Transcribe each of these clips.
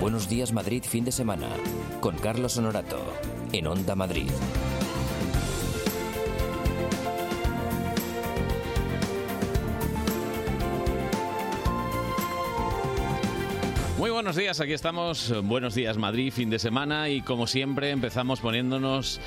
Buenos días Madrid fin de semana con Carlos Honorato en Onda Madrid. Muy buenos días, aquí estamos. Buenos días Madrid, fin de semana y como siempre empezamos poniéndonos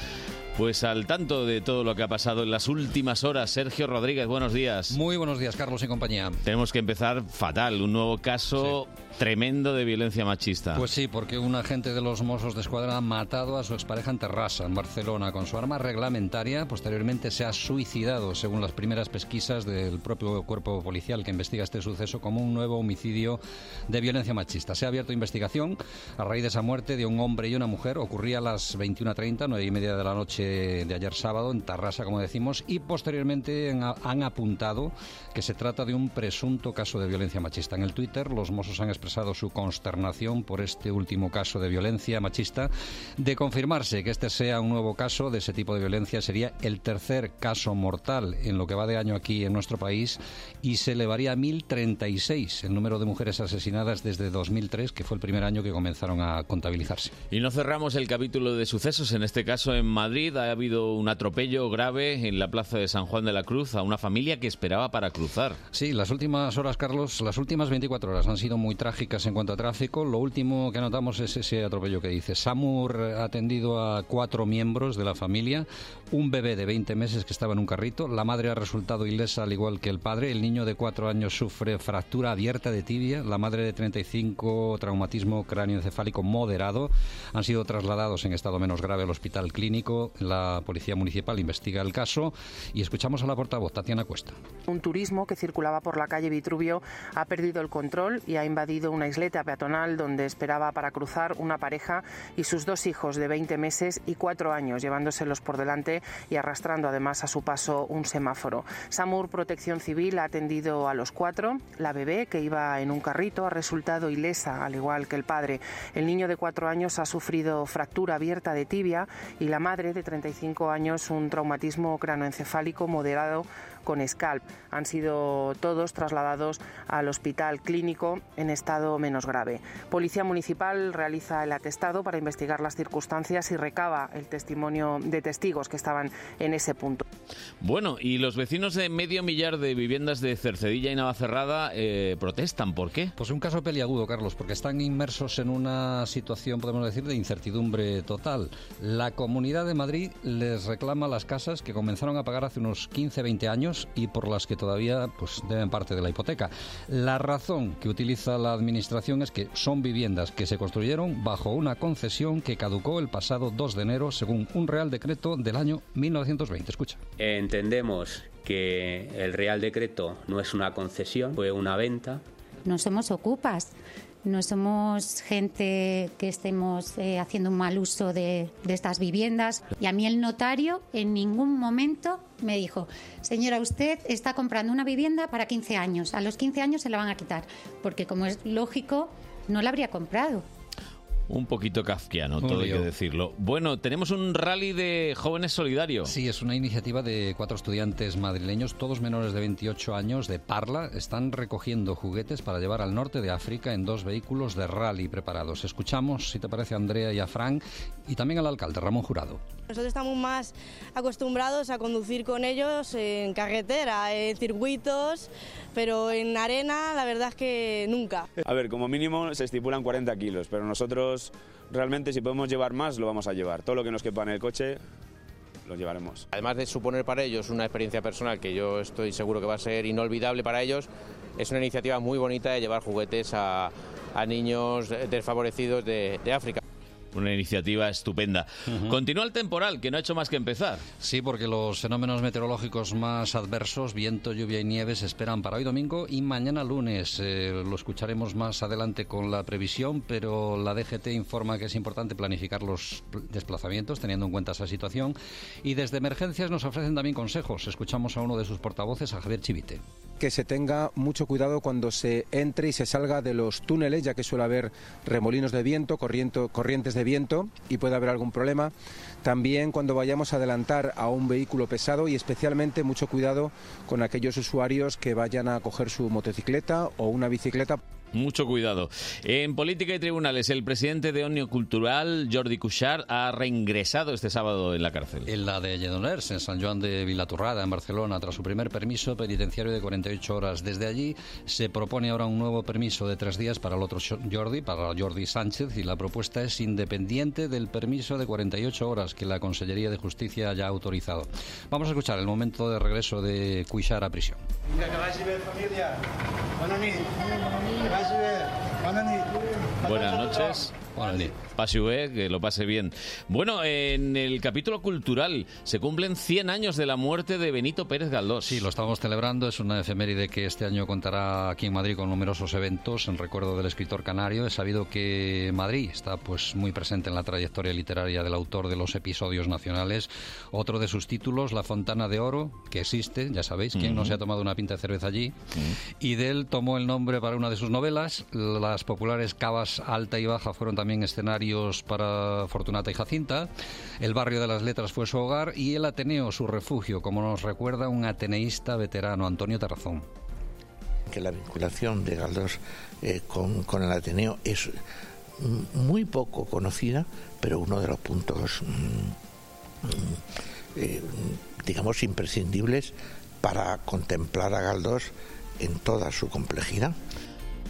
pues al tanto de todo lo que ha pasado en las últimas horas. Sergio Rodríguez, buenos días. Muy buenos días, Carlos y compañía. Tenemos que empezar fatal, un nuevo caso tremendo de violencia machista. Pues sí, porque un agente de los Mossos de Escuadra ha matado a su expareja en Terrassa, en Barcelona, con su arma reglamentaria. Posteriormente se ha suicidado, según las primeras pesquisas del propio cuerpo policial que investiga este suceso, como un nuevo homicidio de violencia machista. Se ha abierto investigación a raíz de esa muerte de un hombre y una mujer. Ocurría a las 21.30, 9 y media de la noche de ayer sábado, en Tarrasa, como decimos, y posteriormente han- han apuntado que se trata de un presunto caso de violencia machista. En el Twitter, los Mossos han expresado su consternación por este último caso de violencia machista. De confirmarse que este sea un nuevo caso de ese tipo de violencia, sería el tercer caso mortal en lo que va de año aquí en nuestro país y se elevaría a 1036 el número de mujeres asesinadas desde 2003, que fue el primer año que comenzaron a contabilizarse. Y no cerramos el capítulo de sucesos, en este caso en Madrid ha habido un atropello grave en la plaza de San Juan de la Cruz a una familia que esperaba para cruzar. Sí, las últimas horas, Carlos, las últimas 24 horas han sido muy trágicas en cuanto a tráfico. Lo último que notamos es ese atropello que dice. Samur ha atendido a cuatro miembros de la familia, un bebé de 20 meses que estaba en un carrito, la madre ha resultado ilesa al igual que el padre, el niño de cuatro años sufre fractura abierta de tibia, la madre de 35 traumatismo cráneoencefálico moderado, han sido trasladados en estado menos grave al hospital clínico, la policía municipal investiga el caso y escuchamos a la portavoz Tatiana Cuesta. Un turismo que circulaba por la calle Vitruvio ha perdido el control y ha invadido una isleta peatonal donde esperaba para cruzar una pareja y sus dos hijos de 20 meses y 4 años, llevándoselos por delante y arrastrando además a su paso un semáforo. Samur Protección Civil ha atendido a los cuatro. La bebé, que iba en un carrito, ha resultado ilesa, al igual que el padre. El niño de 4 años ha sufrido fractura abierta de tibia y la madre, de 35 años, un traumatismo cranoencefálico moderado con scalp. Han sido todos trasladados al hospital clínico en estado menos grave. Policía Municipal realiza el atestado para investigar las circunstancias y recaba el testimonio de testigos que estaban en ese punto. Bueno, y los vecinos de medio millar de viviendas de Cercedilla y Navacerrada eh, protestan, ¿por qué? Pues un caso peliagudo, Carlos, porque están inmersos en una situación, podemos decir, de incertidumbre total. La Comunidad de Madrid les reclama las casas que comenzaron a pagar hace unos 15, 20 años y por las que todavía pues, deben parte de la hipoteca. La razón que utiliza la Administración es que son viviendas que se construyeron bajo una concesión que caducó el pasado 2 de enero, según un Real Decreto del año 1920. Escucha. Entendemos que el Real Decreto no es una concesión, fue una venta. no somos ocupas, no somos gente que estemos eh, haciendo un mal uso de, de estas viviendas. Y a mí el notario en ningún momento me dijo, señora, usted está comprando una vivienda para 15 años, a los 15 años se la van a quitar, porque como es lógico, no la habría comprado. Un poquito kafkiano, Un todo hay que lío. decirlo. Bueno, tenemos un rally de jóvenes solidarios. Sí, es una iniciativa de cuatro estudiantes madrileños, todos menores de 28 años, de Parla. Están recogiendo juguetes para llevar al norte de África en dos vehículos de rally preparados. Escuchamos, si te parece, a Andrea y a Frank, y también al alcalde Ramón Jurado. Nosotros estamos más acostumbrados a conducir con ellos en carretera, en circuitos, pero en arena la verdad es que nunca. A ver, como mínimo se estipulan 40 kilos, pero nosotros realmente si podemos llevar más lo vamos a llevar. Todo lo que nos quepa en el coche lo llevaremos. Además de suponer para ellos una experiencia personal que yo estoy seguro que va a ser inolvidable para ellos, es una iniciativa muy bonita de llevar juguetes a, a niños eh, desfavorecidos de- de África. Una iniciativa estupenda. Continúa el temporal, que no ha hecho más que empezar. Sí, porque los fenómenos meteorológicos más adversos, viento, lluvia y nieve, se esperan para hoy domingo y mañana lunes. Eh, lo escucharemos más adelante con la previsión, pero la DGT informa que es importante planificar los pl- desplazamientos teniendo en cuenta esa situación. Y desde emergencias nos ofrecen también consejos. Escuchamos a uno de sus portavoces, a Javier Chivite. que se tenga mucho cuidado cuando se entre y se salga de los túneles, ya que suele haber remolinos de viento, corriento- corrientes de viento y puede haber algún problema. También cuando vayamos a adelantar a un vehículo pesado y especialmente mucho cuidado con aquellos usuarios que vayan a coger su motocicleta o una bicicleta. Mucho cuidado. En política y tribunales, el presidente de Onio Cultural, Jordi Cuixart, ha reingresado este sábado en la cárcel. En la de Lledoners, en San Joan de Vilaturrada, en Barcelona, tras su primer permiso penitenciario de 48 horas. Desde allí se propone ahora un nuevo permiso de tres días para el otro Jordi, para Jordi Sánchez, y la propuesta es independiente del permiso de 48 horas que la Consellería de Justicia ya ha autorizado. Vamos a escuchar el momento de regreso de Cuixart a prisión. Mira, que vagi bé, família. Bona nit. Que vagi bé. Bona nit. Buenas noches. Pase UE, que lo pase bien. Bueno, en el capítulo cultural se cumplen 100 años de la muerte de Benito Pérez Galdós. Sí, lo estamos celebrando. Es una efeméride que este año contará aquí en Madrid con numerosos eventos en recuerdo del escritor canario. Es sabido que Madrid está pues muy presente en la trayectoria literaria del autor de los episodios nacionales. Otro de sus títulos, La Fontana de Oro, que existe, ya sabéis, quien no Ujú. se ha tomado una pinta de cerveza allí. Y de él tomó el nombre para una de sus novelas. Las populares Cavas Alta y Baja fueron también escenarios para Fortunata y Jacinta. El barrio de las letras fue su hogar y el Ateneo su refugio, como nos recuerda un ateneísta veterano, Antonio Terrazón. que la vinculación de Galdós eh, con, con el Ateneo es mm, muy poco conocida, pero uno de los puntos, mm, mm, eh, digamos, imprescindibles para contemplar a Galdós en toda su complejidad.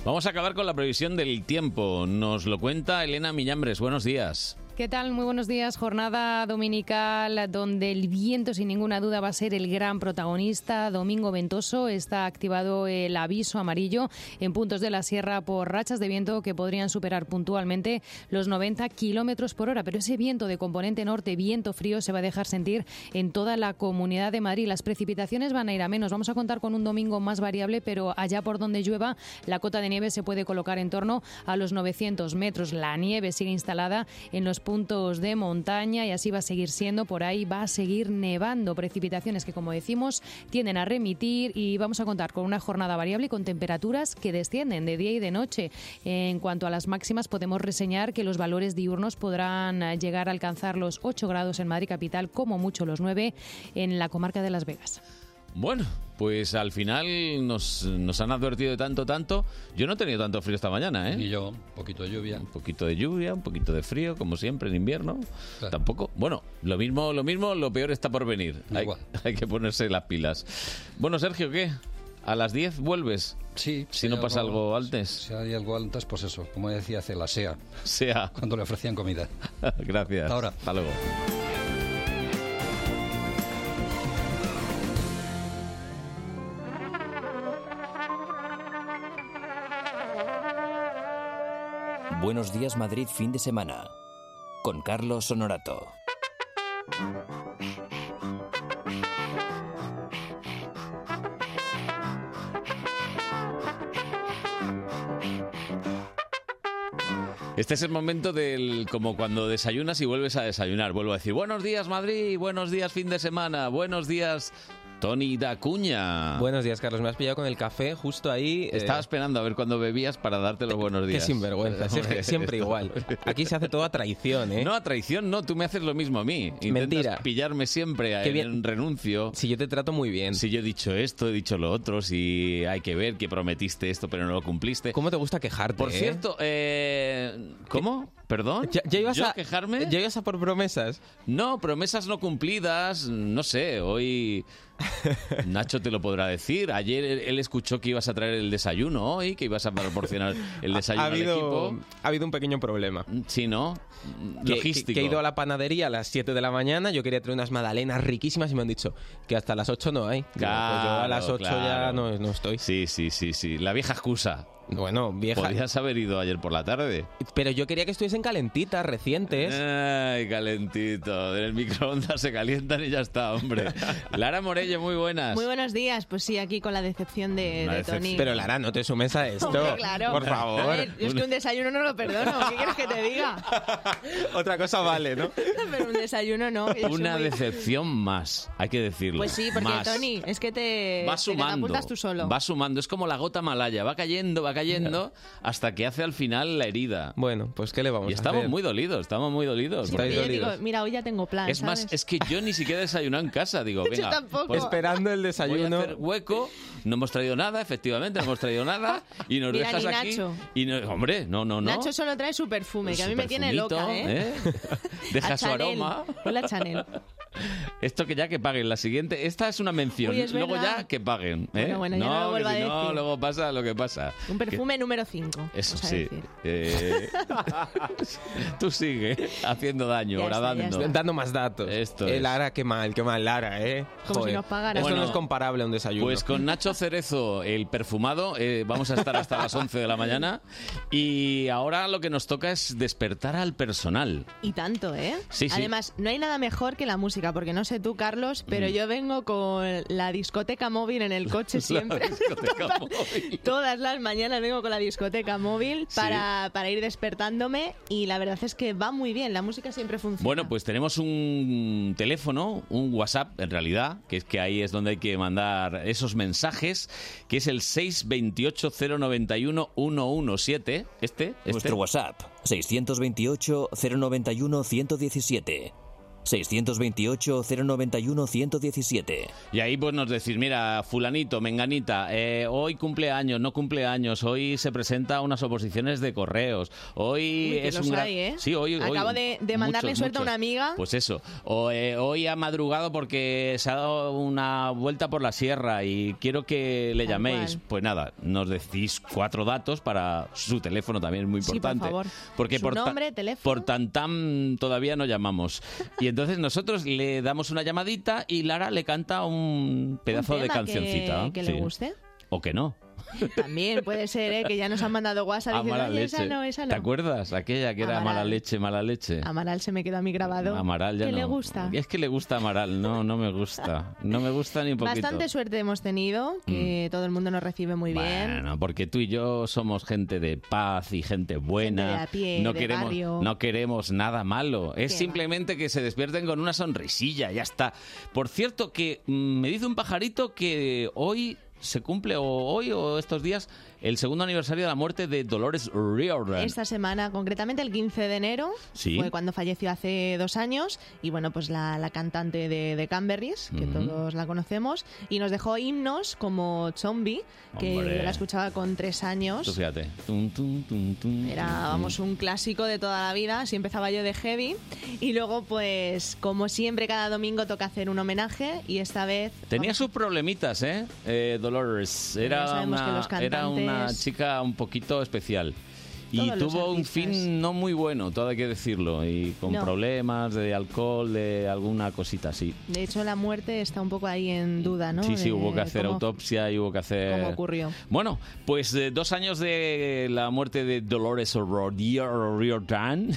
Vamos a acabar con la previsión del tiempo. Nos lo cuenta Elena Miñambres. Buenos días. ¿Qué tal? Muy buenos días. Jornada dominical donde el viento sin ninguna duda va a ser el gran protagonista. Domingo ventoso está activado el aviso amarillo en puntos de la sierra por rachas de viento que podrían superar puntualmente los 90 kilómetros por hora. Pero ese viento de componente norte, viento frío, se va a dejar sentir en toda la comunidad de Madrid. Las precipitaciones van a ir a menos. Vamos a contar con un domingo más variable, pero allá por donde llueva, la cota de nieve se puede colocar en torno a los 900 metros. La nieve sigue instalada en los puntos de montaña y así va a seguir siendo. Por ahí va a seguir nevando. Precipitaciones que, como decimos, tienden a remitir y vamos a contar con una jornada variable y con temperaturas que descienden de día y de noche. En cuanto a las máximas, podemos reseñar que los valores diurnos podrán eh, llegar a alcanzar los 8 grados en Madrid Capital, como mucho los 9 en la comarca de Las Vegas. Bueno, pues al final nos, nos han advertido de tanto, tanto. Yo no he tenido tanto frío esta mañana, ¿eh? Y yo, un poquito de lluvia. Un poquito de lluvia, un poquito de frío, como siempre en invierno. Tampoco. Bueno, lo mismo, lo mismo, lo peor está por venir. Hay, hay que ponerse las pilas. Bueno, Sergio, ¿qué? ¿A las 10 vuelves? Sí. Si no pasa algo antes. Si hay algo antes, pues eso, como decía Cela, sea. Sea. Cuando le ofrecían comida. Gracias. Ahora. Hasta luego. Buenos días Madrid fin de semana con Carlos Honorato. Este es el momento del como cuando desayunas y vuelves a desayunar. Vuelvo a decir, buenos días Madrid, buenos días fin de semana, buenos días Tony Dacuña. Buenos días, Carlos. Me has pillado con el café justo ahí. eh, Estaba esperando a ver cuándo bebías para darte los buenos días. Qué sinvergüenza. Siempre, siempre igual. Aquí se hace todo a traición, ¿eh? No, a traición no, tú me haces lo mismo a mí. Intentas Mentira. pillarme siempre Qué en bien. un renuncio. Si yo te trato muy bien. Si yo he dicho esto, he dicho lo otro, si ah, hay que ver que prometiste esto pero no lo cumpliste. ¿Cómo te gusta quejarte? Por eh? cierto, eh, ¿cómo? ¿Perdón? ¿Ya, ya ibas ¿Yo a quejarme? ¿Ya ibas a por promesas? No, promesas no cumplidas, no sé, hoy Nacho te lo podrá decir. Ayer él él escuchó que ibas a traer el desayuno hoy, que ibas a proporcionar el desayuno ha habido, al equipo. Ha habido un pequeño problema. Sí, ¿no? Que, Logístico. que- que he ido a la panadería a las 7 de la mañana, yo quería traer unas magdalenas riquísimas y me han dicho que hasta las 8 no hay. Digo, pues yo a las 8 ya no... estoy. Sí, sí, sí, sí. La vieja excusa. Bueno, vieja. Podrías haber ido ayer por la tarde. Pero yo quería que estuviesen calentitas, recientes. Ay, calentito. En el microondas se calientan y ya está, hombre. Lara Morello, muy buenas. Muy buenos días, pues sí, aquí con la decepción de, de Tony. Pero Lara, no te sumes a esto. Hombre, claro. Por A favor. ver, yo es que un desayuno no lo perdono, ¿qué quieres que te diga? Otra cosa vale, ¿no? Pero un desayuno no. que yo soy Una muy- decepción más, hay que decirlo. Pues sí, porque Más. Tony, es que te, Va te sumando. catapultas tú solo. Va sumando. Es como la gota malaya. Va cayendo, va cayendo. Hasta que hace al final la herida. Bueno, pues ¿qué le vamos Y a estamos hacer? muy dolidos, estamos muy dolidos. Porque yo digo, mira, hoy ya tengo plan. es más, Ah, ¿sabes? es que yo ni siquiera he desayunado en casa. Digo, Yo venga, pues tampoco. Esperando el desayuno. Voy a hacer hueco. No hemos traído nada, efectivamente, no hemos traído nada. Y nos Mira, dejas ni aquí. Nacho. Y no- hombre, eh, no, no, no. Nacho solo trae su perfume, que a mí me tiene perfumito, loca, ¿eh? Deja A su Chanel. aroma. Hola, Chanel. Esto que ya que paguen. La siguiente, esta es una mención. Uy, es luego verdad. ya que paguen. ¿eh? Bueno, bueno, ya no lo que vuelvo a si decir. luego pasa lo que pasa. Un perfume número 5. Que- eso sí. Eh, tú sigue haciendo daño, Ya está, ya grabando. está. Dando más datos. Esto Eh, es. Lara, qué mal, qué mal, Lara, ¿eh? Como si nos pagaran. Esto Bueno, no es comparable a un desayuno. Pues con Nacho Cerezo, el perfumado, eh, vamos a estar hasta las 11 de la mañana. Y ahora lo que nos toca es despertar al personal. Y tanto, ¿eh? Sí, sí. Además, no hay nada mejor que la música, porque no sé tú, Carlos, pero Mm. yo vengo con la discoteca móvil en el coche siempre. Total- Todas las mañanas vengo con la discoteca móvil para, para ir despertándome y la verdad es que va muy bien, la música siempre funciona. Bueno, pues tenemos un teléfono, un WhatsApp en realidad, que es que ahí es donde hay que mandar esos mensajes, que es el 628-091-117. Este, este. Nuestro WhatsApp, 628-091-117. 628-091-117. Y ahí pues nos decís, mira, fulanito, menganita, eh, hoy cumpleaños, no cumpleaños, hoy se presenta unas oposiciones de correos, hoy Uy, que es los un gran- hay, ¿eh? Sí, hoy, hoy- Acabo de, de mandarle muchos, suerte a muchos. una amiga. Pues eso, o, eh, hoy ha madrugado porque se ha dado una vuelta por la sierra y quiero que le Tal llaméis. cual. Pues nada, nos decís cuatro datos para su teléfono también, es muy Sí, por importante. favor. Porque Su por ta- nombre, teléfono. Por tantam todavía no llamamos. Y entonces nosotros le damos una llamadita y Lara le canta un pedazo Un de tema que- cancioncita. que le sí. guste. O que no. También puede ser, ¿eh? Que ya nos han mandado WhatsApp A diciendo, mala "Oye, leche. esa no, esa no. ¿Te acuerdas? Aquella que era Amaral. mala leche, mala leche. Amaral se me quedó a mí grabado. Amaral ya que no. le gusta. Es que le gusta Amaral, no, no me gusta. No me gusta ni un poquito. Mm. Bastante suerte hemos tenido, que todo el mundo nos recibe muy bien. Bueno, porque tú y yo somos gente de paz y gente buena. Gente de a pie, no de queremos, barrio. no queremos nada malo. Es Qué va. simplemente que se despierten con una sonrisilla, ya está. Por cierto, que mm, me dice un pajarito que hoy se cumple o hoy o estos días el segundo aniversario de la muerte de Dolores Riordan. Esta semana, concretamente el 15 de enero, Sí. fue cuando falleció hace dos años. Y bueno, pues la, la cantante de, de Cranberries, que Ujú. todos la conocemos, y nos dejó himnos como Zombie, que Hombre. yo la escuchaba con tres Tú años. fíjate. Tum, tum, tum, tum, Era, tum, tum. vamos, un clásico de toda la vida. Así empezaba yo de heavy. Y luego, pues, como siempre, cada domingo toca hacer un homenaje. Y esta vez Tenía sus problemitas, ¿eh? Eh, Dolores. Ya Era sabemos que una, los cantantes- era una chica un poquito especial. Y Todos los tuvo un fin no muy bueno, todo hay que decirlo. Y con No. problemas de alcohol, de alguna cosita así. De hecho, la muerte está un poco ahí en duda, ¿no? Sí, sí, De hubo que hacer cómo- autopsia y hubo que hacer... cómo ocurrió. Bueno, pues eh, dos años de la muerte de Dolores Rodio- Riordan.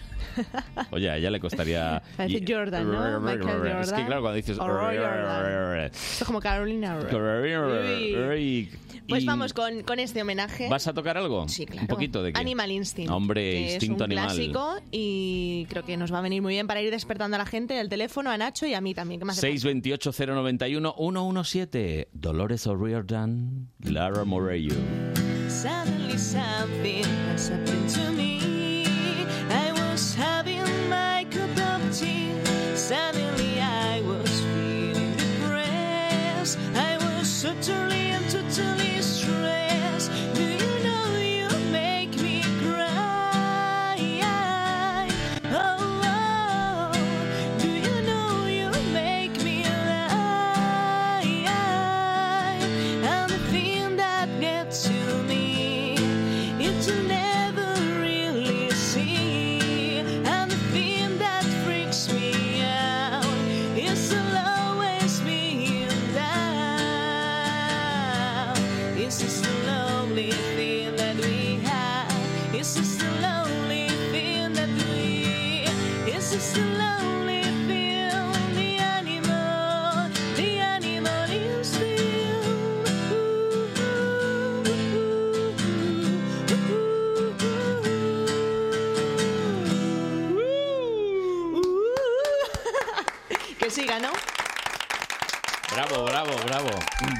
Oye, a ella le costaría... Parece Jordan, ¿no? Michael Es que Jordan. claro, cuando dices... O Riordan. Esto es como Carolina. Uy. Pues Y- vamos con, con este homenaje. ¿Vas a tocar algo? Sí, claro. ¿Un poquito de qué? Animal Instinct. Hombre, que instinto es un animal. clásico y creo que nos va a venir muy bien para ir despertando a la gente, el teléfono, a Nacho y a mí también. ¿Qué más? 628-091-117. Dolores O'Riordan, Lara Morello. Suddenly something has happened to me. I was having my cup of tea. Suddenly I was feeling depressed. I was so totally and totally stressed. Do you know you make me cry? Oh, oh. do you know you make me lie? And the thing that gets to me, it you never really see. And the thing that freaks me out, it's always being down. It's just the lonely thing that we have. It's just the lonely thing that we. It's just the lonely thing. The animal, the animal is Que siga, ¿no? Bravo, bravo, bravo.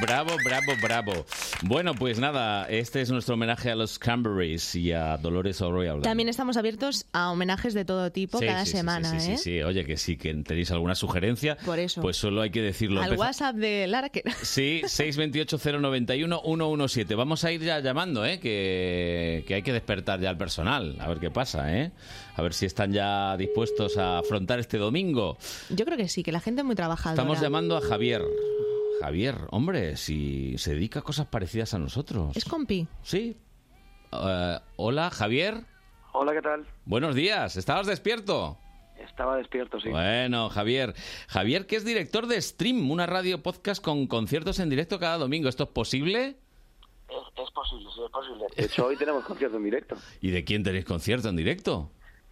Bravo, bravo, bravo. Bueno, pues nada, este es nuestro homenaje a los Cranberries y a Dolores O'Royal. También estamos abiertos a homenajes de todo tipo Sí, cada sí, sí, semana, sí, sí, ¿eh? sí, sí. Oye, que sí, que tenéis alguna sugerencia. Por eso. Pues solo hay que decirlo. Al Empeza- WhatsApp de Lara que Sí, 628-091-117. Vamos a ir ya llamando, ¿eh? Que, que hay que despertar ya al personal. A ver qué pasa, ¿eh? A ver si están ya dispuestos a afrontar este domingo. Yo creo que sí, que la gente es muy trabajadora. Estamos llamando a Javier. Javier, hombre, si se dedica a cosas parecidas a nosotros. Es compi. Sí. Eh, hola, Javier. Hola, ¿qué tal? Buenos días. ¿Estabas despierto? Estaba despierto, sí. Bueno, Javier. Javier, que es director de Stream, una radio podcast con conciertos en directo cada domingo. ¿Esto es posible? Es, es posible, sí, es posible. De hecho, hoy tenemos concierto en directo. ¿Y de quién tenéis concierto en directo?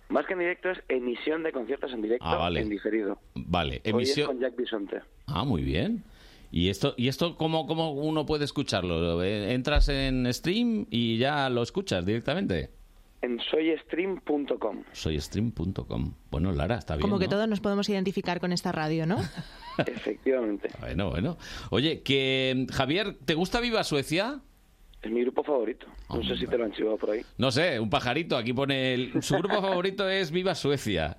Más que en directo, es emisión de conciertos en directo Ah, vale. en diferido. Vale, Hoy es emisión. con Jack Bisonte. Ah, muy bien. ¿Y esto, y esto cómo, cómo uno puede escucharlo? Eh, ¿Entras en stream y ya lo escuchas directamente? En soystream.com. Soystream.com. Bueno, Lara, está bien. Como que ¿no? todos nos podemos identificar con esta radio, ¿no? Efectivamente. Bueno, bueno. Oye, que mm, Javier, ¿te gusta Viva Suecia? Es mi grupo favorito. No sé si te lo han chivado por ahí. No sé, un pajarito. Aquí pone el- su grupo favorito es Viva Suecia.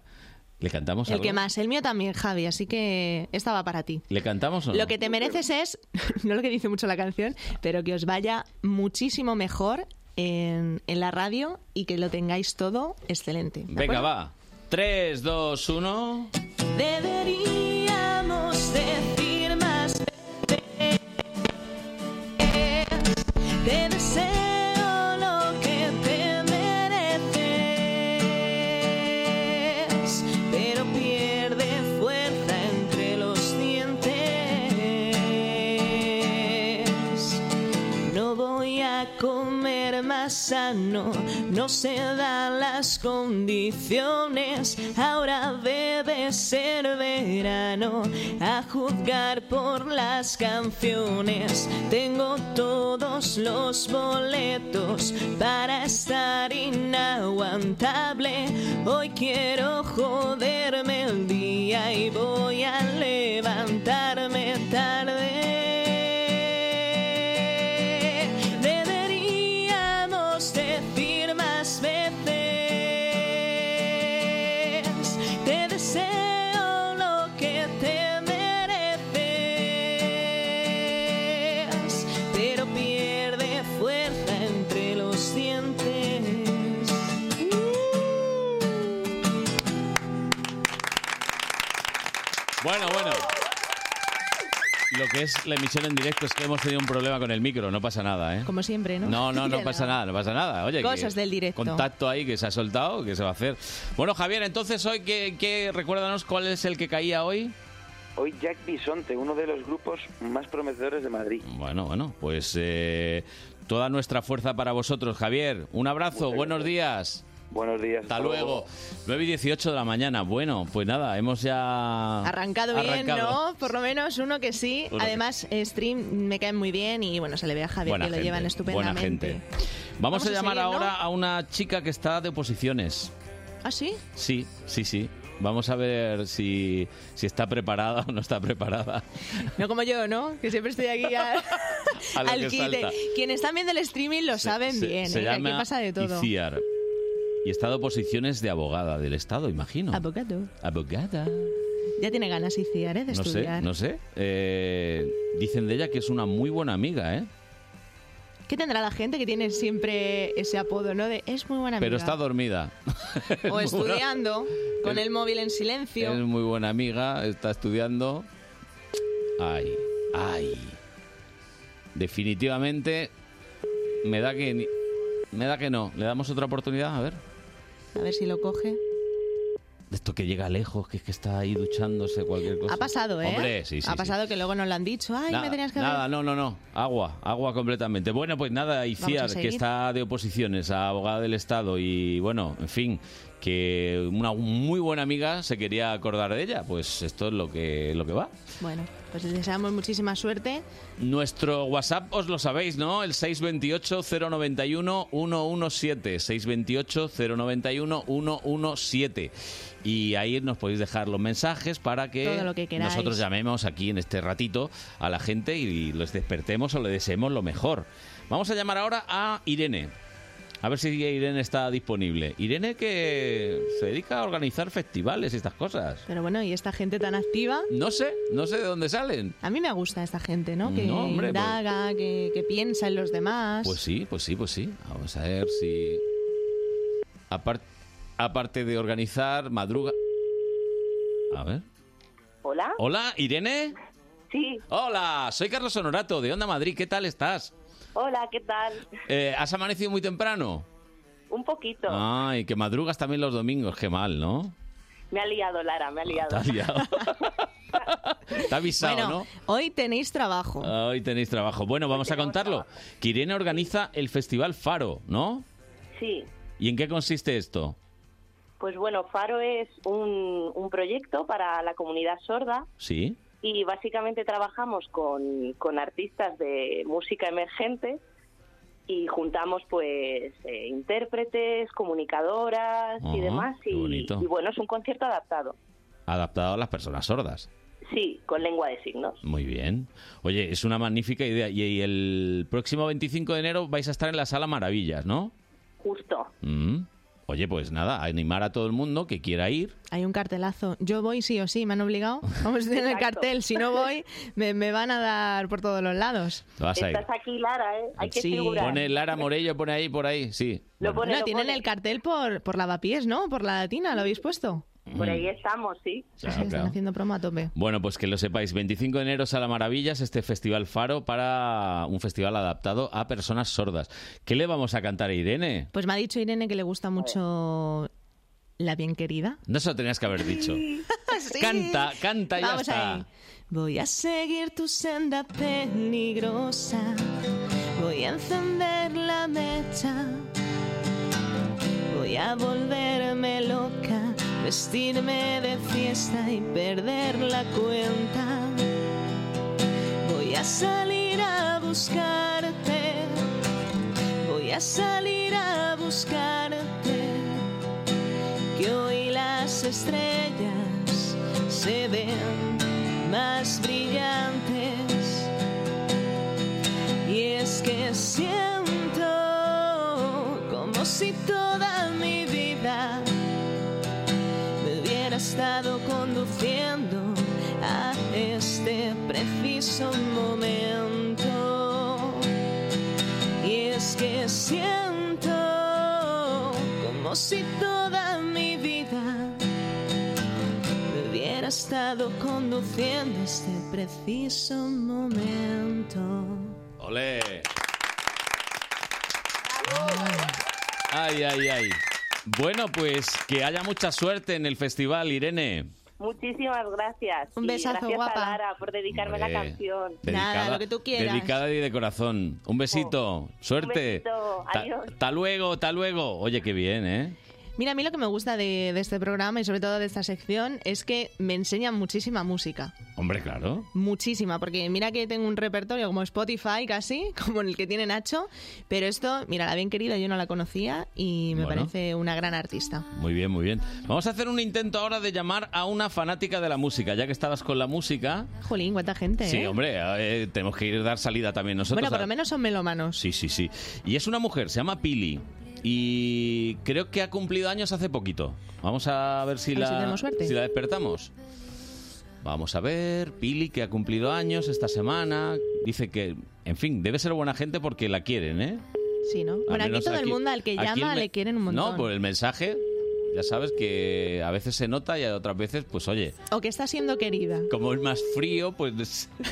¿Le cantamos El algo? que más, el mío también, Javi, así que esta va para ti. ¿Le cantamos o no? Lo que te mereces es, no lo que dice mucho la canción, pero que os vaya muchísimo mejor en, en la radio y que lo tengáis todo excelente. ¿de Venga, acuerdo? va. 3, 2, 1. Deberíamos decir más veces. Te deseo lo que te mereces, pero pierde fuerza entre los dientes. No voy a comer más sano, no se dan las condiciones. Ahora debe ser verano, a juzgar por las canciones. Tengo todos los boletos para estar inaguantable. Hoy quiero joderme el día y voy a levantarme tarde. Deberíamos decir más veces, te deseo lo que te mereces, pero pierde fuerza entre los dientes. Bueno, bueno. Lo que es la emisión en directo es que hemos tenido un problema con el micro, no pasa nada, ¿eh? Como siempre, ¿no? No, no, no Ya pasa nada, no pasa nada. Oye, que- Cosas del directo. Contacto ahí que se ha soltado, que se va a hacer. Bueno, Javier, entonces hoy, ¿qué, qué- recuérdanos cuál es el que caía hoy? Hoy Jack Bisonte, uno de los grupos más prometedores de Madrid. Bueno, bueno, pues eh, toda nuestra fuerza para vosotros, Javier. Un abrazo, buenos días. Buenos días. Hasta hasta luego. 9 y 18 de la mañana. Bueno, pues nada, hemos ya... Arrancado bien, arrancado. ¿no? Por lo menos uno que sí. Uno que- Además, eh, Stream me cae muy bien y bueno, se le ve a Javier Buena que lo gente, llevan Buena estupendamente. gente. Vamos, Vamos a a llamar seguir, ¿no? ahora a una chica que está de oposiciones. ¿Ah, sí? Sí, sí, sí. Vamos a ver si, si está preparada o no está preparada. No como yo, ¿no? Que siempre estoy aquí a- A lo al que quite. salta. Quienes están viendo el streaming lo saben Se- bien, se ¿eh? Que aquí llama pasa de todo. Iciar. Y está de oposiciones de abogada del Estado, imagino. Abogado. Abogada. Ya tiene ganas Iciar, ¿eh? De No sé, estudiar. no sé. Eh, dicen de ella que es una muy buena amiga, ¿eh? ¿Qué tendrá la gente que tiene siempre ese apodo, no? De es muy buena amiga. Pero está dormida. O Es muy buena- estudiando, con el móvil en silencio. Es muy buena amiga, está estudiando. Ay, ay. Definitivamente me da que ni- me da que no. Le damos otra oportunidad, a ver. A ver si lo coge. De Esto que llega lejos, que es que está ahí duchándose cualquier cosa. Ha pasado, ¿eh? Hombre, sí, sí. Ha sí. pasado que luego nos lo han dicho. Ay, Nada, me tenías que nada, no, no, no. Agua, agua completamente. Bueno, pues nada, Vamos a Iciar, que seguir. está de oposiciones a abogada del Estado y bueno, en fin, que una muy buena amiga se quería acordar de ella. Pues esto es lo que, lo que va. Bueno, pues les deseamos muchísima suerte. Nuestro WhatsApp os lo sabéis, ¿no? El 628-091-117. 628-091-117. Y ahí nos podéis dejar los mensajes para que, Todo lo que queráis. nosotros llamemos aquí en este ratito a la gente y les despertemos o le deseemos lo mejor. Vamos a llamar ahora a Irene. A ver si Irene está disponible. Irene que se dedica a organizar festivales y estas cosas. Pero bueno, y esta gente tan activa. No sé, no sé de dónde salen. A mí me gusta esta gente, ¿no? Que No, hombre, pues- indaga, que, que piensa en los demás. Pues sí, pues sí, pues sí. Vamos a ver si. Apar- aparte de organizar, madruga. A ver. Hola. Hola, Irene. Sí. Hola, soy Carlos Honorato de Onda Madrid. ¿Qué tal estás? Hola, ¿qué tal? Eh, ¿Has amanecido muy temprano? Un poquito. Ay, que madrugas también los domingos. Qué mal, ¿no? Me ha liado, Lara, me ha liado. Te has liado. Te ha avisado, bueno, ¿no? hoy tenéis trabajo. Hoy tenéis trabajo. Bueno, vamos a contarlo. Que Irene organiza el Festival Faro, ¿no? Sí. ¿Y en qué consiste esto? Pues bueno, Faro es un, un proyecto para la comunidad sorda Sí. y básicamente trabajamos con, con artistas de música emergente y juntamos pues eh, intérpretes, comunicadoras y Ajá, demás qué y, bonito. y bueno, es un concierto adaptado. Adaptado a las personas sordas. Sí, con lengua de signos. Muy bien. Oye, es una magnífica idea. Y, y el próximo 25 de enero vais a estar en la Sala Maravillas, ¿no? Justo. Mm. Oye, pues nada, animar a todo el mundo que quiera ir. Hay un cartelazo. Yo voy sí o sí, me han obligado. Vamos a tener el Exacto. cartel. Si no voy, me, me van a dar por todos los lados. Te vas a ir. Estás aquí, Lara, ¿eh? Hay que figurar. Pone Lara Morello, pone ahí, por ahí, sí. No, Bueno. tienen el cartel por, por lavapiés, ¿no? Por la latina, ¿lo habéis puesto? Por ahí estamos, sí. Claro, Sí, Están claro. haciendo promo a tope. Bueno, pues que lo sepáis, 25 de enero Sala Maravillas, este festival Faro para un festival adaptado a personas sordas. ¿Qué le vamos a cantar a Irene? Pues me ha dicho Irene que le gusta mucho la bien querida. No se lo tenías que haber dicho. Canta, canta y ya Vamos está. ahí. Voy a seguir tu senda peligrosa. Voy a encender la mecha. Voy a volverme loca, vestirme de fiesta y perder la cuenta. Voy a salir a buscarte. Voy a salir a buscarte. Que hoy las estrellas se ven más brillantes. Y es que siento como si toda mi vida me hubiera estado conduciendo a este preciso momento. Y es que siento como si toda mi vida me hubiera estado conduciendo a este preciso momento. ¡Ole! ¡Ay, ay, ay! Bueno, pues que haya mucha suerte en el festival, Irene. Muchísimas gracias. Un Y besazo, gracias guapa. a Lara por dedicarme la Hombre, canción. Dedicada Eh, y de corazón. Un besito. Suerte. besito. Ta- Adiós. Hasta luego, hasta luego. Oye, qué bien, ¿eh? Mira, a mí lo que me gusta de, de este programa y sobre todo de esta sección es que me enseñan muchísima música. Hombre, claro. Muchísima, porque mira que tengo un repertorio como Spotify casi, como el que tiene Nacho, pero esto, mira, la bien querida yo no la conocía y me Bueno. parece una gran artista. Muy bien, muy bien. Vamos a hacer un intento ahora de llamar a una fanática de la música, ya que estabas con la música. Jolín, cuánta gente, Sí, ¿eh? hombre, eh, tenemos que ir a dar salida también nosotros. Bueno, por a- lo menos son melomanos. Sí, sí, sí. Y es una mujer, se llama Pili. Y creo que ha cumplido años hace poquito. Vamos a ver si, A ver la, si tenemos suerte. si la despertamos. Vamos a ver, Pili, que ha cumplido años esta semana. Dice que, en fin, debe ser buena gente porque la quieren, ¿eh? Sí, ¿no? Al Bueno, aquí menos todo el mundo al que aquí llama el me- le quieren un montón. No, pues- por el mensaje, ya sabes que a veces se nota y a otras veces, pues oye, O que está siendo querida. como es más frío, pues...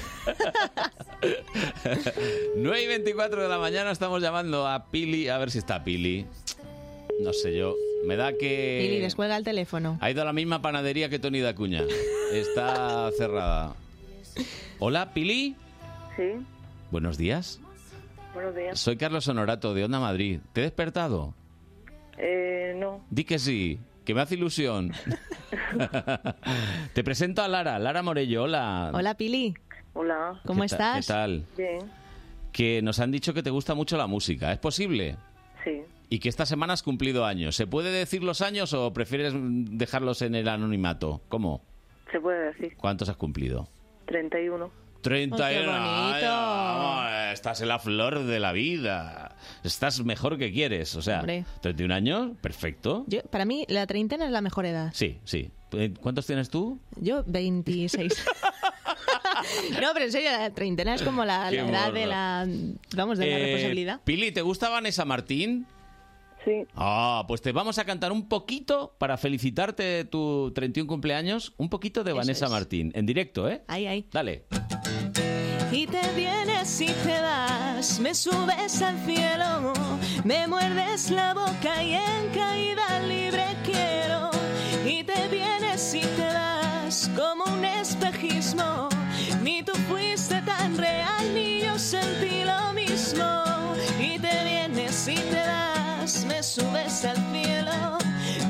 9 y 24 de la mañana estamos llamando a Pili, a ver si está Pili. No sé yo, me da que... Lili, descuelga el teléfono. Ha ido a la misma panadería que Tony da Cuña. Está cerrada. Hola, Pili. Sí, Buenos días. buenos días. Soy Carlos Honorato de Onda Madrid. ¿Te he despertado? Eh, no, Di que sí. que me hace ilusión. Te presento a Lara, Lara Morello, hola. Hola, Pili. Hola. ¿Cómo ¿Qué ta- estás? ¿Qué tal? Bien, Que nos han dicho que te gusta mucho la música, ¿es posible? sí. Y que esta semana has cumplido años. ¿Se puede decir los años o prefieres mm, dejarlos en el anonimato? ¿Cómo? Se puede decir. ¿Cuántos has cumplido? 31. 31 Ay, qué años. Ay, bonito. vamos, estás en la flor de la vida. Estás mejor que quieres. O sea, Hombre. 31 años, perfecto. Yo- para mí, la treintena es la mejor edad. Sí, sí. Eh, ¿Cuántos tienes tú? Yo, 26. no, pero en serio, la treintena es como la, Qué la edad morro. de la, vamos, pues de la Eh, responsabilidad. Pili, ¿te gusta Vanessa Martín? Sí. Ah, pues te vamos a cantar un poquito para felicitarte tu 31 cumpleaños. Un poquito de Eso Vanessa es. Martín, en directo, ¿eh? Ahí, ahí. Dale. Y te vienes y te vas, me subes al cielo, me muerdes la boca y en caída libre quiero. Y te vienes y te vas como un espejismo, ni tú fuiste tan real ni yo sentí lo mismo. Y te vienes y te vas, me subes al cielo,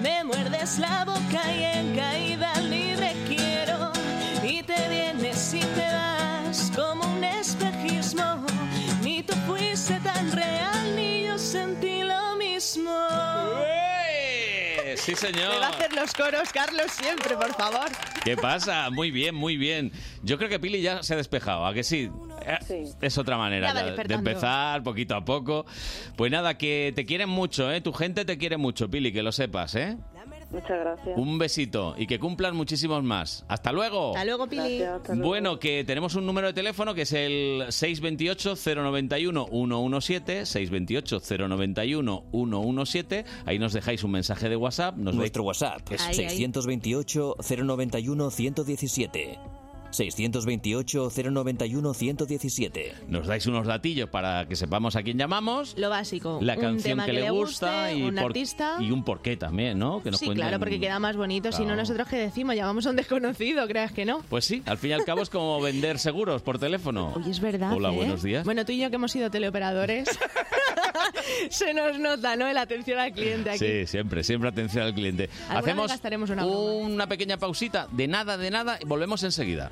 me muerdes la boca y en caída libre quiero. Y te vienes y te vas como un espejismo. Ni tú fuiste tan real, ni yo sentí lo mismo. Eh, Sí, señor. Me va a hacer los coros, Carlos, siempre, por favor. ¿Qué pasa? Muy bien, muy bien. Yo creo que Pili ya se ha despejado, ¿a que sí? Eh, Es otra manera Ya va ya de despertando. empezar, poquito a poco. Pues nada, que te quieren mucho, ¿eh? Tu gente te quiere mucho, Pili, que lo sepas, ¿eh? Muchas gracias. Un besito y que cumplan muchísimos más. ¡Hasta luego! Hasta luego, Pili. Bueno, que tenemos un número de teléfono que es el 628-091-117, 628-091-117. Ahí nos dejáis un mensaje de WhatsApp. Nos Nuestro WhatsApp es Ahí, ahí. 628-091-117. 628-091-117. Nos dais unos datillos para que sepamos a quién llamamos. Lo básico. La un canción tema que, le gusta guste, y, un por- artista. y un porqué también, ¿no? Que nos sí, cuenten- Ah. claro, porque queda más bonito. Si no, Claro. nosotros que decimos, llamamos a un desconocido, creas que no. Pues sí, al fin y al cabo es como vender seguros por teléfono. Oye, es verdad. Hola, ¿eh? buenos días. Bueno, tú y yo que hemos sido teleoperadores, se nos nota, ¿no? La atención al cliente aquí. Sí, siempre, siempre atención al cliente. Alguna vez Hacemos gastaremos una broma. una pequeña pausita, de nada, de nada, y volvemos enseguida.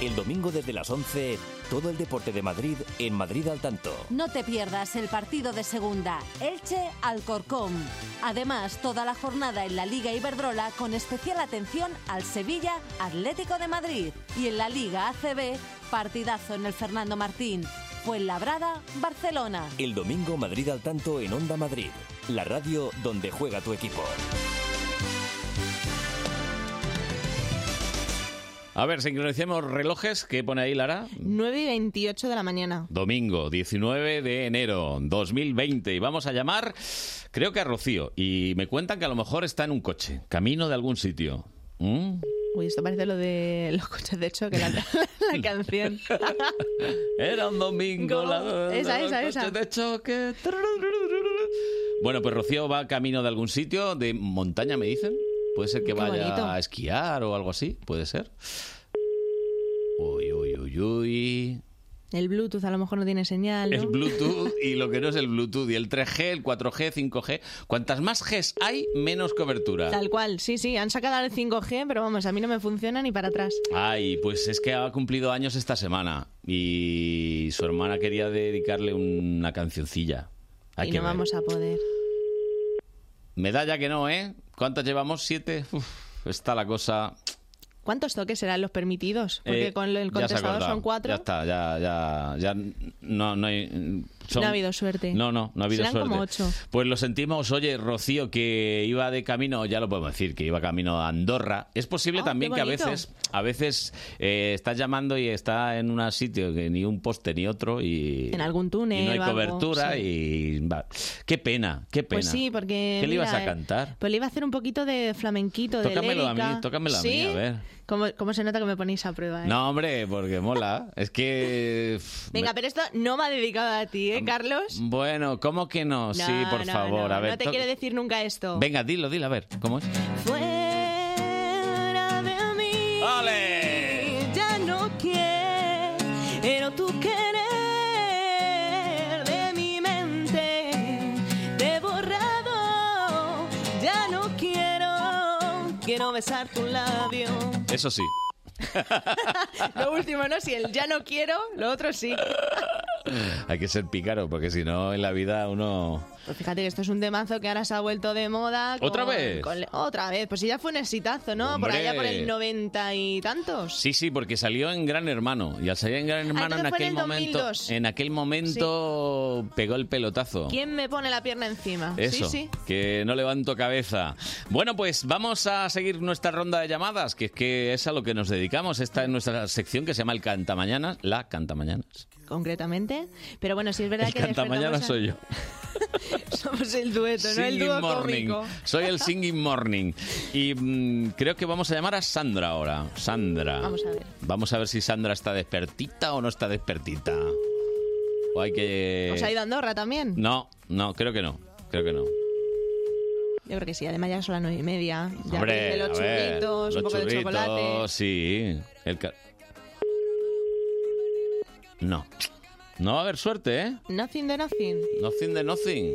El domingo desde las 11, todo el deporte de Madrid en Madrid al tanto. No te pierdas el partido de segunda, Elche Alcorcón. Además, toda la jornada en la Liga Iberdrola con especial atención al Sevilla Atlético de Madrid y en la Liga ACB, partidazo en el Fernando Martín, Fuenlabrada, Barcelona. El domingo Madrid al tanto en Onda Madrid, la radio donde juega tu equipo. A ver, sincronicemos relojes. ¿Qué pone ahí, Lara? 9 y 28 de la mañana. Domingo 19 de enero 2020 y vamos a llamar, creo que a Rocío, y me cuentan que a lo mejor está en un coche, camino de algún sitio. ¿Mm? Uy, esto parece lo de los coches de hecho, que la, la- la canción. Era un domingo. la- esa, la- esa, los esa. coches de- Bueno, pues Rocío va camino de algún sitio, de montaña me dicen. Puede ser que Qué vaya bonito. a esquiar o algo así, puede ser. Uy, uy, uy, uy. El Bluetooth a lo mejor no tiene señal. ¿no? El Bluetooth y lo que no es el Bluetooth, y el 3G, el 4G, 5G. Cuantas más Gs hay, menos cobertura. Tal cual, sí, sí, han sacado el 5G, pero vamos, a mí no me funciona ni para atrás. Ay, pues es que ha cumplido años esta semana y su hermana quería dedicarle una cancioncilla. Hay y que no ver. vamos a poder. Medalla que no, ¿eh? ¿Cuántas llevamos? ¿Siete? Uf, está la cosa... ¿Cuántos toques serán los permitidos? Porque Eh, con lo- el ya se ha contestador acordado. son cuatro. Ya está, ya, ya, ya no, no hay... Son- No ha habido suerte. No, no, no ha habido Serán suerte. como ocho. Pues lo sentimos. Oye, Rocío, que iba de camino, ya lo podemos decir, que iba camino a Andorra. Es posible Ah, también qué que a bonito. veces, a veces eh, estás llamando y está en un sitio que ni un poste ni otro y, En algún túnel. y no hay o algo, cobertura sí. y va. qué pena, qué pena. Pues sí, porque. ¿Qué le ibas mira, a eh, cantar? Pues le iba a hacer un poquito de flamenquito, de Tócamelo a lírica. mí, tócamelo a mí, ¿Sí? a ver. ¿Cómo, cómo se nota que me ponéis a prueba? eh? No, hombre, porque mola. Es que. pff, Venga, pero esto no va dedicado a ti, ¿eh, Carlos? Bueno, ¿cómo que no? Oh, sí, No, por no, favor. no, a ver. No te to- quiere decir nunca esto. Venga, dilo, dilo, a ver. ¿Cómo es? Fuera de mí. Ya no quiero tu querer de mi mente. Te he borrado. Ya no quiero. Quiero besar tu labio. Eso sí. Lo último, ¿no? Si el ya no quiero, lo otro sí. Hay que ser pícaro, porque si no, en la vida uno. Pues fíjate que esto es un temazo que ahora se ha vuelto de moda. con- ¿Otra vez? con- otra vez. Pues si ya fue un exitazo, ¿no? Hombre. Por allá por el noventa y tantos. Sí, sí, porque salió en Gran Hermano. Y al salir en Gran Hermano, en Ah, entonces fue en aquel el momento. 2002. En aquel momento pegó el pelotazo. ¿Quién me pone la pierna encima? Oh. Eso, Sí, sí. que no levanto cabeza. Bueno, pues vamos a seguir nuestra ronda de llamadas, que es que es a lo que nos dedicamos. Esta es nuestra sección que se llama el Cantamañanas, la Cantamañanas. Concretamente. Pero bueno, sí es verdad El que. despertamos Cantamañanas soy yo. a- Somos el dueto, ¿no? El dúo morning. cómico. Soy el singing morning. Y mm, creo que vamos a llamar a Sandra ahora. Sandra. Mm, Vamos a ver. Vamos a ver si Sandra está despertita o no está despertita. O hay que. ¿Os ha ido a Andorra también? No, no, creo que no. Creo que no. Yo creo que sí, además ya son las nueve y media. Ya Hombre, pedí los a ver, churritos, un los poco de churritos, chocolate. Sí. El ca- No. No va a haber suerte, ¿eh? Nothing de nothing. Nothing de nothing.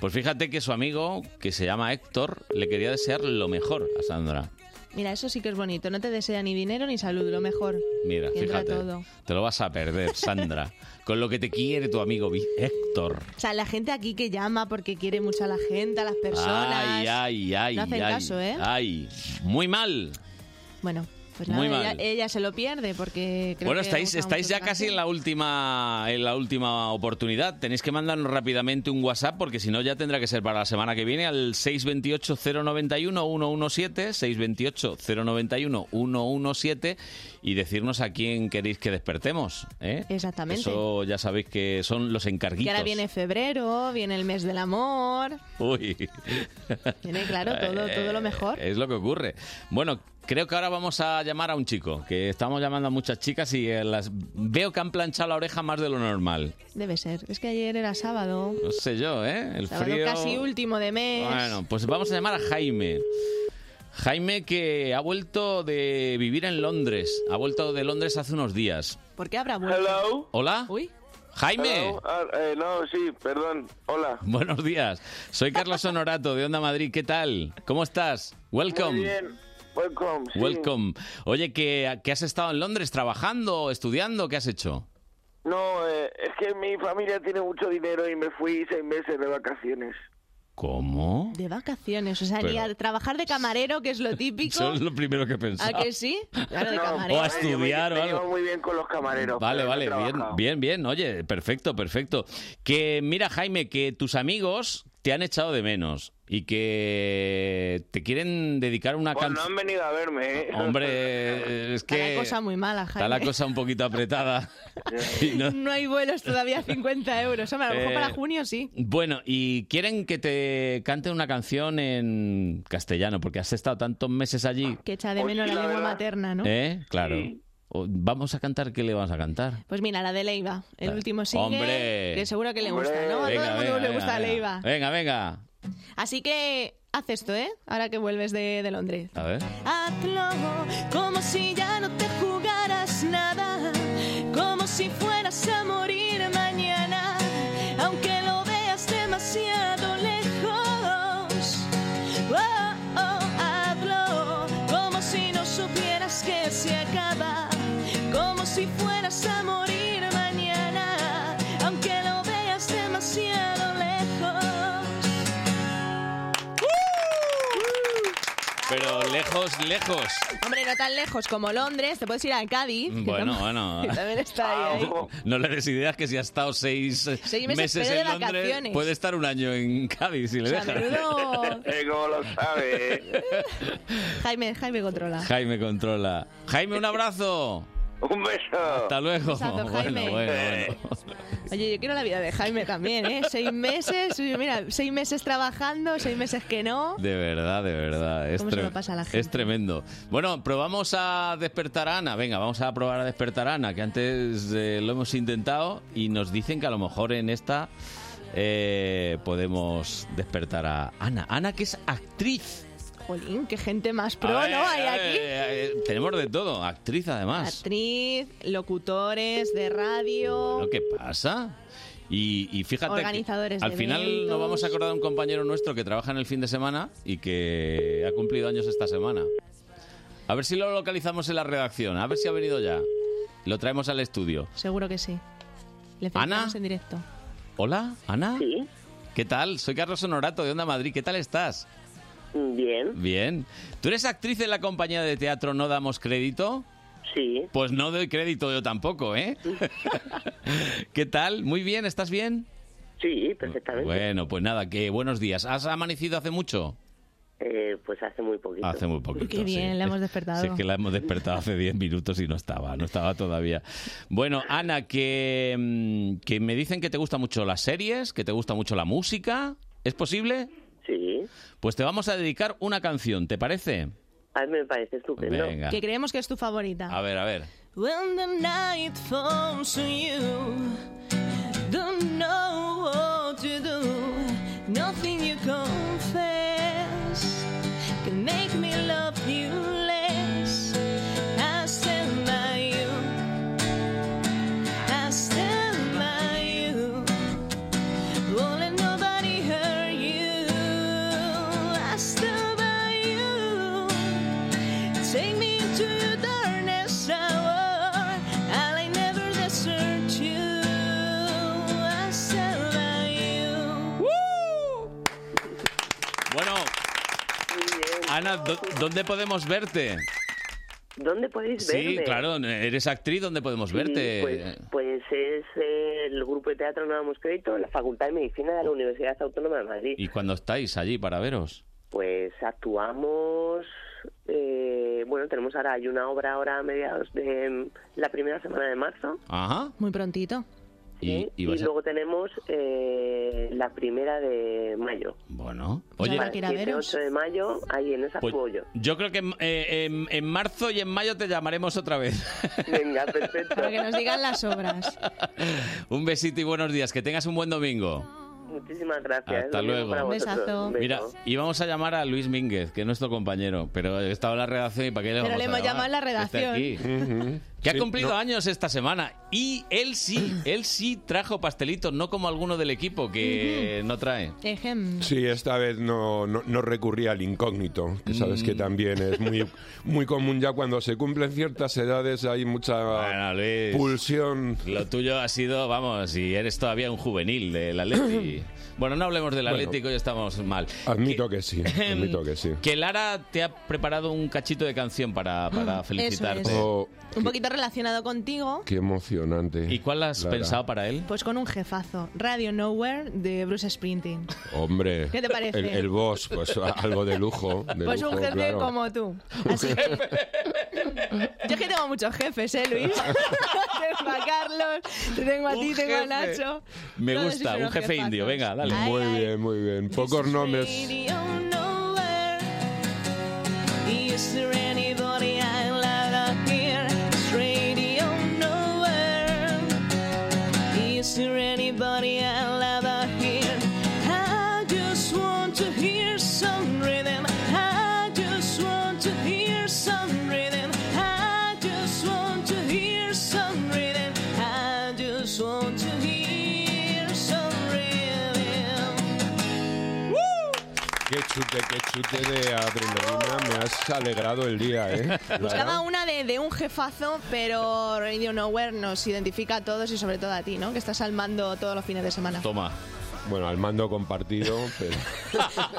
Pues fíjate que su amigo, que se llama Héctor, le quería desear lo mejor a Sandra. Mira, eso sí que es bonito. No te desea ni dinero ni salud, lo mejor. Mira, Y entra fíjate. todo. Te lo vas a perder, Sandra. con lo que te quiere tu amigo Vi- Héctor. O sea, la gente aquí que llama porque quiere mucho a la gente, a las personas. Ay, ay, ay. No hacen ay, caso, ¿eh? Ay, muy mal. Bueno, pues nada, Muy mal. Ella, ella se lo pierde porque creo bueno, que estáis, usa estáis mucho ya su casi en canción. la última en la última oportunidad. Tenéis que mandarnos rápidamente un WhatsApp porque si no ya tendrá que ser para la semana que viene al 628 091 117, 628 091 117 y decirnos a quién queréis que despertemos, ¿eh? Exactamente. Eso ya sabéis que son los Y encarguitos. ahora viene febrero, viene el mes del amor. Uy. Viene, claro, todo, Eh. todo lo mejor. Es lo que ocurre. Bueno, creo que ahora vamos a llamar a un chico, que estamos llamando a muchas chicas y eh, las veo que han planchado la oreja más de lo normal. Debe ser. Es que ayer era sábado. No sé yo, ¿eh? El Sábado frío. casi ¿eh? último de mes. Bueno, pues vamos a llamar a Jaime. Jaime que ha vuelto de vivir en Londres. Ha vuelto de Londres hace unos días. ¿Por qué habrá vuelto? Hello. Hola. Jaime. Hello. Ah, eh, no, sí, perdón. Hola. Buenos días. Soy Carlos Honorato de Onda Madrid. ¿Qué tal? ¿Cómo estás? Welcome. Muy bien. Welcome. sí. Welcome. Oye, ¿que, que has estado en Londres trabajando, estudiando? ¿Qué has hecho? No, eh, es que mi familia tiene mucho dinero y me fui seis meses de vacaciones. ¿Cómo? De vacaciones, o sea, ni Pero- a trabajar de camarero, que es lo típico. Eso es lo primero que pensaba. ¿A que sí? Claro, de No, pues, camarero. O a estudiar me o algo. llevo muy bien con los camareros. Vale, pero no he vale, bien, trabajado. bien, bien. Oye, perfecto, perfecto. Que mira, Jaime, que tus amigos te han echado de menos y que te quieren dedicar una Pues no han canción. venido a verme, ¿eh? Hombre, es Está que la cosa muy mala, Jaime. está la cosa un poquito apretada. Y no- No hay vuelos todavía a 50 euros. Hombre, a lo mejor Eh, para junio sí. Bueno, y quieren que te cante una canción en castellano, porque has estado tantos meses allí. Que echa pues de menos la, lengua materna, Ah, ¿no? ¿Eh? Claro. O- Vamos a cantar, ¿qué le vamos a cantar? Pues mira, la de Leiva. El último sigue. Hombre. Que seguro que le gusta, ¿no? A todo el mundo le gusta venga. Leiva. Venga, venga. Así que haz esto, ¿eh? Ahora que vuelves de, de Londres. Ah, A ver. Hazlo como si ya no te jugaras nada, como si fueras a morir mañana, aunque lo veas demasiado lejos. Oh, oh, hazlo como si no supieras que se acaba, como si fueras a morir mañana, aunque lo veas demasiado lejos. Pero lejos lejos, lejos. Hombre, no tan lejos como Londres, te puedes ir a Cádiz. que Bueno, tam- bueno. que también está ahí, ¿eh? ahí. No le des ideas que si ha estado seis eh, Seis meses, meses pero de en Londres, vacaciones. puede estar un año en Cádiz si le O sea, dejas. menudo- ¿Cómo lo sabe? Jaime, Jaime controla. Jaime controla. Jaime, un abrazo. Un beso. Hasta luego. Besazo, Jaime. Bueno, bueno, bueno. Oye, yo quiero la vida de Jaime también, ¿eh? Seis meses, uy, mira, seis meses trabajando, seis meses que no. De verdad, de verdad. Es, ¿Cómo se tre- lo pasa a la gente? es tremendo. Bueno, probamos a despertar a Ana. Venga, vamos a probar a despertar a Ana, que antes eh, lo hemos intentado y nos dicen que a lo mejor en esta eh, podemos despertar a Ana. Ana, que es actriz. Jolín, qué gente más pro, A ver, ¿no? Hay a aquí. ver, eh, tenemos de todo, actriz además. Actriz, locutores de radio. Bueno, ¿Qué pasa? Y, y fíjate, que Organizadores de al final nos eventos. vamos a acordar de un compañero nuestro que trabaja en el fin de semana y que ha cumplido años esta semana. A ver si lo localizamos en la redacción, a ver si ha venido ya. Lo traemos al estudio. Seguro que sí. Le Ana. felicitamos en directo. Hola, Ana. ¿Qué tal? Soy Carlos Honorato de Onda Madrid. ¿Qué tal estás? Bien, Bien. ¿Tú eres actriz en la compañía de teatro No Damos Crédito? sí, Pues no doy crédito yo tampoco, ¿eh? ¿Qué tal? Muy bien, ¿estás bien? sí, perfectamente. Bueno, pues nada, que buenos días. ¿Has amanecido hace mucho? Eh, pues hace muy poquito. Hace muy poquito. Qué bien, sí. le hemos Si es despertado. que la hemos despertado hace 10 minutos y no estaba, no estaba todavía. Bueno, Ana, que, mm, que me dicen que te gustan mucho las series, que te gusta mucho la música. ¿Es posible? Sí. Pues te vamos a dedicar una canción, ¿te parece? A mí me parece estupendo. Venga. Ah. Que creemos que es tu favorita. A ver, a ver. When the night falls on you, don't know what to do, nothing you confess can make me love you less. I stand by you, I stand by you, won't let nobody hurt you. I stand by you. Take me into your darkness hour. I'll I never desert you. I stand by you. Bueno, Ana, ¿dó- ¿dónde podemos verte? ¿Dónde podéis Sí, verme? claro, eres actriz, ¿dónde podemos Sí, verte? pues, pues es eh, el grupo de teatro No Damos Crédito en la Facultad de Medicina de la Universidad Autónoma de Madrid. ¿Y cuándo estáis allí para veros? Pues actuamos, eh, bueno, tenemos ahora, hay una obra ahora a mediados de mm, la primera semana de marzo Ajá. Muy prontito. Y, y y, vas a- luego tenemos eh, la primera de mayo. Bueno, oye, Para el 7, 8 de mayo, ahí en esa Pues- juego yo. Yo creo que en, eh, en- en marzo y en mayo te llamaremos otra vez. Venga, perfecto. Para que nos digan las obras. un besito y buenos días. Que tengas un buen domingo. Muchísimas gracias. Hasta Lo mismo luego. para vosotros. Un beso. Mira, íbamos a llamar a Luis Mínguez, que es nuestro compañero, pero estaba en la redacción y para qué le Pero vamos le a hemos llamar? llamado en la Está redacción. aquí. Que ha Sí, cumplido no. años esta semana y él sí, él sí trajo pastelitos, no como alguno del equipo que no trae. Ejem. Sí, esta vez no, no, no recurrí al incógnito, que sabes Mm. que también es muy, muy común ya cuando se cumplen ciertas edades, hay mucha pulsión. Lo tuyo ha sido, vamos, y eres todavía un juvenil del Atleti. bueno, no hablemos del Bueno. Atlético, ya estamos mal. Admito que sí, admito que sí. Que Lara te ha preparado un cachito de canción para, para felicitarte. Eso es. Oh, Un poquito relacionado contigo, qué emocionante. ¿Y cuál has Lara. pensado para él? pues con un jefazo. Radio Nowhere de Bruce Springsteen. Hombre, ¿Qué te parece? El, el boss, pues a- algo de lujo. de Pues un lujo, jefe claro. como tú. Así. Yo es que tengo muchos jefes, ¿eh, Luis? tengo a Carlos, te tengo a ti, Un tengo a jefe. Nacho. Me Todos gusta, esos un jefe jefazos. indio, venga, dale. Muy bien, muy bien. Pocos nombres. Radio nowhere. Is there anybody I allowed out here? It's radio nowhere. Is there anybody I allowed out here? I just want to hear some rhythm. I just want to hear some rhythm. I just want to hear some rhythm. I just want to hear some rhythm. Qué chute, qué chute de adrenalina. Me has alegrado el día, ¿eh? Buscaba Lara. Pues una de, de un jefazo, pero Radio Nowhere nos identifica a todos y sobre todo a ti, ¿no? Que estás al mando todos los fines de semana. Toma. Bueno, al mando compartido, pero...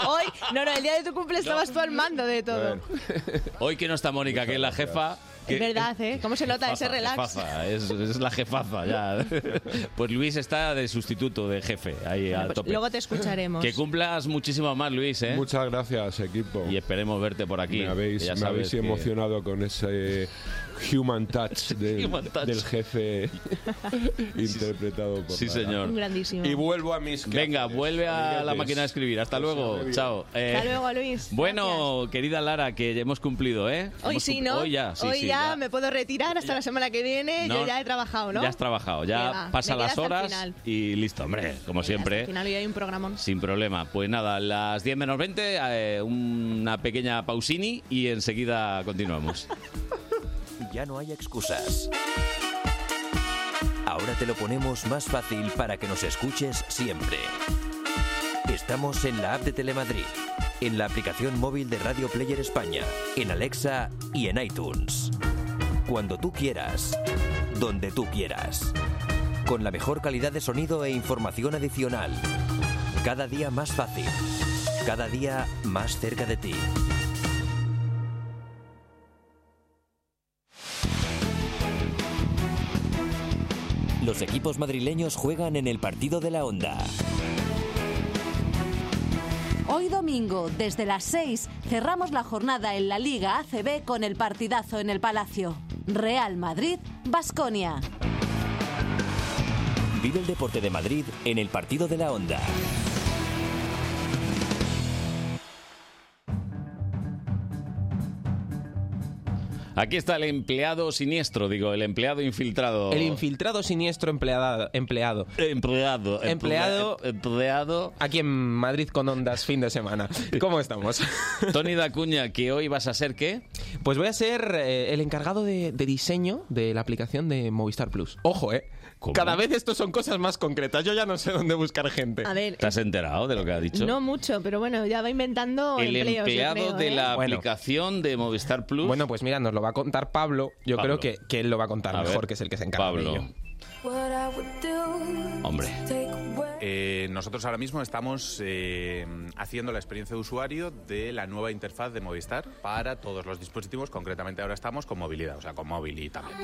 Hoy, no, no, el día de tu cumple estabas tú al mando de todo. Bueno. Hoy que no está Mónica, que es la jefa. que- Es verdad, ¿eh? ¿Cómo se nota ese Jefaza, relax? jefaza, es, es la jefaza ya. Pues Luis está de sustituto, de jefe, ahí a tope. pues Luego te escucharemos. Que cumplas muchísimo más, Luis, ¿eh? Muchas gracias, equipo. Y esperemos verte por aquí. Me habéis, Ya me sabes habéis que- emocionado con ese human touch, del- Human touch. del jefe interpretado por... Sí, señor. Un grandísimo. Y vuelvo a mis... Venga, vuelve a la Amiguetes. máquina de escribir. Hasta Pues luego. Amiguetes. Chao. Eh, Hasta luego, Luis. Bueno, querida Lara, que ya hemos cumplido, ¿eh? Hoy Hemos sí, cum- ¿no? Hoy ya, sí, Hoy sí, ya ya. me puedo retirar hasta la semana que viene. No, Yo ya he trabajado, ¿no? Ya has trabajado, Venga, ya me pasa quedo las hasta el horas final. y listo, hombre, como Al siempre. final hoy hay un programón. Sin problema. Pues nada, a las 10 menos 20, eh, una pequeña pausini y enseguida continuamos. Ya no hay excusas. Ahora te lo ponemos más fácil para que nos escuches siempre. Estamos en la app de Telemadrid, en la aplicación móvil de Radio Player España, en Alexa y en iTunes. Cuando tú quieras, donde tú quieras. Con la mejor calidad de sonido e información adicional. Cada día más fácil. Cada día más cerca de ti. Los equipos madrileños juegan en el partido de la onda. Hoy domingo, desde las 6, cerramos la jornada en la Liga ACB con el partidazo en el Palacio. Real Madrid, Basconia. Vive el deporte de Madrid en el partido de la onda. Aquí está el empleado siniestro, digo, el empleado infiltrado. El infiltrado siniestro empleado. Empleado. Empleado. Empleado. Empleado. Aquí en Madrid con ondas, fin de semana. ¿Cómo estamos? Tony Dacuña, que hoy vas a ser qué? Pues voy a ser eh, el encargado de, de diseño de la aplicación de Movistar Plus. Ojo, ¿eh? Cada vez esto son cosas más concretas. Yo ya no sé dónde buscar gente. A ver, ¿Te has enterado de lo que ha dicho? No mucho, pero bueno, ya va inventando el empleos, yo empleado creo, de ¿eh? la aplicación de Movistar Plus. Bueno, pues mira, nos lo va a contar Pablo. Yo Pablo. creo que, que él lo va a contar A ver, mejor, que es el que se encarga. Pablo. de ello. Hombre. Eh, nosotros ahora mismo estamos eh, haciendo la experiencia de usuario de la nueva interfaz de Movistar para todos los dispositivos. Concretamente ahora estamos con movilidad, o sea, con móvil y también.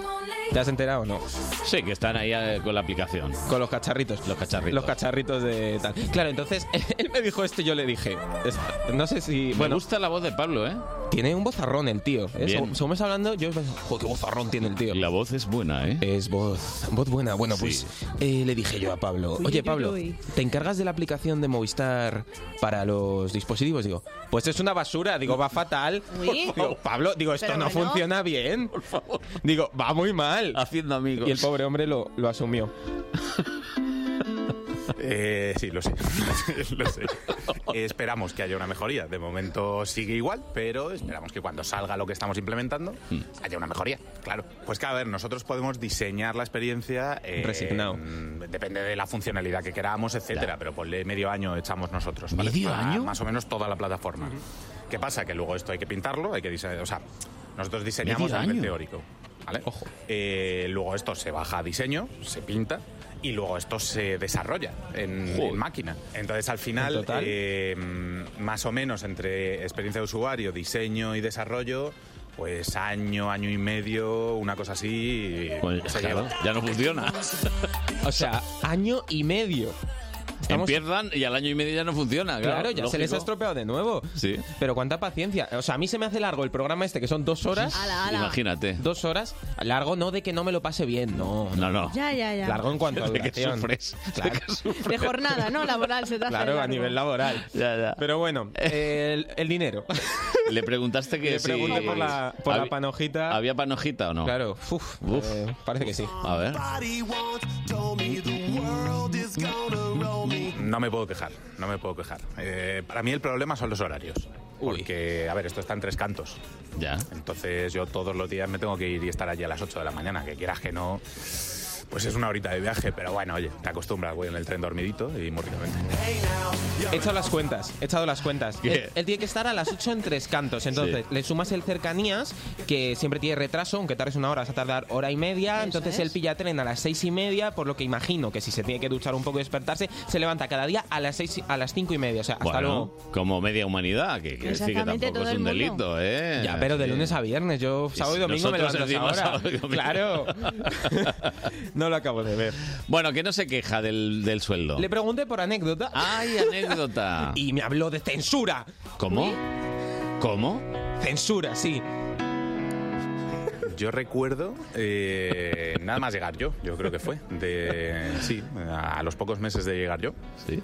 ¿Te has enterado o no? Sí, que están ahí eh, con la aplicación. Con los cacharritos. Los cacharritos. Los cacharritos de tal. Claro, entonces él me dijo esto y yo le dije. es- No sé si. Me gusta la voz de Pablo, ¿eh? Tiene un vozarrón el tío. ¿eh? Bien. Según, según me está hablando, yo pensé, joder, qué vozarrón tiene el tío. La voz es buena, ¿eh? Es voz, voz buena. Bueno, pues eh, le dije yo a Pablo, Uy, uy, oye Pablo, uy. ¿te encargas de la aplicación de Movistar para los dispositivos? Digo, pues es una basura, digo, va fatal. Uy. Digo, Oh, Pablo, digo, esto Pero no bueno. funciona bien. Por favor. Digo, va muy mal. Haciendo amigos. Y el pobre hombre lo, lo asumió. Eh, sí, lo sé. lo sé. Eh, esperamos que haya una mejoría. De momento sigue igual, pero esperamos que cuando salga lo que estamos implementando Mm. haya una mejoría. Claro. Pues que a ver, nosotros podemos diseñar la experiencia. eh, Resignado. mm, Depende de la funcionalidad que queramos, etcétera. Claro. Pero ponle medio año echamos nosotros. ¿vale? ¿Medio Para año? Más o menos toda la plataforma. ¿Qué pasa? Que luego esto hay que pintarlo, hay que diseñar. O sea, nosotros diseñamos ¿Medio a nivel año? teórico. ¿vale? Eh, luego esto se baja a diseño, se pinta y luego esto se desarrolla en, en máquina. Entonces al ¿En final, total? eh, mm, más o menos entre experiencia de usuario, diseño y desarrollo, pues año, año y medio, una cosa así. Pues, claro, ya no funciona. O sea, año y medio. Estamos- Empiezan y al año y medio ya no funciona. Claro, Claro, ya se les ha lógico. estropeado de nuevo. Sí. Pero cuánta paciencia. O sea, a mí se me hace largo el programa este, que son dos horas. Ala, ala. Imagínate. Dos horas. Largo no de que no me lo pase bien, no. No, no. Ya, ya, ya. Largo en cuanto a De que duración. sufres. Claro, De jornada, ¿no? Laboral se te hace claro, a largo. nivel laboral. Pero bueno, el, el dinero. Le preguntaste que Le si- pregunté por la- por la Hab- panojita. ¿Había panojita o no? Claro. Uf, Uf. Ah, eh, parece que sí. A ver. No me puedo quejar, no me puedo quejar. Eh, para mí el problema son los horarios. Porque, a ver, esto está en tres cantos. Ya. Entonces yo todos los días me tengo que ir y estar allí a las 8 de la mañana, que quieras que no. Pues es una horita de viaje, pero bueno, oye, te acostumbras, voy en el tren dormidito y muy ricamente. He hecho las cuentas, he echado las cuentas. ¿Qué? Él, él tiene que estar a las 8 en tres cantos, entonces le sumas el cercanías, que siempre tiene retraso, aunque tardes una hora, vas a tardar hora y media, entonces él pilla tren a las seis y media, por lo que imagino que si se tiene que duchar un poco y despertarse, se levanta cada día a las seis, y- a las cinco y media, o sea, hasta Bueno, luego. como media humanidad, que quiere decir que Exactamente, tampoco todo es el un mundo. delito, ¿eh? Ya, pero de Sí. lunes a viernes, yo Y sábado y si domingo me nosotros levanto a esa encima hora. sábado y domingo. Claro. No lo acabo de ver. Bueno, que no se queja del, del sueldo. Le pregunté por anécdota. ¡Ay, anécdota! y me habló de censura. ¿Cómo? ¿Cómo? Censura, sí. Yo recuerdo, eh, nada más llegar yo, yo creo que fue, de, sí, a los pocos meses de llegar yo. Sí.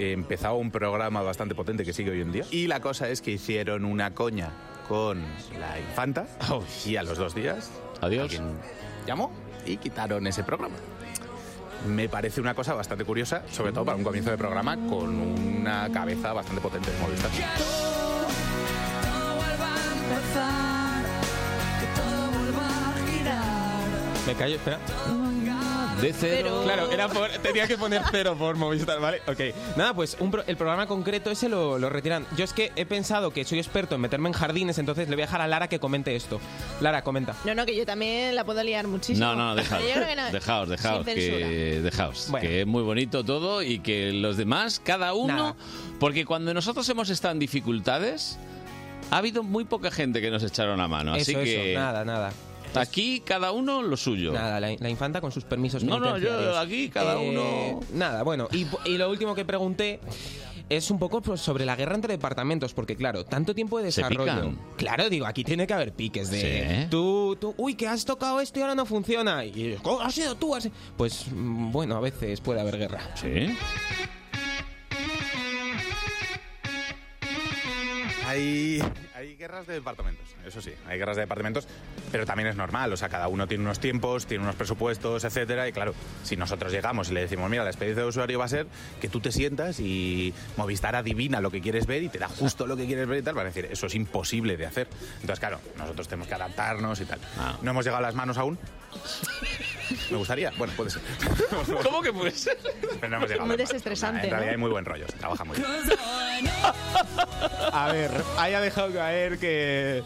Empezaba un programa bastante potente que sigue hoy en día. Y la cosa es que hicieron una coña con la infanta. Y a los dos días, adiós. Llamó y quitaron ese programa. Me parece una cosa bastante curiosa, sobre todo para un comienzo de programa con una cabeza bastante potente de Movistar. empezar, que todo vuelva a girar. Me callo, espera. De cero. Claro, era por- tenía que poner cero por Movistar, ¿vale? Ok. Nada, pues un pro- el programa concreto ese lo, lo retiran. Yo es que he pensado que soy experto en meterme en jardines, entonces le voy a dejar a Lara que comente esto. Lara, comenta. No, no, que yo también la puedo liar muchísimo. No, no, dejaos. Yo creo que no. Dejaos, dejaos. Sin censura. Que, dejaos. Que es muy bonito todo y que los demás, cada uno. Porque cuando nosotros hemos estado en dificultades, ha habido muy poca gente que nos echaron la mano. así eso, que. eso, nada, nada. Aquí cada uno lo suyo. Nada, la, la infanta con sus permisos. No, no, yo penitenciarios. Eh, aquí cada uno- Nada, bueno, y, y lo último que pregunté es un poco pues, sobre la guerra entre departamentos, porque claro, tanto tiempo de Se desarrollo. pican. Claro, digo, aquí tiene que haber piques de Sí. tú, tú, uy, que has tocado esto y ahora no funciona. Y ellos, "¿Cómo has sido tú? Has sido-?" Pues mm, bueno, a veces puede haber guerra. Sí. Hay, hay guerras de departamentos, eso sí, hay guerras de departamentos, pero también es normal, o sea, cada uno tiene unos tiempos, tiene unos presupuestos, etcétera, y claro, si nosotros llegamos y le decimos, mira, la experiencia de usuario va a ser que tú te sientas y Movistar adivina lo que quieres ver y te da justo lo que quieres ver y tal, van a decir, eso es imposible de hacer. Entonces, claro, nosotros tenemos que adaptarnos y tal. No hemos llegado a las manos aún. Me gustaría, bueno, puede ser. ¿Cómo que puede ser? Pero no hemos llegado a Muy las manos. Ah, desestresante, En realidad ¿no? hay muy buen rollo, se trabaja muy bien. A ver, haya dejado caer que.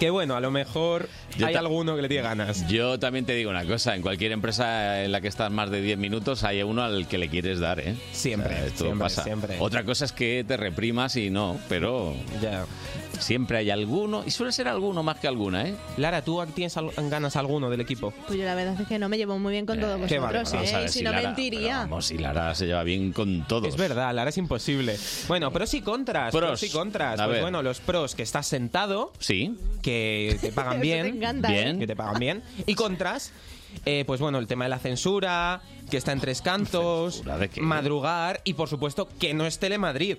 Que bueno, a lo mejor Yo hay ta- alguno que le tiene ganas. Yo también te digo una cosa, en cualquier empresa en la que estás más de 10 minutos hay uno al que le quieres dar, ¿eh? Siempre, esto siempre, pasa. siempre. Otra cosa es que te reprimas y no, pero siempre hay alguno, y suele ser alguno más que alguna, ¿eh? Lara, ¿tú tienes ganas alguno del equipo? Pues yo la verdad es que no me llevo muy bien con todos Qué vosotros, bárbaro. Vamos a ¿eh? ver Y si si no Lara- mentiría. Vamos, y Lara se lleva bien con todos. Es verdad, Lara es imposible. Bueno, pros y contras. Pros, Pros. y contras. A Pues ver. bueno, los pros, que estás sentado. Sí. Que te pagan Eso bien. te encanta, ¿eh? Bien. Que te pagan bien. Y contras, eh, pues bueno, el tema de la censura, que está en tres cantos, madrugar y por supuesto que no es Telemadrid.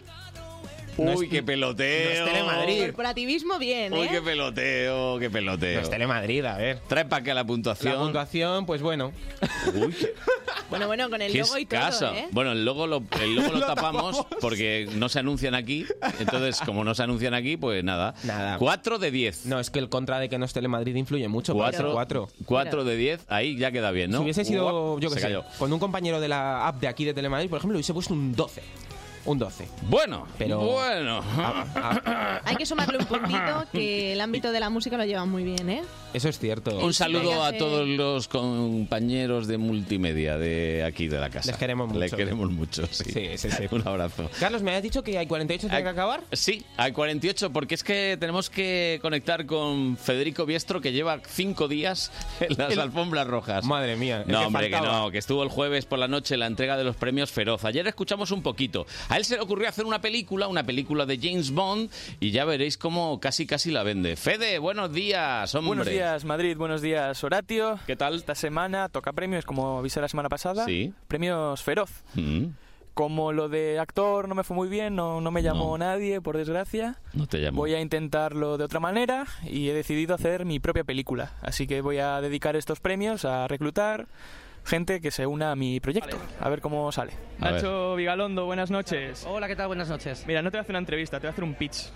Uy, qué peloteo. no es Telemadrid. Corporativismo bien, ¿eh? Uy, qué peloteo, qué peloteo. No es Telemadrid, a ver. Trae para acá la puntuación. La puntuación, pues bueno. Uy, qué Bueno, bueno, con el Qué logo y todo, escaso. ¿eh? Bueno, el logo lo, el logo lo Lo tapamos porque no se anuncian aquí. Entonces, como no se anuncian aquí, pues nada. Nada. 4 de 10. No, es que el contra de que no es Telemadrid influye mucho. puede ser 4, cuatro. de 10, ahí ya queda bien, ¿no? Si hubiese sido, Guap, yo se que sé, cayó. con un compañero de la app de aquí de Telemadrid, por ejemplo, hubiese puesto un 12. Un 12. Bueno, pero. bueno. Hay que sumarle un puntito que el ámbito de la música lo lleva muy bien, ¿eh? Eso es cierto. Un saludo Venga, a sí. todos los compañeros de multimedia de aquí de la casa. Les queremos Les mucho. ¿eh? queremos mucho, sí. Un abrazo. Carlos, me habías dicho que hay 48 tiene que acabar. Sí, al 48, porque es que tenemos que conectar con Federico Biestro, que lleva cinco días en las El- alfombras rojas. Madre mía. el No, que hombre, que faltaba. no, que estuvo el jueves por la noche en la entrega de los premios Feroz. Ayer escuchamos un poquito. A él se le ocurrió hacer una película, una película de James Bond, y ya veréis cómo casi casi la vende. Fede, buenos días, hombre. Buenos días, Madrid. Buenos días, Horatio. ¿Qué tal? Esta semana toca premios, como avisé la semana pasada. Sí. Premios Feroz. Mm, Como lo de actor no me fue muy bien, no, no me llamó nadie, por desgracia. no te llamo. Voy a intentarlo de otra manera y he decidido hacer mi propia película. Así que voy a dedicar estos premios a reclutar gente que se una a mi proyecto. A ver cómo sale. Nacho Vigalondo, buenas noches. Hola, ¿qué tal? Buenas noches. Mira, no te voy a hacer una entrevista, te voy a hacer un pitch.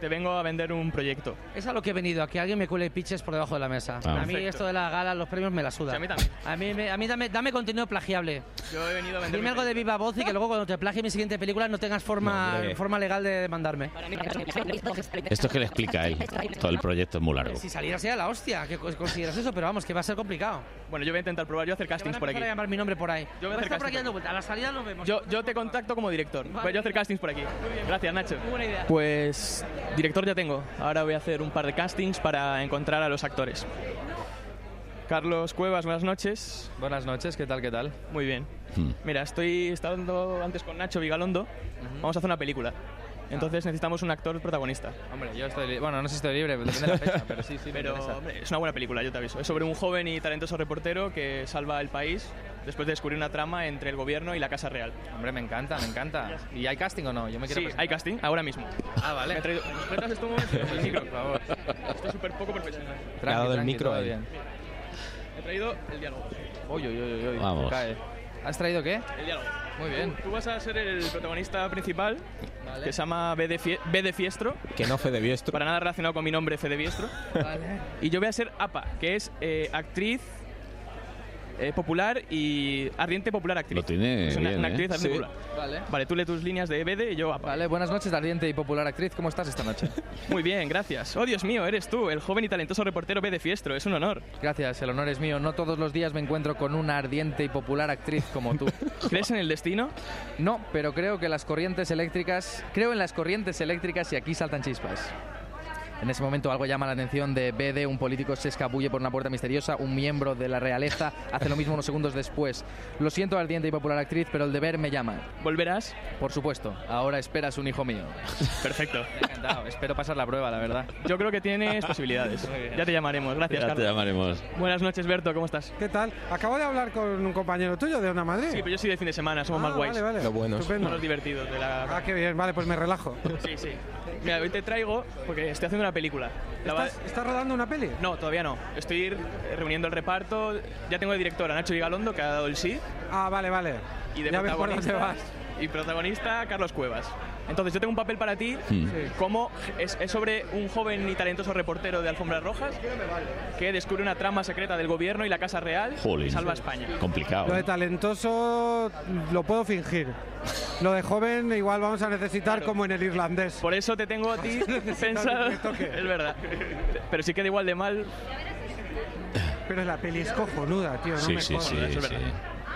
Te vengo a vender un proyecto. Es a lo que he venido, a que alguien me cuele piches por debajo de la mesa. Ah. A mí Perfecto. esto de la gala, los premios me la suda. Sí, a mí también. A mí, me- a mí dame, dame contenido plagiable. Yo he venido a vender Dime mi algo de viva voz y que luego cuando te plagie mi siguiente película no tengas forma, hombre. forma legal de demandarme. Esto es que le explica a él. Todo el proyecto es muy largo. Si saliera sería la hostia, que cos- consideras eso, pero vamos, que va a ser complicado. Bueno, yo voy a intentar probar, yo voy a hacer castings por Voy aquí. a llamar mi nombre por ahí. Yo voy a este hacer Está por aquí casting. dando vuelta, a la salida lo vemos. Yo, yo te contacto como director. Voy a hacer castings por aquí. Gracias, Nacho. Buena idea. Pues director ya tengo. Ahora voy a hacer un par de castings para encontrar a los actores. Carlos Cuevas, buenas noches. Buenas noches, ¿qué tal, qué tal? Muy bien. Mira, estoy estaba hablando antes con Nacho Vigalondo. Vamos a hacer una película. Entonces necesitamos un actor protagonista. Hombre, yo estoy li- Bueno, no sé si estoy libre, depende de la fecha, pero sí, sí. me Pero interesa. hombre, es una buena película, yo te aviso. Es sobre un joven y talentoso reportero que salva el país después de descubrir una trama entre el gobierno y la Casa Real. Hombre, me encanta, me encanta. ¿Y hay casting o no? Yo me quiero Sí, presentar. hay casting, ahora mismo. Ah, vale. Me he traído- ¿Nos prestas esto un momento? El micro, por favor. Esto es súper poco profesional. Tranqui, dado el tranqui, micro todo ahí. bien. He traído el diálogo. Uy, uy, uy, uy, uy, Vamos. cae. ¿Has traído qué? El diálogo. Muy bien. Tú, tú vas a ser el protagonista principal, que se llama B de, Fie- B de Fiestro. Que no fue de Biestro. Para nada relacionado con mi nombre, Fede Biestro. Y yo voy a ser APA, que es eh, actriz eh, popular y ardiente popular actriz. Lo tiene Es una, bien, una ¿eh? actriz ardiente Sí. popular. Vale. Vale, tú lee tus líneas de Bede y yo APA. Vale, buenas noches, ardiente y popular actriz. ¿Cómo estás esta noche? Muy bien, gracias. Oh, Dios mío, eres tú, el joven y talentoso reportero B de Fiestro. Es un honor. Gracias, el honor es mío. No todos los días me encuentro con una ardiente y popular actriz como tú. ¿Crees en el destino? No, pero creo que las corrientes eléctricas, creo en las corrientes eléctricas y aquí saltan chispas. En ese momento algo llama la atención de BD, un político se escabulle por una puerta misteriosa, un miembro de la realeza hace lo mismo unos segundos después. Lo siento, ardiente y popular actriz, pero el deber me llama. ¿Volverás? Por supuesto, ahora esperas un hijo mío. Perfecto. Encantado, espero pasar la prueba, la verdad. Yo creo que tienes posibilidades. Ya te llamaremos. Gracias, Ya te Carlos. llamaremos. Buenas noches, Berto, ¿cómo estás? ¿Qué tal? Acabo de hablar con un compañero tuyo de Onda Madrid. Sí, pero yo soy de fin de semana, somos Ah, más guays. vale, vale. Lo bueno. Estupendo. Somos los divertidos de la... Ah, qué bien, vale, pues me relajo. Sí, sí. Mira, hoy te traigo porque estoy haciendo una película. ¿Estás, rodando una peli? No, todavía no. Estoy eh, reuniendo el reparto. Ya tengo de directora Nacho Vigalondo, que ha dado el sí. Ah, vale, vale. Y de Ya ves por dónde protagonista, vas. Y protagonista Carlos Cuevas. Entonces, yo tengo un papel para ti. Como es, es sobre un joven y talentoso reportero de Alfombras Rojas que descubre una trama secreta del gobierno y la Casa Real Jolín. y salva a España. Complicado. Lo de talentoso lo puedo fingir. Lo de joven igual vamos a necesitar como en el irlandés. Por eso te tengo a ti pensado. Es verdad. Pero si queda igual de mal, Pero la peli es cojonuda, tío, no Sí, me sí, jodas. sí, Eso es sí. verdad.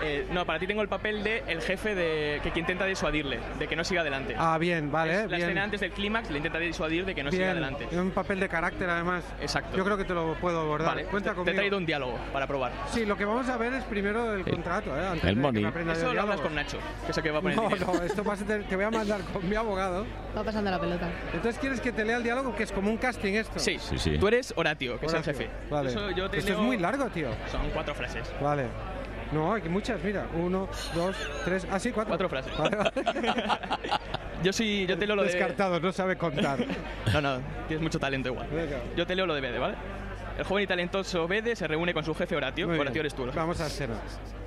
Eh, no, para ti tengo el papel de el jefe de que, que intenta disuadirle, de que no siga adelante. Ah, bien, vale, La bien. escena antes del clímax le intenta disuadir de que no bien. siga adelante. Es un papel de carácter además. Exacto. Yo creo que te lo puedo abordar. Vale, te, Cuenta te conmigo. he traído un diálogo para probar. Sí, lo que vamos a ver es primero el contrato, ¿eh? Antes El de que money. me aprenda yo Eso lo hablas diálogos. con Nacho, que es el que va a poner el No, dinero. no, esto vas a tener- te voy a mandar con mi abogado. Va pasando la pelota. Entonces, ¿quieres que te lea el diálogo? Que es como un casting esto. Sí. Tú eres Horatio, que Horatio. es el jefe. Vale. Eso yo te esto leo- es muy largo, tío. Son cuatro frases. Vale. No, hay muchas, mira. Uno, dos, tres. Ah, sí, cuatro. Cuatro frases. Vale, vale. Yo sí, yo te leo lo de Descartado, no sabe contar. No, no, tienes mucho talento igual. Yo te leo lo de Bede, ¿vale? El joven y talentoso Bede se reúne con su jefe Horatio. Muy bien. Horatio eres tú. ¿no? Vamos a escena.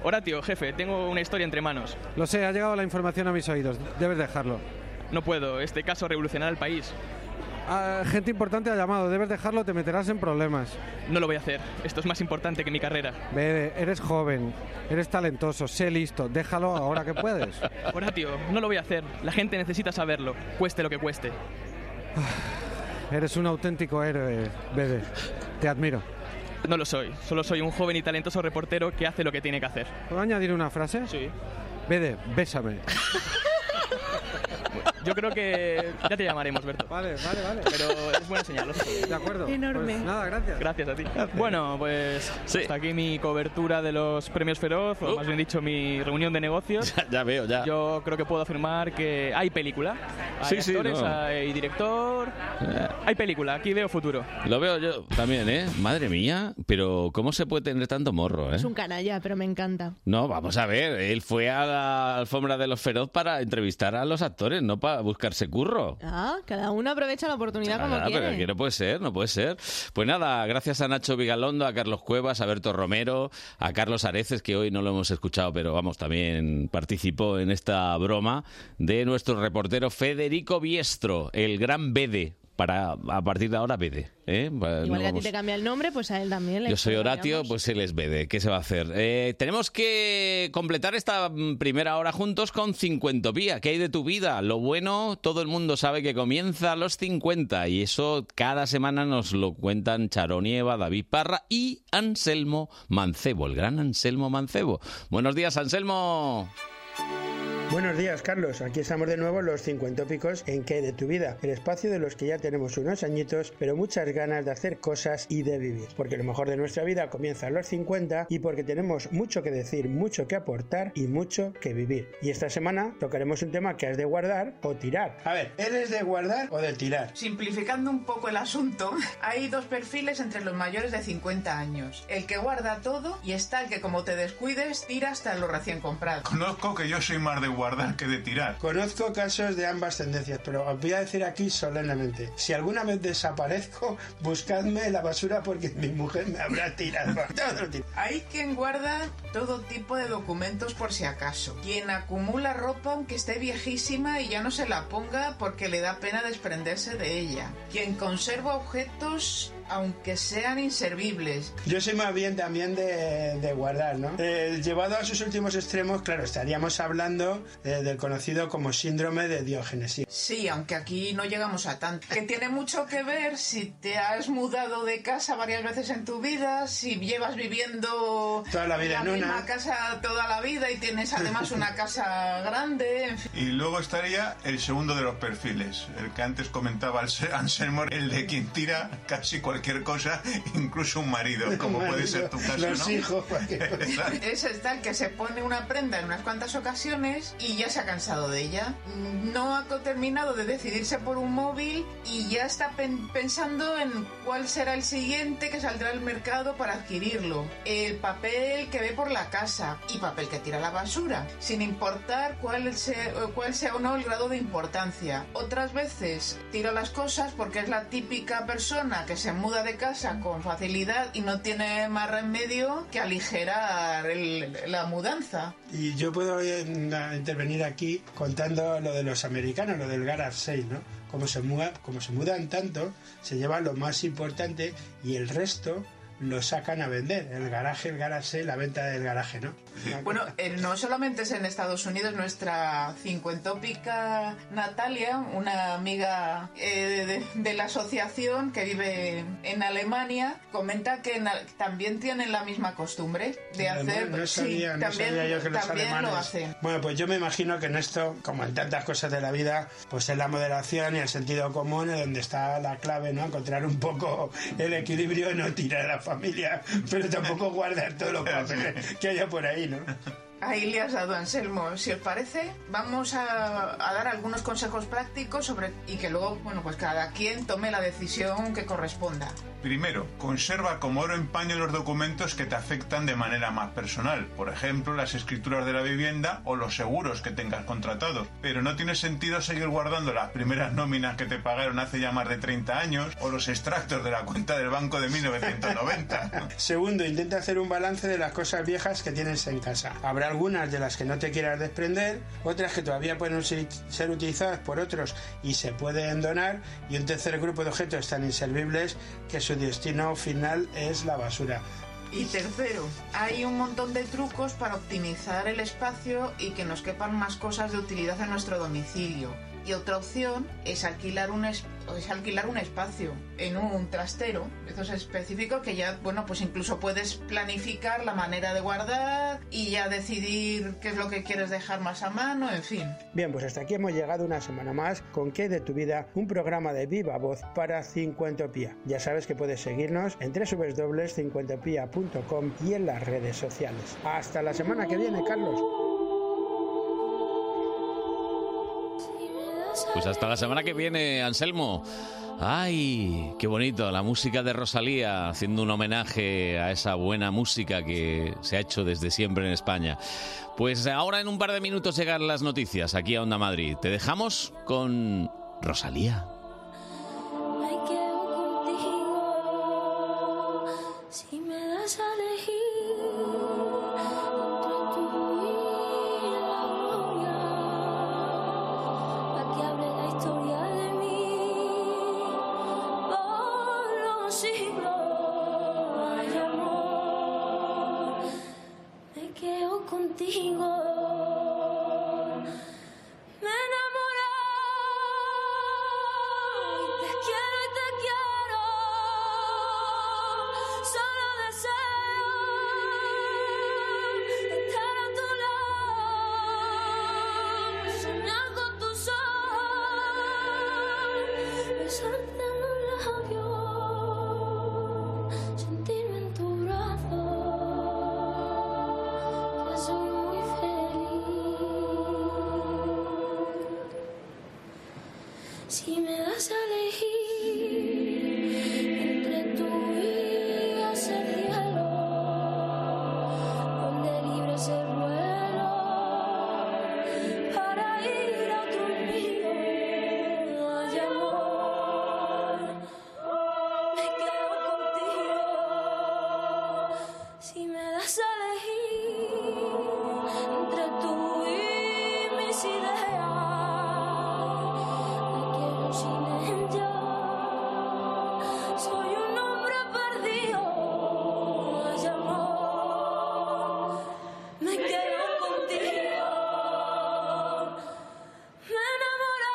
Horatio, jefe, tengo una historia entre manos. Lo sé, ha llegado la información a mis oídos. Debes dejarlo. No puedo, este caso revolucionará el país. Ah, gente importante ha llamado. Debes dejarlo, te meterás en problemas. No lo voy a hacer, esto es más importante que mi carrera. Bede, eres joven, eres talentoso, sé listo. Déjalo ahora que puedes. Horatio, no lo voy a hacer, la gente necesita saberlo, cueste lo que cueste. Eres un auténtico héroe, Bede. Te admiro. No lo soy, solo soy un joven y talentoso reportero que hace lo que tiene que hacer. ¿Puedo añadir una frase? Sí. Bede, bésame. Yo creo que ya te llamaremos, Berto. Vale, vale, vale. Pero es buena señal. De acuerdo. Enorme. Pues nada, gracias. Gracias a ti. Bueno, pues hasta aquí mi cobertura de los premios Feroz, o más bien dicho, mi reunión de negocios. Uh. Ya, ya veo, ya. Yo creo que puedo afirmar que hay película. Hay Sí, sí, actores, no. hay director. Eh, Hay película, aquí veo futuro. Lo veo yo también, ¿eh? Madre mía, pero ¿cómo se puede tener tanto morro, eh? Es un canalla, pero me encanta. No, vamos a ver, él fue a la alfombra de los feroz para entrevistar a los actores, no para buscarse curro. Ah, cada uno aprovecha la oportunidad como Ah, pero quiere. aquí no puede ser, no puede ser. Pues nada, gracias a Nacho Vigalondo, a Carlos Cuevas, a Berto Romero, a Carlos Areces, que hoy no lo hemos escuchado, pero vamos, también participó en esta broma de nuestro reportero Federico Biestro, el gran Bede. para a partir de ahora BD. ¿eh? Para- no Igual que a ti vamos- te cambia el nombre, pues a él también. le Yo soy cambiamos. Horatio, pues él es BD. ¿Qué se va a hacer? Eh, tenemos que completar esta mm, primera hora juntos con cincuentopía. ¿Qué hay de tu vida? Lo bueno, todo el mundo sabe que comienza a los 50 y eso cada semana nos lo cuentan Charonieva, David Parra y Anselmo Mancebo, el gran Anselmo Mancebo. Buenos días, Anselmo. Buenos días, Carlos. Aquí estamos de nuevo los 50 picos en qué hay de tu vida, el espacio de los que ya tenemos unos añitos, pero muchas ganas de hacer cosas y de vivir, porque lo mejor de nuestra vida comienza a los 50 y porque tenemos mucho que decir, mucho que aportar y mucho que vivir. Y esta semana tocaremos un tema que has de guardar o tirar. A ver, ¿eres de guardar o de tirar? Simplificando un poco el asunto, hay dos perfiles entre los mayores de 50 años. El que guarda todo y está el que como te descuides tira hasta lo recién comprado. Conozco que yo soy más de guardar que de tirar. Conozco casos de ambas tendencias, pero os voy a decir aquí solemnemente, si alguna vez desaparezco, buscadme en la basura porque mi mujer me habrá tirado. Todo tir- Hay quien guarda todo tipo de documentos por si acaso. Quien acumula ropa aunque esté viejísima y ya no se la ponga porque le da pena desprenderse de ella. Quien conserva objetos aunque sean inservibles. Yo soy más bien también de, de guardar, ¿no? Eh, llevado a sus últimos extremos, claro, estaríamos hablando eh, del conocido como síndrome de Diógenes. Sí, aunque aquí no llegamos a tanto. Que tiene mucho que ver si te has mudado de casa varias veces en tu vida, si llevas viviendo Toda la vida en misma una. casa toda la vida y tienes además una casa grande, en fin. Y luego estaría el segundo de los perfiles, el que antes comentaba Anse- Anselmo, el de quien tira casi cualquier cosa, incluso un marido, como puede ser tu caso, Los ¿no? hijos, cualquier cosa. Ese es tal que se pone una prenda en unas cuantas ocasiones y ya se ha cansado de ella. No ha co- terminado de decidirse por un móvil y ya está pen- pensando en cuál será el siguiente que saldrá al mercado para adquirirlo. El papel que ve por la casa y papel que tira a la basura, sin importar cuál, se- cuál sea o no el grado de importancia. Otras veces tira las cosas porque es la típica persona que se muda de casa con facilidad y no tiene más remedio que aligerar el- la mudanza. Y yo puedo eh, intervenir aquí contando lo de los americanos, lo del Garage 6, ¿no? Como se, muda, como se mudan tanto, se llevan lo más importante y el resto lo sacan a vender. El garaje, el Garage 6, la venta del garaje, ¿no? Bueno, eh, no solamente es en Estados Unidos, nuestra cincuentópica Natalia, una amiga eh, de, de la asociación que vive en Alemania, comenta que en al- también tienen la misma costumbre de Además, hacer... no sí, sabía, no también, sabía yo que los también alemanes- lo hacen. Bueno, pues yo me imagino que en esto, como en tantas cosas de la vida, pues es la moderación y el sentido común es donde está la clave, ¿no? Encontrar un poco el equilibrio, no tirar a la familia, pero tampoco guardar todos los papeles que haya por ahí, ¿no? Ahí le has dado, Anselmo. Si os parece, vamos a, a dar algunos consejos prácticos sobre y que luego, bueno, pues cada quien tome la decisión que corresponda. Primero, conserva como oro en paño los documentos que te afectan de manera más personal, por ejemplo, las escrituras de la vivienda o los seguros que tengas contratados. Pero no tiene sentido seguir guardando las primeras nóminas que te pagaron hace ya más de 30 años o los extractos de la cuenta del banco de 1990. Segundo, intenta hacer un balance de las cosas viejas que tienes en casa. Habrá algunas de las que no te quieras desprender, otras que todavía pueden ser ser utilizadas por otros y se pueden donar, y un tercer grupo de objetos tan inservibles que su destino final es la basura. Y tercero, hay un montón de trucos para optimizar el espacio y que nos quepan más cosas de utilidad en nuestro domicilio. Y otra opción es alquilar un, es- es alquilar un espacio en un trastero, esos específicos que ya, bueno, pues incluso puedes planificar la manera de guardar y ya decidir qué es lo que quieres dejar más a mano, en fin. Bien, pues hasta aquí hemos llegado una semana más con ¿Qué hay de tu vida? Un programa de viva voz para Cincuentopía. Ya sabes que puedes seguirnos en www.cincuentopía.com y en las redes sociales. Hasta la semana que viene, Carlos. Pues hasta la semana que viene, Anselmo. Ay, qué bonito, la música de Rosalía, haciendo un homenaje a esa buena música que se ha hecho desde siempre en España. Pues ahora en un par de minutos llegan las noticias aquí a Onda Madrid. Te dejamos con Rosalía. Me quedo contigo si me das a elegir entre tú y la gloria, la que hable la historia de mí. si dejar. Me quiero sin ella. Soy un hombre perdido. No hay amor. Me quedo contigo. Me enamoró.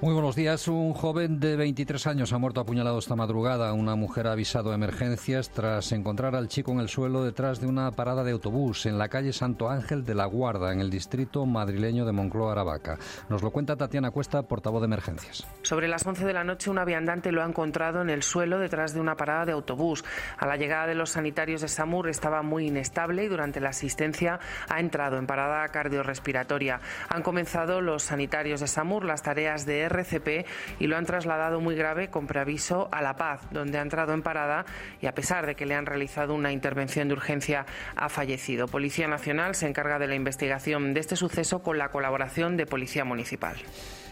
Muy buenos días. Un joven de 23 años ha muerto apuñalado esta madrugada. Una mujer ha avisado a emergencias tras encontrar al chico en el suelo detrás de una parada de autobús en la calle Santo Ángel de la Guarda, en el distrito madrileño de Moncloa, Aravaca. Nos lo cuenta Tatiana Cuesta, portavoz de emergencias. Sobre las 11 de la noche, un viandante lo ha encontrado en el suelo detrás de una parada de autobús. A la llegada de los sanitarios de Samur estaba muy inestable y durante la asistencia ha entrado en parada cardiorrespiratoria. Han comenzado los sanitarios de Samur las tareas de RCP y lo han trasladado muy grave con preaviso a La Paz, donde ha entrado en parada y a pesar de que le han realizado una intervención de urgencia ha fallecido. Policía Nacional se encarga de la investigación de este suceso con la colaboración de Policía Municipal.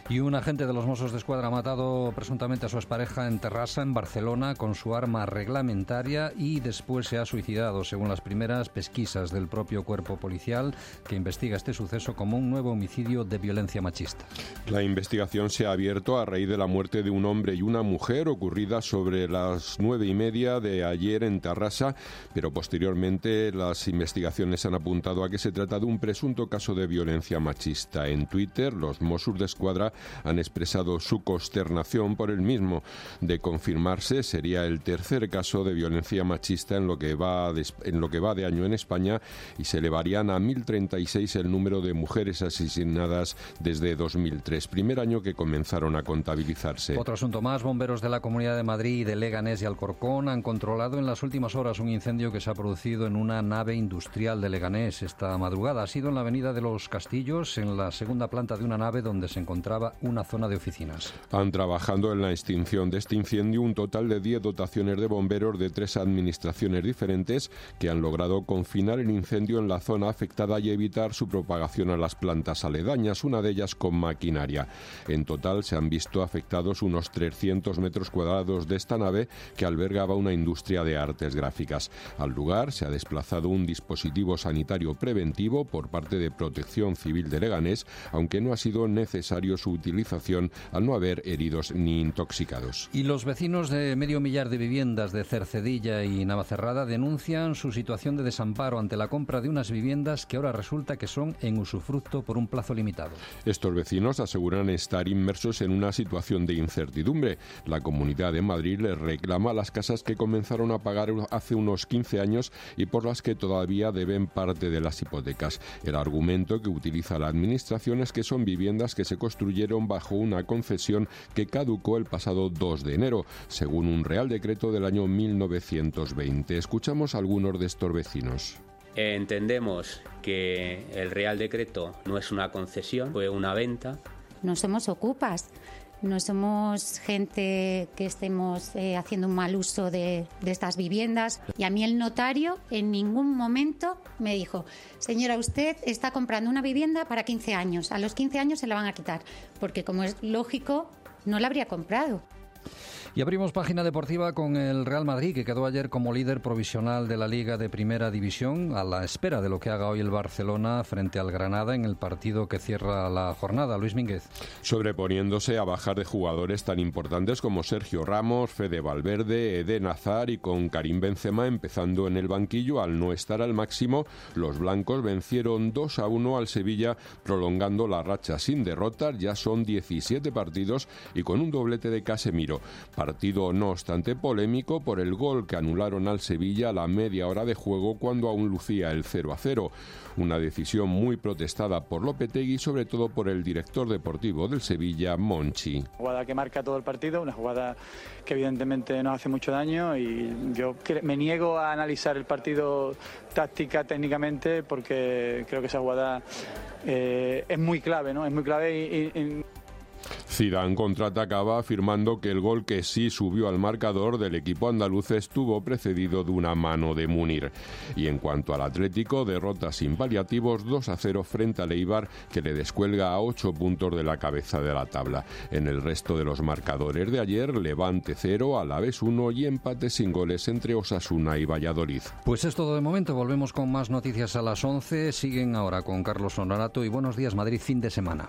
Y un agente de los Mossos de Escuadra ha matado presuntamente a su expareja en Terrassa, en Barcelona, con su arma reglamentaria y después se ha suicidado, según las primeras pesquisas del propio cuerpo policial que investiga este suceso como un nuevo homicidio de violencia machista. La investigación se ha abierto a raíz de la muerte de un hombre y una mujer ocurrida sobre las nueve y media de ayer en Tarrasa, pero posteriormente las investigaciones han apuntado a que se trata de un presunto caso de violencia machista. En Twitter, los Mossos de Escuadra han expresado su consternación por el mismo. De confirmarse, sería el tercer caso de violencia machista en lo que va de, en lo que va de año en España y se elevarían a 1036 el número de mujeres asesinadas desde 2003, primer año que comenzaron a contabilizarse. Otro asunto más, bomberos de la Comunidad de Madrid, de Leganés y Alcorcón han controlado en las últimas horas un incendio que se ha producido en una nave industrial de Leganés esta madrugada. Ha sido en la Avenida de los Castillos, en la segunda planta de una nave donde se encontraba una zona de oficinas. Han trabajado en la extinción de este incendio un total de 10 dotaciones de bomberos de tres administraciones diferentes que han logrado confinar el incendio en la zona afectada y evitar su propagación a las plantas aledañas, una de ellas con maquinaria. En total se han visto afectados unos 300 metros cuadrados de esta nave que albergaba una industria de artes gráficas. Al lugar se ha desplazado un dispositivo sanitario preventivo por parte de Protección Civil de Leganés, aunque no ha sido necesario su utilización al no haber heridos ni intoxicados. Y los vecinos de medio millar de viviendas de Cercedilla y Navacerrada denuncian su situación de desamparo ante la compra de unas viviendas que ahora resulta que son en usufructo por un plazo limitado. Estos vecinos aseguran estar inmersos en una situación de incertidumbre. La Comunidad de Madrid les reclama las casas que comenzaron a pagar hace unos 15 años y por las que todavía deben parte de las hipotecas. El argumento que utiliza la Administración es que son viviendas que se construyeron bajo una concesión que caducó el pasado 2 de enero, según un Real Decreto del año 1920. Escuchamos a algunos de estos vecinos. Entendemos que el Real Decreto no es una concesión, fue una venta. No somos ocupas, no somos gente que estemos eh, haciendo un mal uso de, de estas viviendas. Y a mí el notario en ningún momento me dijo, señora, usted está comprando una vivienda para 15 años, a los 15 años se la van a quitar, porque como es lógico, no la habría comprado. Y abrimos página deportiva con el Real Madrid, que quedó ayer como líder provisional de la Liga de Primera División, a la espera de lo que haga hoy el Barcelona frente al Granada en el partido que cierra la jornada. Luis Mínguez. sobreponiéndose a bajar de jugadores tan importantes como Sergio Ramos, Fede Valverde, Eden Hazard y con Karim Benzema empezando en el banquillo al no estar al máximo, los blancos vencieron 2 a 1 al Sevilla, prolongando la racha sin derrotas, ya son 17 partidos y con un doblete de Casemiro. Partido no obstante polémico por el gol que anularon al Sevilla a la media hora de juego cuando aún lucía el 0 a 0. Una decisión muy protestada por Lopetegui, sobre todo por el director deportivo del Sevilla, Monchi. jugada que marca todo el partido, una jugada que evidentemente nos hace mucho daño y yo cre- me niego a analizar el partido táctica técnicamente porque creo que esa jugada eh, es muy clave, ¿no? Es muy clave y- y- y 5 Zidane contraatacaba afirmando que el gol que sí subió al marcador del equipo andaluz estuvo precedido de una mano de Munir. Y en cuanto al Atlético, derrota sin paliativos 2 a 0 frente al Eibar que le descuelga a 8 puntos de la cabeza de la tabla. En el resto de los marcadores de ayer, Levante 0, Alavés 1 y empate sin goles entre Osasuna y Valladolid. Pues es todo de momento. Volvemos con más noticias a las 11. Siguen ahora con Carlos Honorato y buenos días Madrid fin de semana.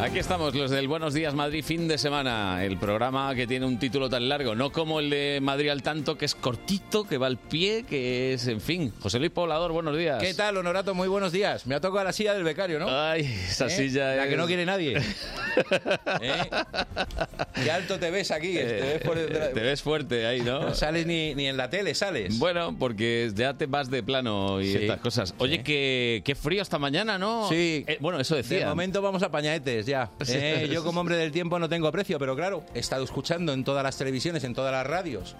Aquí estamos, los del Buenos Días Madrid fin de semana, el programa que tiene un título tan largo, no como el de Madrid al tanto, que es cortito, que va al pie, que es, en fin. José Luis Poblador, buenos días. ¿Qué tal, Honorato? Muy buenos días. Me ha tocado la silla del becario, ¿no? Ay, esa ¿Eh? silla La es- que no quiere nadie. ¿Eh? Qué alto te ves Eh. aquí. te ves por detrás. Te ves fuerte ahí, ¿no? No sales ni, ni en la tele, sales. Bueno, porque ya te vas de plano y Sí, estas cosas. Oye, que, qué frío esta mañana, ¿no? Sí. Eh, bueno, eso decía. De momento vamos a pañaetes ya. Eh, Sí. yo como hombre del tiempo no tengo aprecio, pero claro, he estado escuchando en todas las televisiones, en todas las radios,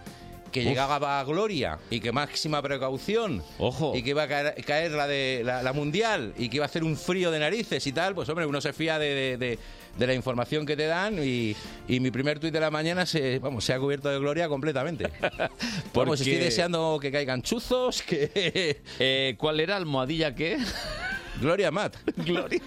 que Uf. llegaba a Gloria y que máxima precaución. Ojo. Y que iba a caer, caer la, de, la, la mundial y que iba a hacer un frío de narices y tal. Pues hombre, uno se fía de, de- de- de la información que te dan y, y mi primer tuit de la mañana se, vamos, se ha cubierto de Gloria completamente. Vamos, estoy Porque- Eh, deseando que caigan chuzos, que... ¿Cuál era almohadilla que? Gloria Matt. Gloria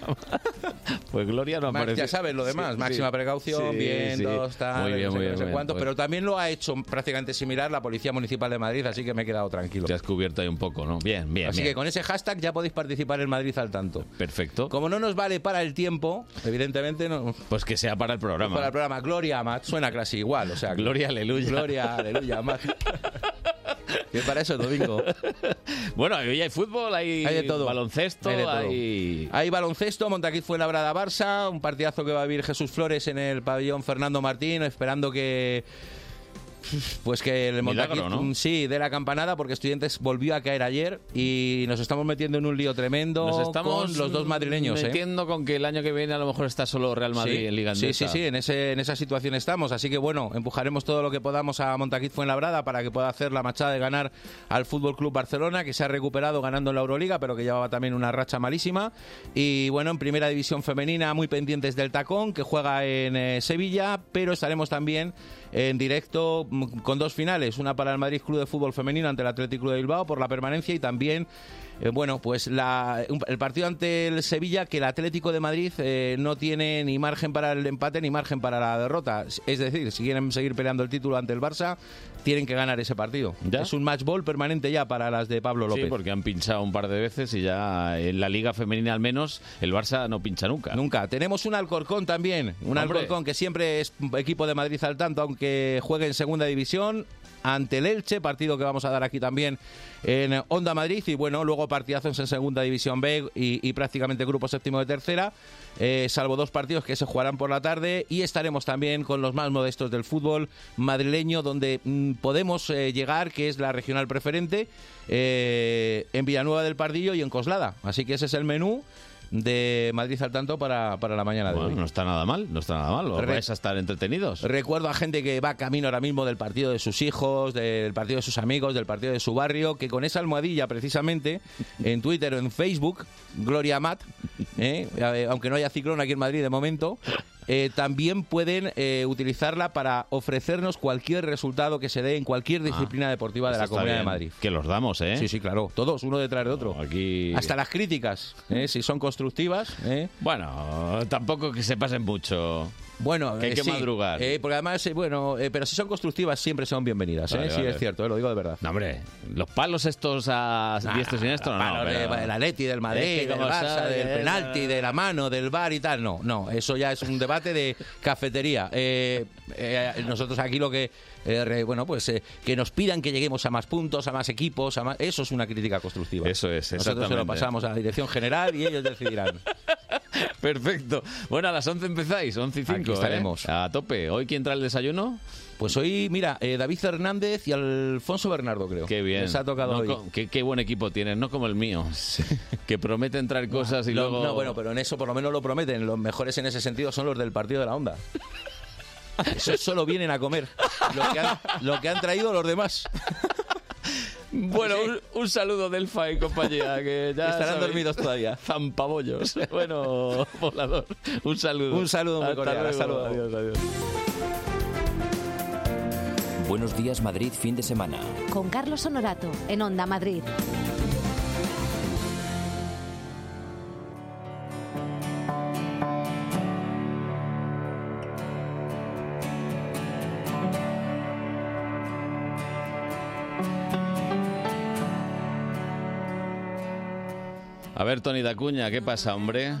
Pues Gloria no Max, aparece. ya sabes lo demás, Sí, máxima sí. precaución, Sí, sí. vientos, tal, Muy bien, no sé, qué, muy no bien. Pues sé muy bien, cuánto, muy pero también lo ha hecho prácticamente similar la Policía Municipal de Madrid, así que me he quedado tranquilo. Te has cubierto ahí un poco, ¿no? Bien, bien. Así bien. que con ese hashtag ya podéis participar en Madrid al tanto. Perfecto. Como no nos vale para el tiempo, evidentemente no. Pues que sea para el programa. Para el programa Gloria Amat suena casi igual, o sea, Gloria, aleluya. Gloria aleluya Amat. Que para eso el domingo. Bueno, hoy hay fútbol, hay, Hay de todo. baloncesto, Hay hay, de todo. Hay baloncesto, Montaquí fue labrada Barça, un partidazo que va a vivir Jesús Flores en el pabellón Fernando Martín, esperando que pues que el Milagro, Montaquí ¿no? sí, de la campanada porque Estudiantes volvió a caer ayer y nos estamos metiendo en un lío tremendo Nos estamos con los dos madrileños, ¿eh? metiendo con que el año que viene a lo mejor está solo Real Madrid sí, en Liga sí, sí, Endesa. sí, en, ese- en esa situación estamos. Así que bueno, empujaremos todo lo que podamos a Montaquit Fuenlabrada para que pueda hacer la machada de ganar al Fútbol Club Barcelona, que se ha recuperado ganando en la Euroliga, pero que llevaba también una racha malísima. Y bueno, en primera división femenina, muy pendientes del Tacón, que juega en eh, Sevilla, pero estaremos también en directo mm, con dos finales: una para el Madrid Club de Fútbol Femenino ante el Atlético de Bilbao por la permanencia y también. Eh, bueno, pues la- un- el partido ante el Sevilla, que el Atlético de Madrid eh, no tiene ni margen para el empate ni margen para la derrota. Es decir, si quieren seguir peleando el título ante el Barça, tienen que ganar ese partido. ¿Ya? Es un match ball permanente ya para las de Pablo Sí, López. porque han pinchado un par de veces y ya en la Liga Femenina al menos el Barça no pincha nunca. Nunca. Tenemos un Alcorcón también. Un Hombre. Alcorcón que siempre es equipo de Madrid al tanto, aunque juegue en segunda división. Ante el Elche, partido que vamos a dar aquí también en Onda Madrid. Y bueno, luego partidazos en segunda división B y, y prácticamente grupo séptimo de tercera. eh, salvo dos partidos que se jugarán por la tarde. Y estaremos también con los más modestos del fútbol madrileño, donde mm, podemos eh, llegar, que es la regional preferente, eh, en Villanueva del Pardillo y en Coslada. Así que ese es el menú de Madrid al tanto para, para la mañana de Bueno, hoy. no está nada mal, no está nada mal. Os Re- vais a estar entretenidos. Recuerdo a gente que va camino ahora mismo del partido de sus hijos, del partido de sus amigos, del partido de su barrio, que con esa almohadilla precisamente, en Twitter o en Facebook, Gloria Mat, ¿eh? Eh, aunque no haya ciclón aquí en Madrid de momento, eh, también pueden eh, utilizarla para ofrecernos cualquier resultado que se dé en cualquier disciplina deportiva de Ah, Eso la está Comunidad de bien, Madrid. Que los damos, ¿eh? Sí, sí, claro. Todos, uno detrás de otro. Aquí... Hasta las críticas, ¿eh? si son constructivas. ¿eh? Bueno, tampoco que se pasen mucho. Bueno, Que hay eh, que sí. madrugar. Eh, porque además, eh, bueno, eh, pero si son constructivas siempre son bienvenidas. ¿eh? Vale, sí, vale. es cierto, eh, lo digo de verdad. No, hombre, los palos estos a diestro y siniestro, no. palos pero- de- del Atleti, del Madrid, Es que del como Barça, sabe, del es- penalti, de la mano, del bar y tal. No, no, eso ya es un debate de cafetería. Eh, eh, nosotros aquí lo que, eh, re- bueno, pues eh, que nos pidan que lleguemos a más puntos, a más equipos, a más, eso es una crítica constructiva. Eso es, Nosotros se lo exactamente. pasamos a la dirección general y ellos decidirán. Perfecto. Bueno, a las 11 empezáis, 11 y 5. Aquí estaremos. A tope. ¿Hoy quién trae el desayuno? Pues hoy, mira, eh, David Hernández y Alfonso Bernardo, creo. Qué bien. Les ha tocado No hoy. co- qué, qué buen equipo tienes, no como el mío. Que prometen traer cosas y Lo- luego... No, bueno, pero en eso por lo menos lo prometen. Los mejores en ese sentido son los del partido de la onda. Eso solo vienen a comer. Lo que han, lo que han traído los demás. Bueno, un, un saludo del FA y compañía, que ya Estarán sabéis. dormidos todavía. Zampabollos. Bueno, volador. Un saludo. Un saludo muy Hasta cordial, hasta luego. luego. Adiós, adiós. Buenos días Madrid fin de semana. Con Carlos Honorato, en Onda Madrid. A ver, Tony Dacuña, ¿qué pasa, hombre?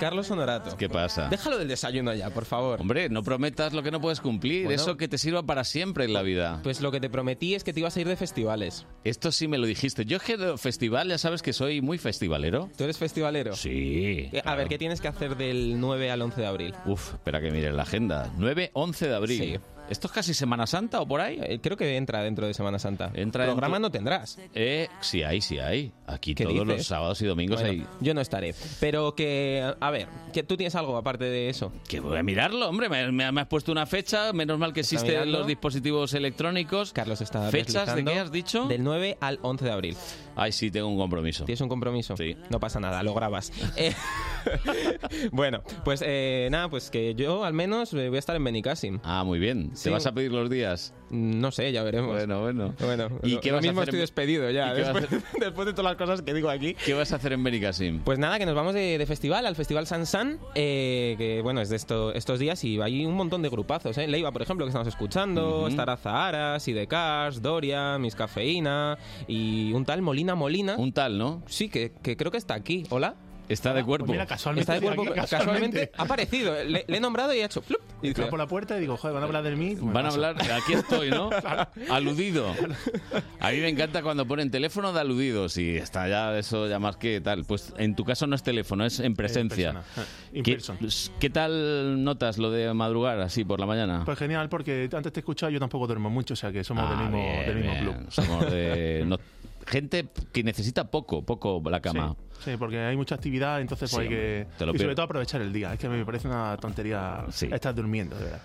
Carlos Honorato. ¿Qué pasa? Déjalo del desayuno ya, por favor. Hombre, no prometas lo que no puedes cumplir, Bueno. eso que te sirva para siempre en la vida. Pues lo que te prometí es que te ibas a ir de festivales. Esto sí me lo dijiste. Yo es que de festival, ya sabes que soy muy festivalero. ¿Tú eres festivalero? Sí. Eh, A ver, ¿qué tienes que hacer del 9 al 11 de abril? Uf, espera que mire la agenda. 9, 11 de abril. Sí. Eh, ¿Esto es casi Semana Santa o por ahí? creo que entra dentro de Semana Santa. Entra Programa dentro- no tendrás. Eh, sí hay, sí hay. Aquí ¿Qué todos los dices? sábados y domingos Bueno, hay... Yo no estaré. Pero que, a ver, que tú tienes algo aparte de eso. Que voy a mirarlo, hombre. Me, me- me has puesto una fecha. Menos mal que ¿Está existen mirando? los dispositivos electrónicos. Carlos está ¿Fechas de deslizando. qué has dicho? Del 9 al 11 de abril. Ay, sí, tengo un compromiso. ¿Tienes un compromiso? Sí. No pasa nada, lo grabas. Eh, bueno, pues eh, nada, pues que yo al menos eh, voy a estar en Benicassim. Ah, muy bien. ¿Te vas a pedir los días? No sé, ya veremos. Bueno, bueno. Bueno, ¿Y lo- qué lo vas a mismo hacer estoy en- despedido ya. ¿Y qué vas a Después, después de todas las cosas que digo aquí. ¿Qué vas a hacer en Benicassim? Pues nada, que nos vamos de, de festival al Festival San San, eh, que bueno, es de esto- estos días y hay un montón de grupazos, ¿eh? Leiva, por ejemplo, que estamos escuchando, Ujú. estará Zahara, Sidecars, Doria, Miss Cafeína y un tal Molina Molina. Un tal, ¿no? Sí, que, que creo que está aquí, hola. Está de Ah, cuerpo. pues mira, casualmente Está de está cuerpo, aquí, casualmente. casualmente. ha aparecido. Le, le he nombrado y ha hecho flup. Y dice, Entraba por la puerta y digo, joder, van a hablar de mí. Me Van a paso. hablar, aquí estoy, ¿no? Claro. Aludido. A mí me encanta cuando ponen teléfono de aludidos y está ya eso ya más que tal. Pues en tu caso no es teléfono, es en presencia. persona. In ¿Qué, person. qué tal notas lo de madrugar así por la mañana? Pues genial, porque antes te he escuchado, yo tampoco duermo mucho, o sea que somos del Ah, mismo, bien, del mismo bien. club. Somos de- no- gente que necesita poco, poco la cama. Sí, porque hay mucha actividad, entonces pues, hay Sí, que... hombre, te lo y pido. sobre todo aprovechar el día. Es que me parece una tontería estar durmiendo, de verdad.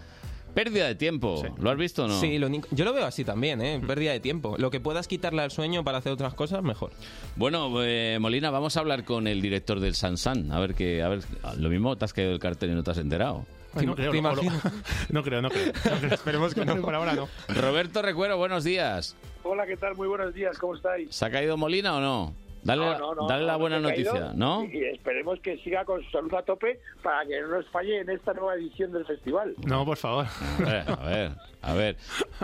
Pérdida de tiempo. ¿Lo has visto o no? Sí, lo único- yo lo veo así también, ¿eh? Pérdida de tiempo. Lo que puedas quitarle al sueño para hacer otras cosas, mejor. Bueno, eh, Molina, vamos a hablar con el director del Sansan. A ver que, a ver, lo mismo te has caído el cartel y no te has enterado. Ay, no, creo, ¿Te no, o lo- imaginas? no creo, no creo, no creo. Esperemos que no, por ahora no. Roberto Recuero, buenos días. Hola, ¿qué tal? Muy buenos días, ¿cómo estáis? ¿Se ha caído Molina o no? Dale, No, la- no, no, dale la no, buena no se ha caído. noticia, ¿no? Y esperemos que siga con su salud a tope para que no nos falle en esta nueva edición del festival. No, por favor. A ver, a ver, a ver.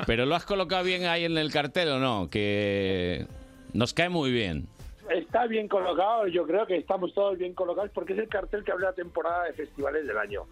Pero lo has colocado bien ahí en el cartel o no? Que nos cae muy bien. Está bien colocado, yo creo que estamos todos bien colocados porque es el cartel que abre la temporada de festivales del año.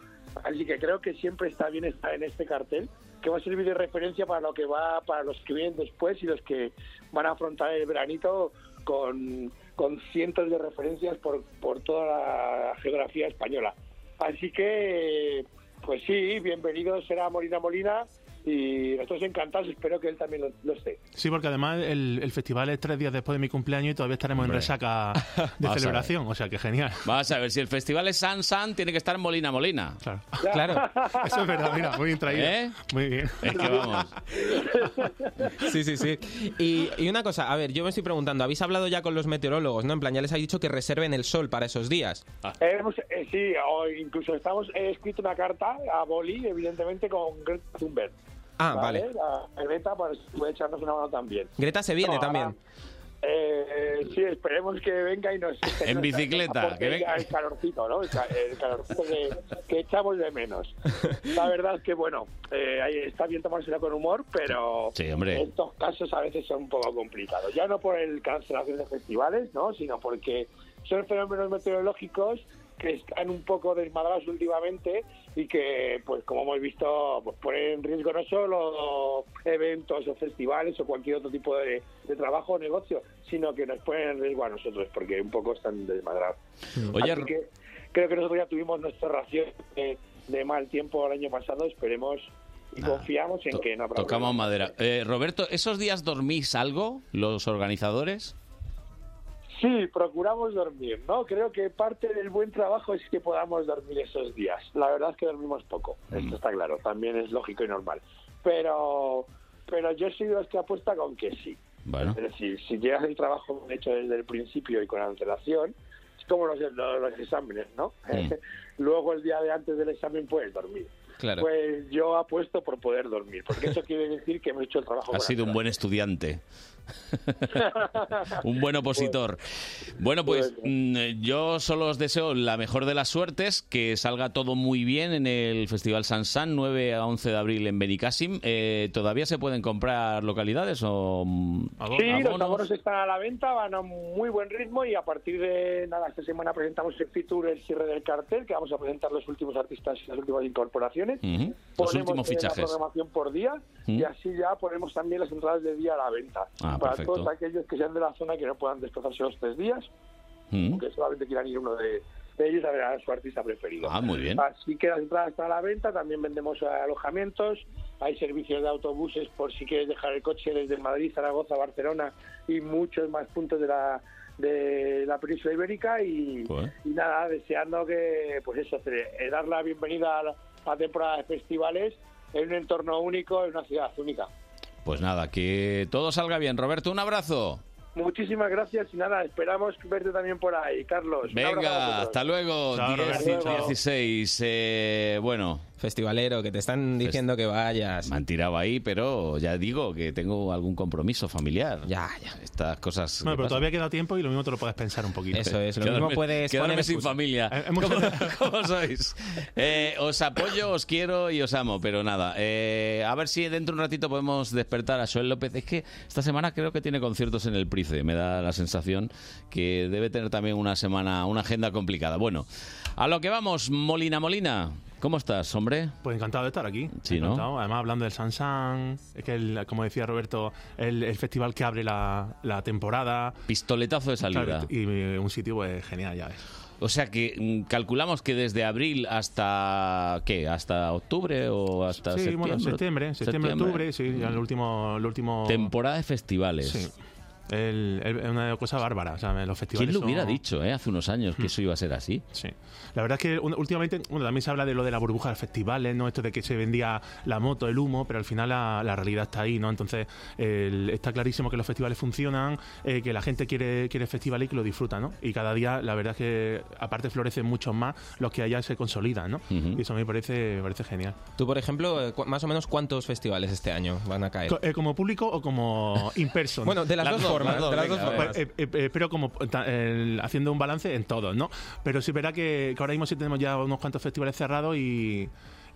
Así que creo que siempre está bien estar en este cartel, que va a servir de referencia para lo que va, para los que vienen después y los que van a afrontar el veranito con, con cientos de referencias por, por toda la geografía española. Así que, pues sí, bienvenido será Molina Molina y nosotros encantados, espero que él también lo- lo esté. Sí, porque además el, el festival es tres días después de mi cumpleaños y todavía estaremos Hombre. en resaca de Vas a ver. celebración, o sea que genial. Vamos a ver, si el festival es San San, tiene que estar Molina Molina. Claro. Claro. Eso es verdad, mira, muy bien traído. ¿Eh? Muy bien. Es que vamos. Sí, sí, sí. Y, y una cosa, a ver, yo me estoy preguntando, ¿habéis hablado ya con los meteorólogos, no? En plan, ya les habéis dicho que reserven el sol para esos días. Ah. Hemos, eh, sí, o incluso estamos, he escrito una carta a Boli, evidentemente, con Greta Thunberg. Ah, vale. La- Greta pues, puede echarnos una mano también. Greta se viene No, ahora, también. eh, eh, sí, esperemos que venga y nos... que En nos bicicleta, aporte que venga. El calorcito, ¿no? El, ca- el calorcito que, que echamos de menos. La verdad es que, bueno, eh, ahí está bien tomárselo con humor, pero Sí, hombre. estos casos a veces son un poco complicados. Ya no por el cancelación de festivales, ¿no? Sino porque son fenómenos meteorológicos que están un poco desmadrados últimamente y que, pues como hemos visto, pues, ponen en riesgo no solo eventos o festivales o cualquier otro tipo de, de trabajo o negocio, sino que nos ponen en riesgo a nosotros porque un poco están desmadrados. Oye, Así que, creo que nosotros ya tuvimos nuestra ración de, de mal tiempo el año pasado. Esperemos y confiamos en que no habrá. Tocamos madera. Eh, Roberto, ¿esos días dormís algo, los organizadores? Sí, procuramos dormir, ¿no? Creo que parte del buen trabajo es que podamos dormir esos días. La verdad es que dormimos poco, Mm. esto está claro, también es lógico y normal. Pero, pero yo soy de los que apuesta con que sí. Bueno. Es decir, si llevas el trabajo bien hecho desde el principio y con antelación, es como los, los- los exámenes, ¿no? Mm. Luego el día de antes del examen puedes dormir. Claro. Pues yo apuesto por poder dormir, porque eso quiere decir que hemos hecho el trabajo. Has sido un buen estudiante. un buen opositor. Bueno, pues mm, eh, yo solo os deseo la mejor de las suertes, que salga todo muy bien en el Festival Sansan, 9 a 11 de abril en Benicassim. Eh, ¿Todavía se pueden comprar localidades o mm, Sí, los abonos? abonos están a la venta, van a un muy buen ritmo y a partir de nada, esta semana presentamos el Fitur, el cierre del cartel, que vamos a presentar los últimos artistas y las últimas incorporaciones. Ujú. Los Ponemos últimos eh, la fichajes. programación por día y Ujú. así ya ponemos también las entradas de día a la venta. Ah, para perfecto. todos aquellos que sean de la zona que no puedan desplazarse los tres días, Mm. que solamente quieran ir uno de, de ellos a ver a su artista preferido. Ah, muy bien. Así que las entradas están a la venta, también vendemos eh, alojamientos, hay servicios de autobuses por si quieres dejar el coche desde Madrid, Zaragoza, Barcelona y muchos más puntos de la de la península ibérica y, Joder. y nada, deseando que pues eso, cele- eh, dar la bienvenida a la, a la temporada de festivales en un entorno único, en una ciudad única. Pues nada, que todo salga bien. Roberto, un abrazo. Muchísimas gracias y nada, esperamos verte también por ahí, Carlos. un abrazo a Venga, vosotros. hasta luego. Chao, 10, Roberto. Hasta luego. 16, eh, bueno. Festivalero, que te están diciendo que vayas. Me han tirado ahí, pero ya digo que tengo algún compromiso familiar. Ya, ya. Estas cosas. Bueno, que pero pasan. todavía queda tiempo y lo mismo te lo puedes pensar un poquito. Eso es, lo Quedarme- mismo puedes quedarme poner sin excusa. familia. Eh, ¿Cómo, cómo sois? Eh, os apoyo, os quiero y os amo, pero nada. eh, a ver si dentro de un ratito podemos despertar a Joel López. Es que esta semana creo que tiene conciertos en el Price. Me da la sensación que debe tener también una semana, una agenda complicada. Bueno, a lo que vamos, Molina Molina. ¿Cómo estás, hombre? Pues encantado de estar aquí. Sí, ¿no? Encantado. Además, hablando del Sansan, es que, el- como decía Roberto, el, el festival que abre la, la temporada. Pistoletazo de salida. Claro, y eh, un sitio pues, genial, ya ves. O sea que mm, calculamos que desde abril hasta qué, hasta octubre o hasta Sí, septiembre. bueno, septiembre, septiembre, octubre, sí, ya el último... El último Temporada de festivales. Sí. El- el- es una cosa bárbara. O sea, los festivales ¿Quién lo son- Mm. hubiera dicho eh, hace unos años que eso iba a ser así? Sí. La verdad es que un- últimamente bueno, también se habla de lo de la burbuja de festivales, ¿no? Esto de que se vendía la moto, el humo, pero al final la, la realidad está ahí, ¿no? Entonces el- está clarísimo que los festivales funcionan, eh, que la gente quiere, quiere festivales y que lo disfruta, ¿no? Y cada día la verdad es que aparte florecen muchos más los que allá se consolidan, ¿no? Y eso a mí me parece, me parece genial. Tú, por ejemplo, eh, cu- más o menos cuántos festivales este año van a caer. Co- eh, ¿Como público o como in person? Bueno, de las dos formas, de las dos Pues, formas. eh, eh, eh, pero como ta- el- haciendo un balance en todos, ¿no? Pero sí verá que, que ahora mismo sí tenemos ya unos cuantos festivales cerrados y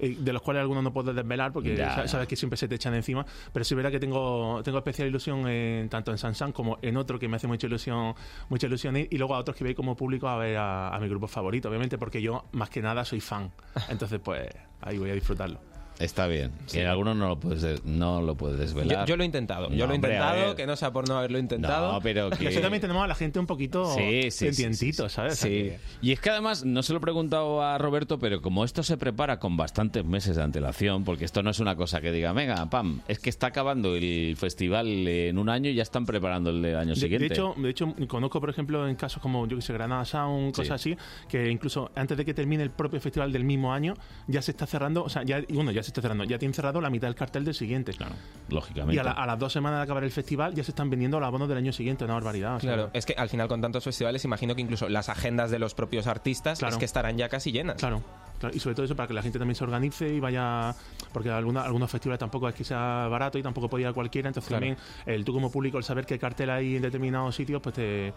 y de los cuales algunos no puedo desvelar porque Ya, sa- ya. sabes que siempre se te echan encima pero sí verá que tengo tengo especial ilusión en, tanto en Sansan como en otro que me hace mucha ilusión mucha ilusión ir, y luego a otros que voy como público a ver a, a mi grupo favorito obviamente porque yo más que nada soy fan entonces pues ahí voy a disfrutarlo Está bien. En algunos no lo puedes, des- no lo puedes desvelar. Yo- yo lo he intentado. yo lo he intentado, que no sea por no haberlo intentado. No, pero que así también tenemos a la gente un poquito Sí, sí, sí, tientito, ¿sabes? Sí. Y es que además, no se lo he preguntado a Roberto, pero como esto se prepara con bastantes meses de antelación, porque esto no es una cosa que diga, venga, pam, es que está acabando el festival en un año y ya están preparando el del año De, siguiente. de hecho, de hecho, conozco, por ejemplo, en casos como, yo que sé, Granada Sound, cosas así, que incluso antes de que termine el propio festival del mismo año, ya se está cerrando, o sea, ya, bueno, ya se está cerrando, ya tienen cerrado la mitad del cartel del siguiente. Claro, lógicamente. Y a, la- a las dos semanas de acabar el festival ya se están vendiendo los abonos del año siguiente, una barbaridad. o sea. Claro, es que al final con tantos festivales imagino que incluso las agendas de los propios artistas Claro. es que estarán ya casi llenas. Claro, claro, y sobre todo eso para que la gente también se organice y vaya, porque alguna, algunos festivales tampoco es que sea barato y tampoco podía cualquiera, entonces Claro. también el, tú como público el saber qué cartel hay en determinados sitios, pues te,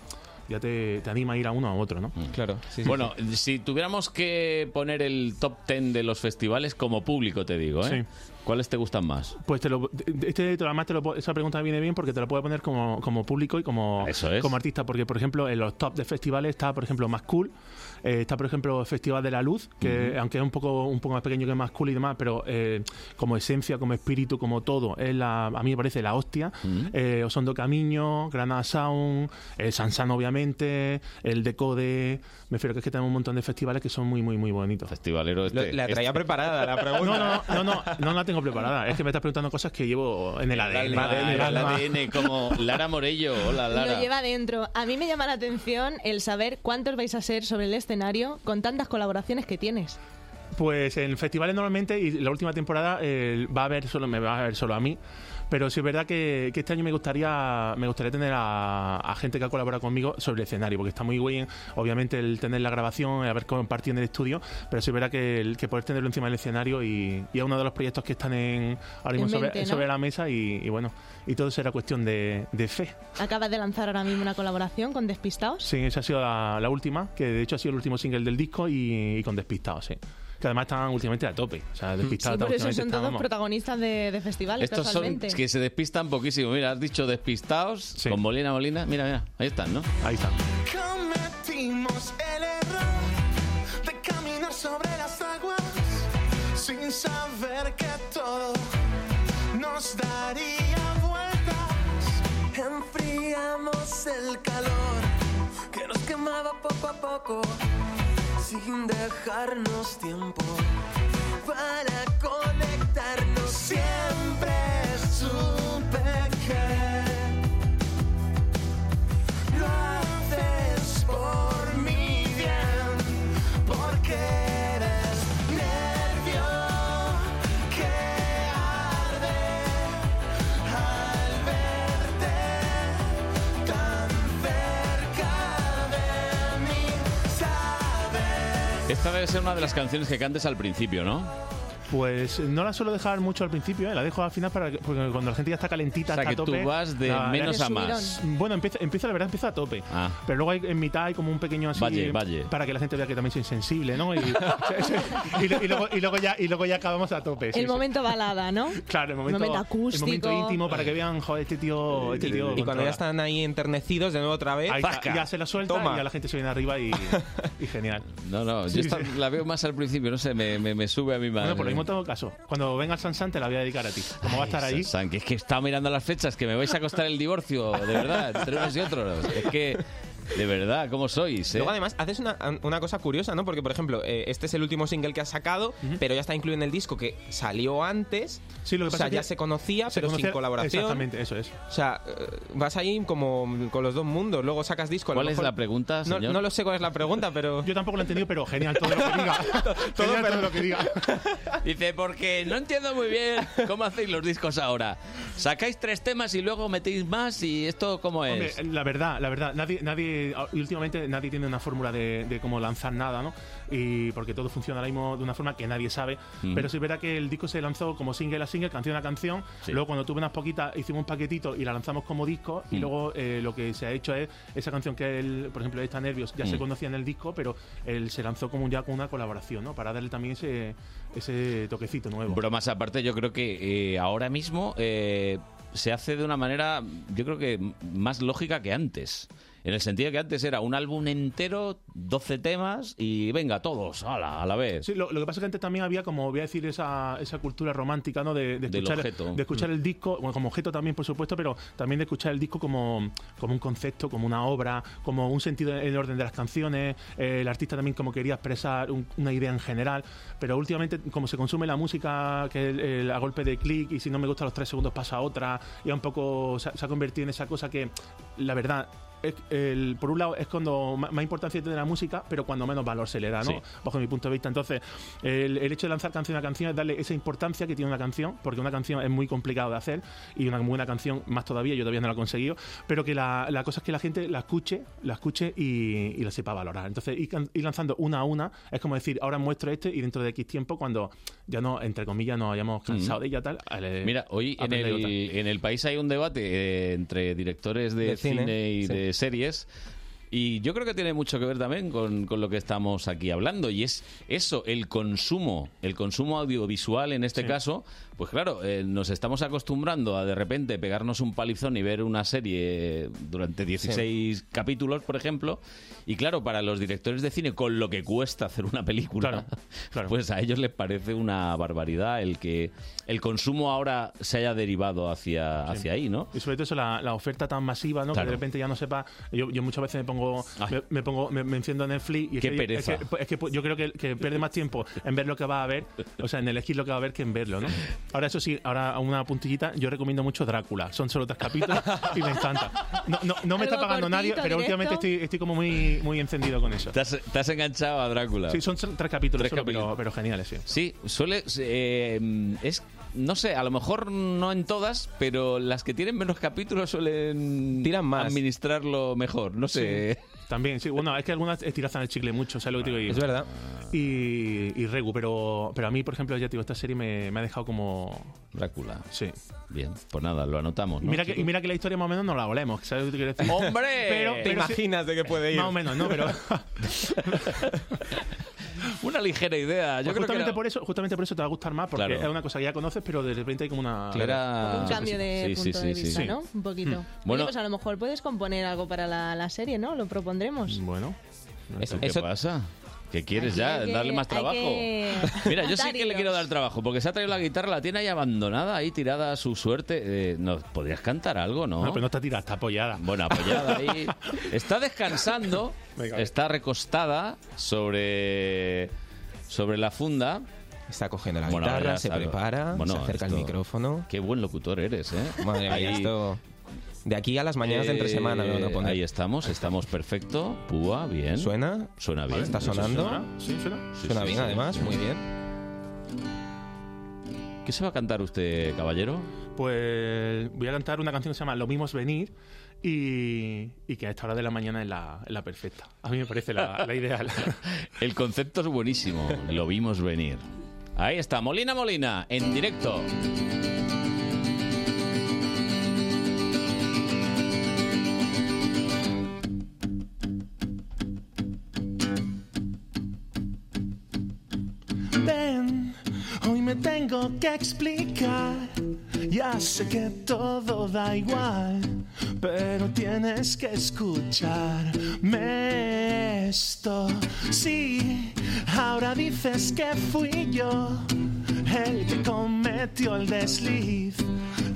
ya te, te anima a ir a uno o a otro, ¿no? Mm. Claro, bueno, si tuviéramos que poner el top 10 de los festivales como público, te digo, ¿eh? ¿Cuáles te gustan más? Pues te lo, este, te lo- además te lo, po- esa pregunta viene bien porque te la puedo poner como, como público y como, Eso es. como artista. Porque, por ejemplo, en los top de festivales está, por ejemplo, Más Cool. eh, está, por ejemplo, el Festival de la Luz, que Ujú. aunque es un poco, un poco más pequeño que Más Cool y demás, pero eh, como esencia, como espíritu, como todo, es la, a mí me parece la hostia. Ujú. Eh, Osondo Camiño, Granada Sound, el Sansan, obviamente, el Decode. Me refiero que es que tenemos un montón de festivales que son muy, muy, muy bonitos. Festivalero este. Lo- la traía este- preparada la pregunta. No, no, no, no, no la tengo preparada. Es que me estás preguntando cosas que llevo en el ADN. El ADN, en el el alma. ADN, como Lara Morello. Hola, Lara. Lo lleva dentro. A mí me llama la atención el saber cuántos vais a ser sobre el escenario con tantas colaboraciones que tienes. Pues en festivales normalmente, y la última temporada eh, va a haber solo, me va a ver solo a mí. Pero sí es verdad que, que este año me gustaría me gustaría tener a, a gente que ha colaborado conmigo sobre el escenario, porque está muy bien, obviamente, el tener la grabación, el haber compartido en el estudio, pero sí es verdad que, el- que poder tenerlo encima del escenario y, y es uno de los proyectos que están en, ahora En mismo sobre, mente, ¿no? sobre la mesa y, y bueno, y todo será cuestión de, de fe. Acabas de lanzar ahora mismo una colaboración con Despistaos. Sí, esa ha sido la, la última, que de hecho ha sido el último single del disco y, y con Despistados, sí. Que además están últimamente a tope. O sea, Mm, Sí, Despistados por eso últimamente son están, todos vamos. protagonistas de, de festivales Estos son casualmente. que se despistan poquísimo. Mira, has dicho despistados con Molina Molina. Mira, mira, ahí están, ¿no? Ahí están. Cometimos el error de caminar sobre las aguas sin saber que todo nos daría vueltas. Enfriamos el calor que nos quemaba poco a poco sin dejarnos tiempo para conectarnos. Siempre supe que lo haces por mi bien, porque eres nervio que arde al verte tan cerca de mí. Sabes Esta debe ser una de las canciones que cantes al principio, ¿no? Pues no la suelo dejar mucho al principio, ¿eh? la dejo al final para que- porque cuando la gente ya está calentita, O sea, está que a tú tope, vas de la- menos a más. Bueno, empieza, empieza, la verdad, empieza a tope. Ah. Pero luego hay- en mitad hay como un pequeño así Valle, valle. para que la gente vea que también soy insensible, ¿no? Y, y lo- y luego, y luego ya, y luego ya acabamos a tope. sí, el sí. momento balada, ¿no? Claro, el momento, momento el acústico. momento íntimo para que vean, joder, este tío. Este tío Y cuando ya controla. están ahí enternecidos de nuevo otra vez, Ahí está, ya se la suelta Toma. y ya la gente se viene arriba y, y genial. No, no, Sí, yo esta la veo más al principio, no sé, me, me- me sube a mi madre. Bueno, por lo mismo tengo caso. Cuando venga Sansan te la voy a dedicar a ti. Como va a estar Ay, ahí, Sansan, que es que estaba mirando las fechas, que me vais a costar el divorcio, de verdad, entre unos y otros. Es que, de verdad, ¿cómo sois? eh? Luego además haces una, una cosa curiosa, ¿no? Porque por ejemplo, eh, este es el último single que has sacado, pero ya está incluido en el disco que salió antes. Sí, lo que o pasa sea, es que ya se conocía, se pero conocía- sin colaboración. exactamente, eso es. O sea, eh, vas ahí como con los dos mundos, luego sacas disco. a lo ¿Cuál es mejor- la pregunta, No, señor? no lo sé cuál es la pregunta, pero... Yo tampoco lo he entendido, pero genial todo lo que diga. Genial todo lo que diga. Dice, porque no entiendo muy bien cómo hacéis los discos ahora. Sacáis tres temas y luego metéis más y esto cómo es. Hombre, la verdad, la verdad, nadie, nadie, y últimamente nadie tiene una fórmula de, de cómo lanzar nada, ¿no? Y porque todo funciona ahora mismo de una forma que nadie sabe. Mm. Pero sí es verdad que el disco se lanzó como single a single, canción a canción. Sí. Luego cuando tuve unas poquitas hicimos un paquetito y la lanzamos como disco. Y Mm. luego eh, lo que se ha hecho es esa canción que él, por ejemplo, está nervios, ya Mm. se conocía en el disco, pero él se lanzó como ya con una colaboración, ¿no? Para darle también ese, ese toquecito nuevo. Bromas aparte, yo creo que eh, ahora mismo eh, se hace de una manera, yo creo que m- más lógica que antes. En el sentido que antes era un álbum entero, 12 temas y venga, todos, ala, a la vez. Sí, lo, lo que pasa es que antes también había, como voy a decir, esa, esa cultura romántica, ¿no? De, de Del escuchar, objeto. de escuchar el disco, bueno, como objeto también, por supuesto, pero también de escuchar el disco como, como un concepto, como una obra, como un sentido en el orden de las canciones. eh, el artista también como quería expresar un- una idea en general. Pero últimamente, como se consume la música, que el- el- a golpe de clic, y si no me gusta los tres segundos pasa a otra, y un poco se, ha- se ha convertido en esa cosa que, la verdad... es- el- por un lado es cuando ma- más importancia tiene la música, pero cuando menos valor se le da, ¿no? Sí. bajo mi punto de vista. Entonces, el, el hecho de lanzar canción a canción es darle esa importancia que tiene una canción, porque una canción es muy complicado de hacer y una buena canción más todavía, yo todavía no la he conseguido, pero que la, la cosa es que la gente la escuche, la escuche y, y la sepa valorar. Entonces, ir, can- ir lanzando una a una es como decir, ahora muestro este y dentro de X tiempo, cuando ya no, entre comillas, nos hayamos cansado Mm. de ella tal. eh, le- Mira, hoy en aprende otra. el, en el país hay un debate eh, entre directores de, De cine, cine, y sí. de series Y yo creo que tiene mucho que ver también con, con lo que estamos aquí hablando. Y es eso, el consumo, el consumo audiovisual en este caso. Pues claro, eh, nos estamos acostumbrando a de repente pegarnos un palizón y ver una serie durante 16 capítulos, por ejemplo. Y claro, para los directores de cine, con lo que cuesta hacer una película, pues a ellos les parece una barbaridad el que el consumo ahora se haya derivado hacia, Sí. hacia ahí, ¿no? Y sobre todo eso, la, la oferta tan masiva, ¿no? Claro. Que de repente ya no sepa. Yo, yo muchas veces me pongo, me, me pongo, me, me enciendo Netflix y es Qué que, pereza. Es que, es que yo creo que, que pierde más tiempo en ver lo que va a ver, o sea, en elegir lo que va a ver que en verlo, ¿no? Ahora, eso sí, ahora una puntillita, yo recomiendo mucho Drácula. Son solo tres capítulos y me encanta. No, no, no me está Algo pagando cortito, nadie, pero directo. últimamente estoy, estoy como muy, muy encendido con eso. ¿Te has, te has enganchado a Drácula? Sí, son tres capítulos, Tres solo, pero- capítulos. Pero, geniales, sí. Sí, suele. eh, es. No sé, a lo mejor no en todas, pero las que tienen menos capítulos suelen administrarlo mejor. No sé. Sí, también, sí. Bueno, es que algunas estirazan el chicle mucho, ¿sabes lo que te digo? Es verdad. Y, y Regu, pero, pero a mí, por ejemplo, ya te digo, esta serie me, me ha dejado como... Drácula. Sí. Bien, pues nada, lo anotamos. ¿no, Mira que, y chicos? mira que la historia más o menos no la volemos, ¿sabes lo que quiero decir? ¡Hombre! ¿Te imaginas de qué puede ir? Más o menos, no, pero... Una ligera idea. Yo Pues creo que justamente, era- por eso, justamente por eso te va a gustar más, porque Claro. es una cosa que ya conoces, pero de repente hay como una... Era- Un cambio de Ah, pues Sí, sí, punto de sí, sí. vista, Sí. ¿no? Un poquito. Mm. Oye, Bueno. pues a lo mejor puedes componer algo para la, la serie, ¿no? Lo propondremos. Bueno. ¿Eso ¿Qué pasa? ¿Qué quieres Hay ya? que- ¿Darle más hay trabajo? que Mira, yo sí atar que le quiero dar trabajo, porque se ha traído la guitarra, la tiene ahí abandonada, ahí tirada a su suerte. Eh, ¿Nos podrías cantar algo, no? No, pero no está tirada, está apoyada. Bueno, apoyada ahí. Está descansando, está recostada sobre, sobre la funda. Está cogiendo la Bueno, guitarra, ya se está. prepara, Bueno, se acerca al esto- micrófono. Qué buen locutor eres, ¿eh? Madre mía, Ahí- esto... De aquí a las mañanas de entre Eh, semana lo van a poner. Ahí estamos, estamos perfecto. Púa, bien. ¿Suena? Suena bien. ¿Está sonando? Sí, suena. Sí, Suena sí, bien, sí. además, muy bien. ¿Qué se va a cantar usted, Eh, caballero? Pues voy a cantar una canción que se llama Lo mismo es venir y, y que a esta hora de la mañana es la, es la perfecta. A mí me parece la, la ideal. El concepto es buenísimo, lo vimos venir. Ahí está, Molina Molina, en directo. Ven, hoy me tengo que explicar. Ya sé que todo da igual, pero tienes que escucharme esto. Sí, ahora dices que fui yo el que cometió el desliz,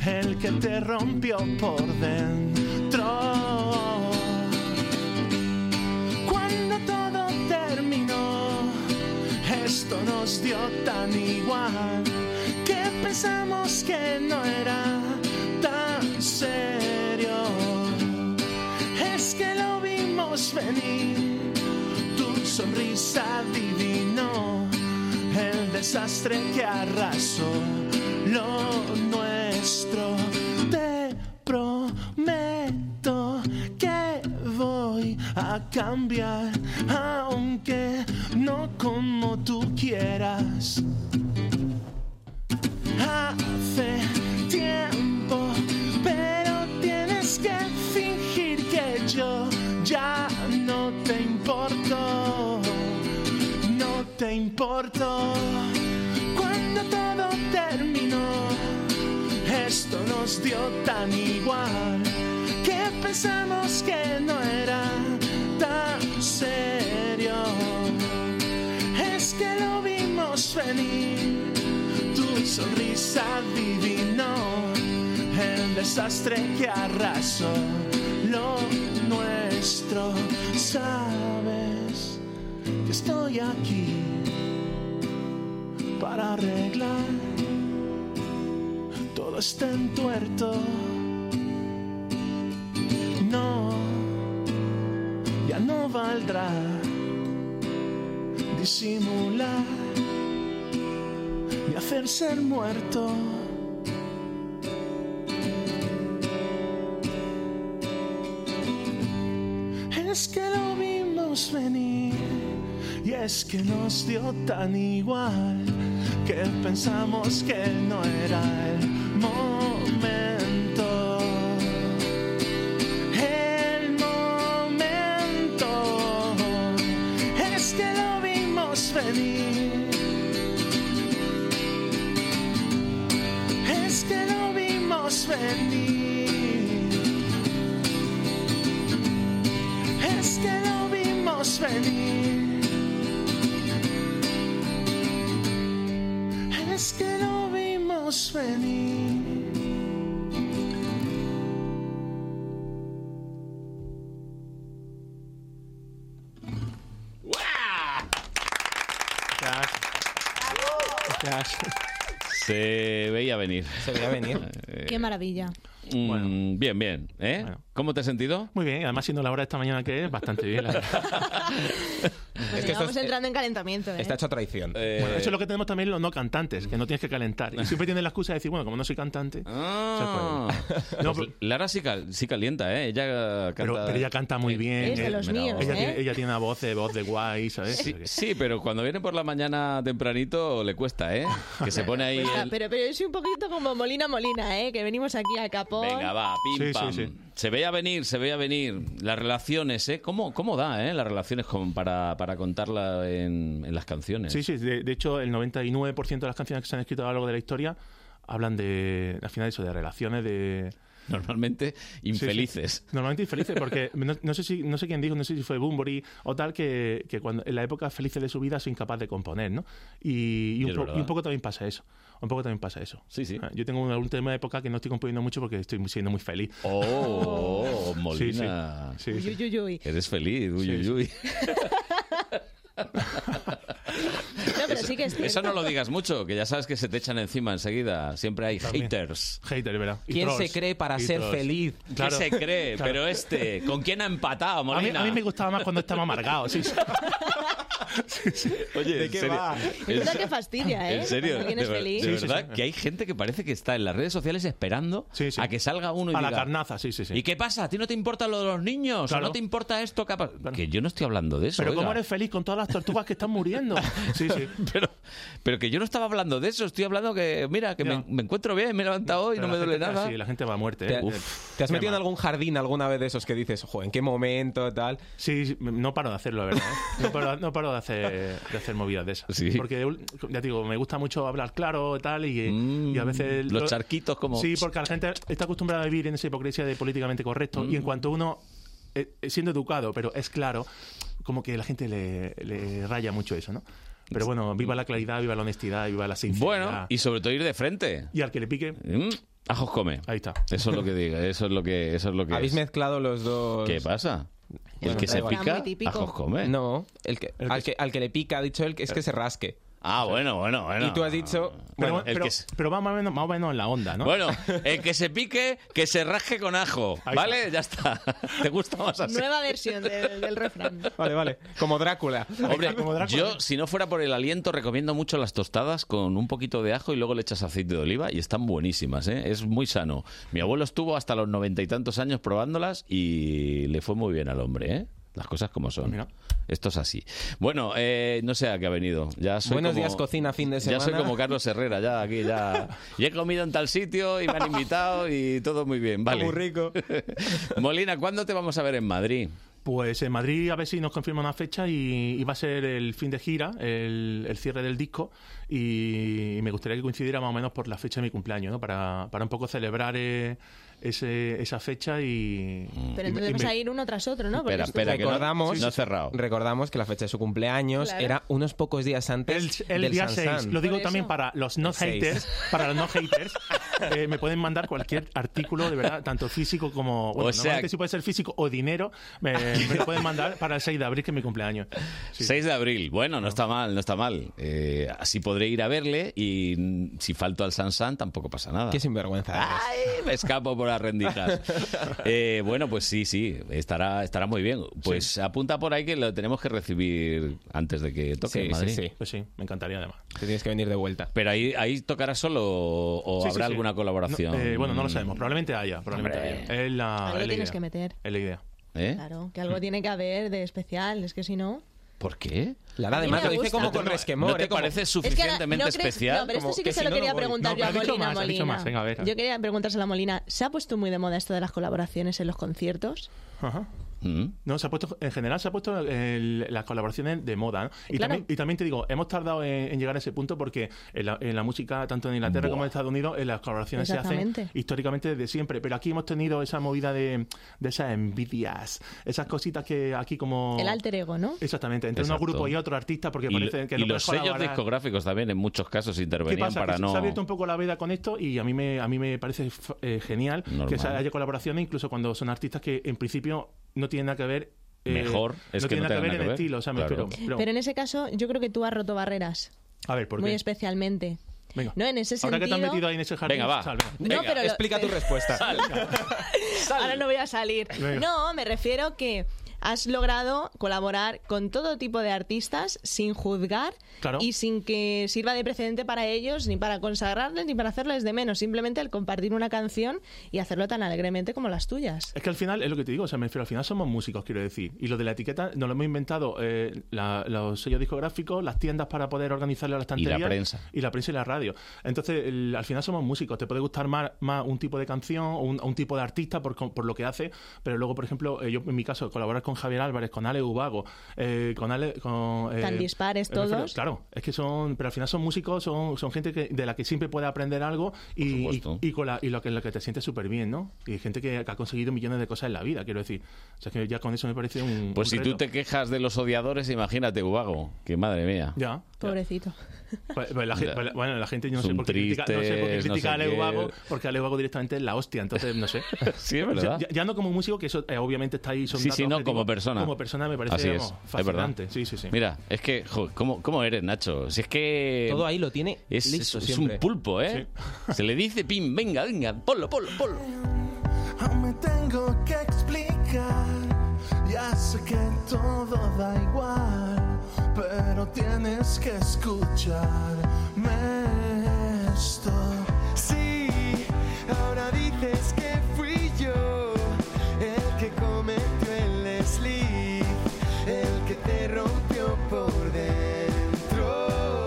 el que te rompió por dentro. Cuando todo terminó, esto nos dio tan igual que pensamos que no era tan serio. Es que lo vimos venir, tu sonrisa adivinó el desastre que arrasó lo nuestro. Te prometo que voy a cambiar, aunque no como tú quieras. Hace tiempo, pero tienes que fingir que yo ya no te importo, no te importo. Cuando todo terminó, esto nos dio tan igual que pensamos que no era tan serio. Es que lo vimos venir tu sonrisa adivinó el desastre que arrasó lo nuestro. Sabes que estoy aquí para arreglar. Todo está entuerto. No, ya no valdrá disimular ni hacer ser muerto. Es que lo vimos venir y es que nos dio tan igual que pensamos que no era el momento. El momento. pedir. Es que lo vimos venir. Se veía venir. Se veía venir. Eh, Qué maravilla. Bien, bien. ¿eh? ¿Cómo te has sentido? Muy bien, y además siendo la hora de esta mañana que es, bastante bien. la verdad. Pues que esto estamos es- entrando en calentamiento. ¿eh? hecho traición. Bueno, eso es lo que tenemos también los no cantantes, que no tienes que calentar. Y siempre tienen la excusa de decir, bueno, como no soy cantante. Ah. Pues Lara sí, cal- sí calienta, ¿eh? Ella canta... Pero, pero ella canta muy bien. Es de eh, los mira, míos, ella, ¿eh? tiene, ella tiene una voz de voz de guay, ¿sabes? Sí, sí, pero cuando viene por la mañana tempranito le cuesta, ¿eh? Que se pone ahí Pues nada, el- pero, pero yo soy un poquito como Molina Molina, ¿eh? que venimos aquí a Capón. Venga, va, pim, Sí, sí, pam. sí. Se veía venir, se veía venir. Las relaciones, ¿eh? ¿Cómo, cómo da, eh? Las relaciones con- para, para contarla en, en las canciones. Sí, sí, de, de hecho el 99% de las canciones que se han escrito a lo largo de la historia hablan de, al final eso, de relaciones de... Normalmente infelices. Normalmente infelices, porque no, no sé si, no sé quién dijo, no sé si fue Bunbury o tal, que, que cuando, en la época felices de su vida es incapaz de componer, ¿no? Y, y un, es po- verdad. y un poco también pasa eso. Un poco también pasa eso. Sí, sí. Yo tengo una última época que no estoy componiendo mucho porque estoy muy- siendo muy feliz. Oh, Sí, sí. Molina. Sí, sí. Uy, uy, uy. Eres feliz, uy, uy, uy. No, pero sí que es cierto. Eso no lo digas mucho, que ya sabes que se te echan encima enseguida. Siempre hay haters. Haters, ¿verdad? Y ¿Quién trolls. se cree para Y ser trolls. feliz? ¿Quién Claro. se cree? Claro. Pero este, ¿con quién ha empatado, A mí, Molina? a mí me gustaba más cuando estaba amargado. sí, sí. Oye, ¿De ¿en qué serio? va? Me ¿En gusta se- que fastidia, ¿eh? ¿En serio? Cuando alguien es ver- feliz. de verdad que hay gente que parece que está en las redes sociales esperando a que salga uno y A la diga, carnaza, sí, sí, sí. ¿Y qué pasa? ¿A ti no te importa lo de los niños? ¿O Claro. no te importa esto? Que, ha pa-?" Que yo no estoy hablando de eso. Pero cómo oiga. eres feliz con todas las tortugas que están muriendo. Sí, sí. pero, pero que yo no estaba hablando de eso. Estoy hablando que, mira, que me, me encuentro bien, me he levantado hoy, no me duele nada. Sí, la gente va a muerte. ¿Te, ¿eh? te has metido en algún jardín alguna vez de esos que dices, ojo, ¿en qué momento tal? Sí, sí, no paro de hacerlo, la verdad. ¿eh? No paro, no paro de, hacer, de hacer movidas de esas. Porque, de ul- ya te digo, me gusta mucho hablar claro y tal, y, y a veces... Mm, los charquitos como- Sí, porque la gente está acostumbrada a vivir en esa hipocresía de políticamente correcto, Mm. y en cuanto uno, eh, siendo educado, pero es claro, como que la gente le, le raya mucho eso, ¿no? Pero bueno, viva la claridad, viva la honestidad, viva la sinceridad. Bueno, y sobre todo ir de frente. Y al que le pique... Mm, Ajos come. Ahí está. Eso es lo que diga, eso es lo que, eso es lo que Habéis es. mezclado los dos. ¿Qué pasa? El Bueno, que da se igual. pica, ajos come. No, el que, al, que, al que le pica, ha dicho él, que es que se rasque. Ah, bueno, bueno, bueno. Y tú has dicho. Pero, bueno, el pero- que se- pero va más o, menos, más o menos en la onda, ¿no? Bueno, el que se pique, que se rasque con ajo. ¿Vale? Ya está. ¿Te gusta más así? Nueva versión del, del refrán. Vale, vale. Como Drácula. Hombre, yo, si no fuera por el aliento, recomiendo mucho las tostadas con un poquito de ajo y luego le echas aceite de oliva y están buenísimas, ¿eh? Es muy sano. Mi abuelo estuvo hasta los noventa y tantos años probándolas y le fue muy bien al hombre, ¿eh? Las cosas como son. Esto es así. Bueno, eh, no sé a qué ha venido. Ya soy Buenos como- días, cocina, fin de semana. Ya soy como Carlos Herrera, ya aquí, ya. Y he comido en tal sitio y me han invitado y todo muy bien, ¿vale? Muy rico. Molina, ¿cuándo te vamos a ver en Madrid? Pues en Madrid a ver si nos confirma una fecha y, y va a ser el fin de gira, el, el cierre del disco y, me gustaría que coincidiera más o menos por la fecha de mi cumpleaños, ¿no? Para, para un poco celebrar eh, ese- esa fecha y... Pero y me- entonces y vas me- a ir uno tras otro, ¿no? Porque es- Pues recordamos, sí, sí, sí. cerrado. Recordamos que la fecha de su cumpleaños Claro. era unos pocos días antes El del día San 6, San. lo digo también para los no El seis. haters, para los no haters, eh, me pueden mandar cualquier artículo, de verdad, tanto físico como... Bueno, O sea- normalmente sí puede ser físico o dinero, me, me lo pueden mandar para el 6 de abril, que es mi cumpleaños. 6 de abril. Bueno, no está mal, no está mal. Eh, así podré ir a verle y mm, si falto al Sansan tampoco pasa nada. Qué sinvergüenza. Ah, ¡Ay! Me escapo por las renditas. Eh, bueno, pues sí, sí, estará, estará muy bien. Pues apunta por ahí que lo tenemos que recibir antes de que toque Sí, en sí, Madrid. sí. Pues sí, me encantaría además. Te tienes que venir de vuelta. Pero ahí, ahí tocará solo o, o Sí, sí, habrá sí. alguna colaboración. No, eh, bueno, no lo sabemos. Probablemente haya. Probablemente Hombre. haya. Es la, Algo es la tienes idea. que meter. Es la idea. ¿Eh? Claro, que algo tiene que haber de especial, es que si no. ¿Por qué? Lara, A mí además me lo dice gusta. como No te- con resquemor. no te ¿eh? Como- parece Es que ahora, ¿no crees- No, pero esto Como sí que, se si lo no, quería no voy. preguntar No, yo a pero ha dicho Molina más, ha dicho Molina. más. Venga, a ver, a Yo ver. quería preguntárselo a Molina. ¿Se ha puesto muy de moda esto de las colaboraciones en los conciertos? Ajá. No, se ha puesto, en general se ha puesto el- las colaboraciones de moda. ¿no? Y, Claro. también, y también te digo, hemos tardado en, en llegar a ese punto porque en la, en la música, tanto en Inglaterra como en Estados Unidos, en las colaboraciones se hacen Exactamente. históricamente desde siempre. Pero aquí hemos tenido esa movida de, de esas envidias, esas cositas que aquí Oh. como... El alter ego, ¿no? Exactamente, entre Exacto. unos grupos y otros artistas porque Y, parece que y no los puedes sellos colaborar. discográficos también en muchos casos ¿Qué intervenían pasa? para Que no... Se ha abierto un poco la veda con esto y a mí me, a mí me parece f- eh, genial que Normal. se haya colaboraciones, incluso cuando son artistas que en principio no tienen nada que ver. eh, Mejor, es no que tienen no nada que tengan ver en nada que ver. estilo, o sea, me Claro. explico. Pero- Pero en ese caso, yo creo que tú has roto barreras. a ver, ¿por Muy qué? especialmente. Venga. No, en ese Ahora que te has sentido- metido ahí en ese jardín, Venga, va. sal, No, pero lo- Explica tu respuesta. Sal. Ahora no voy a salir. Venga. No, me refiero que has logrado colaborar con todo tipo de artistas sin juzgar Claro. y sin que sirva de precedente para ellos, ni para consagrarles, ni para hacerles de menos. Simplemente el compartir una canción y hacerlo tan alegremente como las tuyas. Es que al final es lo que te digo, o sea, me refiero, al final somos músicos, quiero decir. Y lo de la etiqueta nos lo hemos inventado eh, la- los sellos discográficos, las tiendas para poder organizarle a las Y la estanterías. prensa. Y la prensa y la radio. Entonces, el- al final somos músicos. Te puede gustar más, más un tipo de canción o un, o un tipo de artista por, co- por lo que hace, pero luego, por ejemplo, eh, yo en mi caso, colaborar con Javier Álvarez, con Ale Ubago, eh, con Ale... Con, eh, Tan dispares me refiero, todos. Claro, es que son... Pero al final son músicos, son, son gente que- de la que siempre puede aprender algo y, y, y con la, y lo que, lo que te sientes súper bien, ¿no? Y gente que, que ha conseguido millones de cosas en la vida, quiero decir. O sea, que ya con eso me parece un... Pues un si tú reto. te quejas de los odiadores, imagínate, Ubago, que madre mía. Ya. Pobrecito. Pues- pues la gen- pues la- bueno, la gente yo no Son sé, por qué critica, no sé por qué tristes, no critica sé a Leo qué. Vago, porque a Leo Vago directamente es la hostia, entonces no sé. Sí, es O sea, verdad. ya, ya no como músico, que eso eh, obviamente está ahí, son Sí, datos sí, no, objetivos. como persona. Como persona me parece Así es, vamos, es verdad. fascinante. Sí, sí, sí. Mira, es que, jo, ¿cómo, cómo eres, Nacho? Si es que... Todo ahí lo tiene Es, listo es siempre. un pulpo, ¿eh? Se le dice, pim, venga, venga, ponlo, ponlo, ponlo. Aún Ah, me tengo que explicar. Ya sé que todo da igual, pero tienes que escucharme esto. Sí, ahora dices que fui yo el que cometió el slip, el que te rompió por dentro.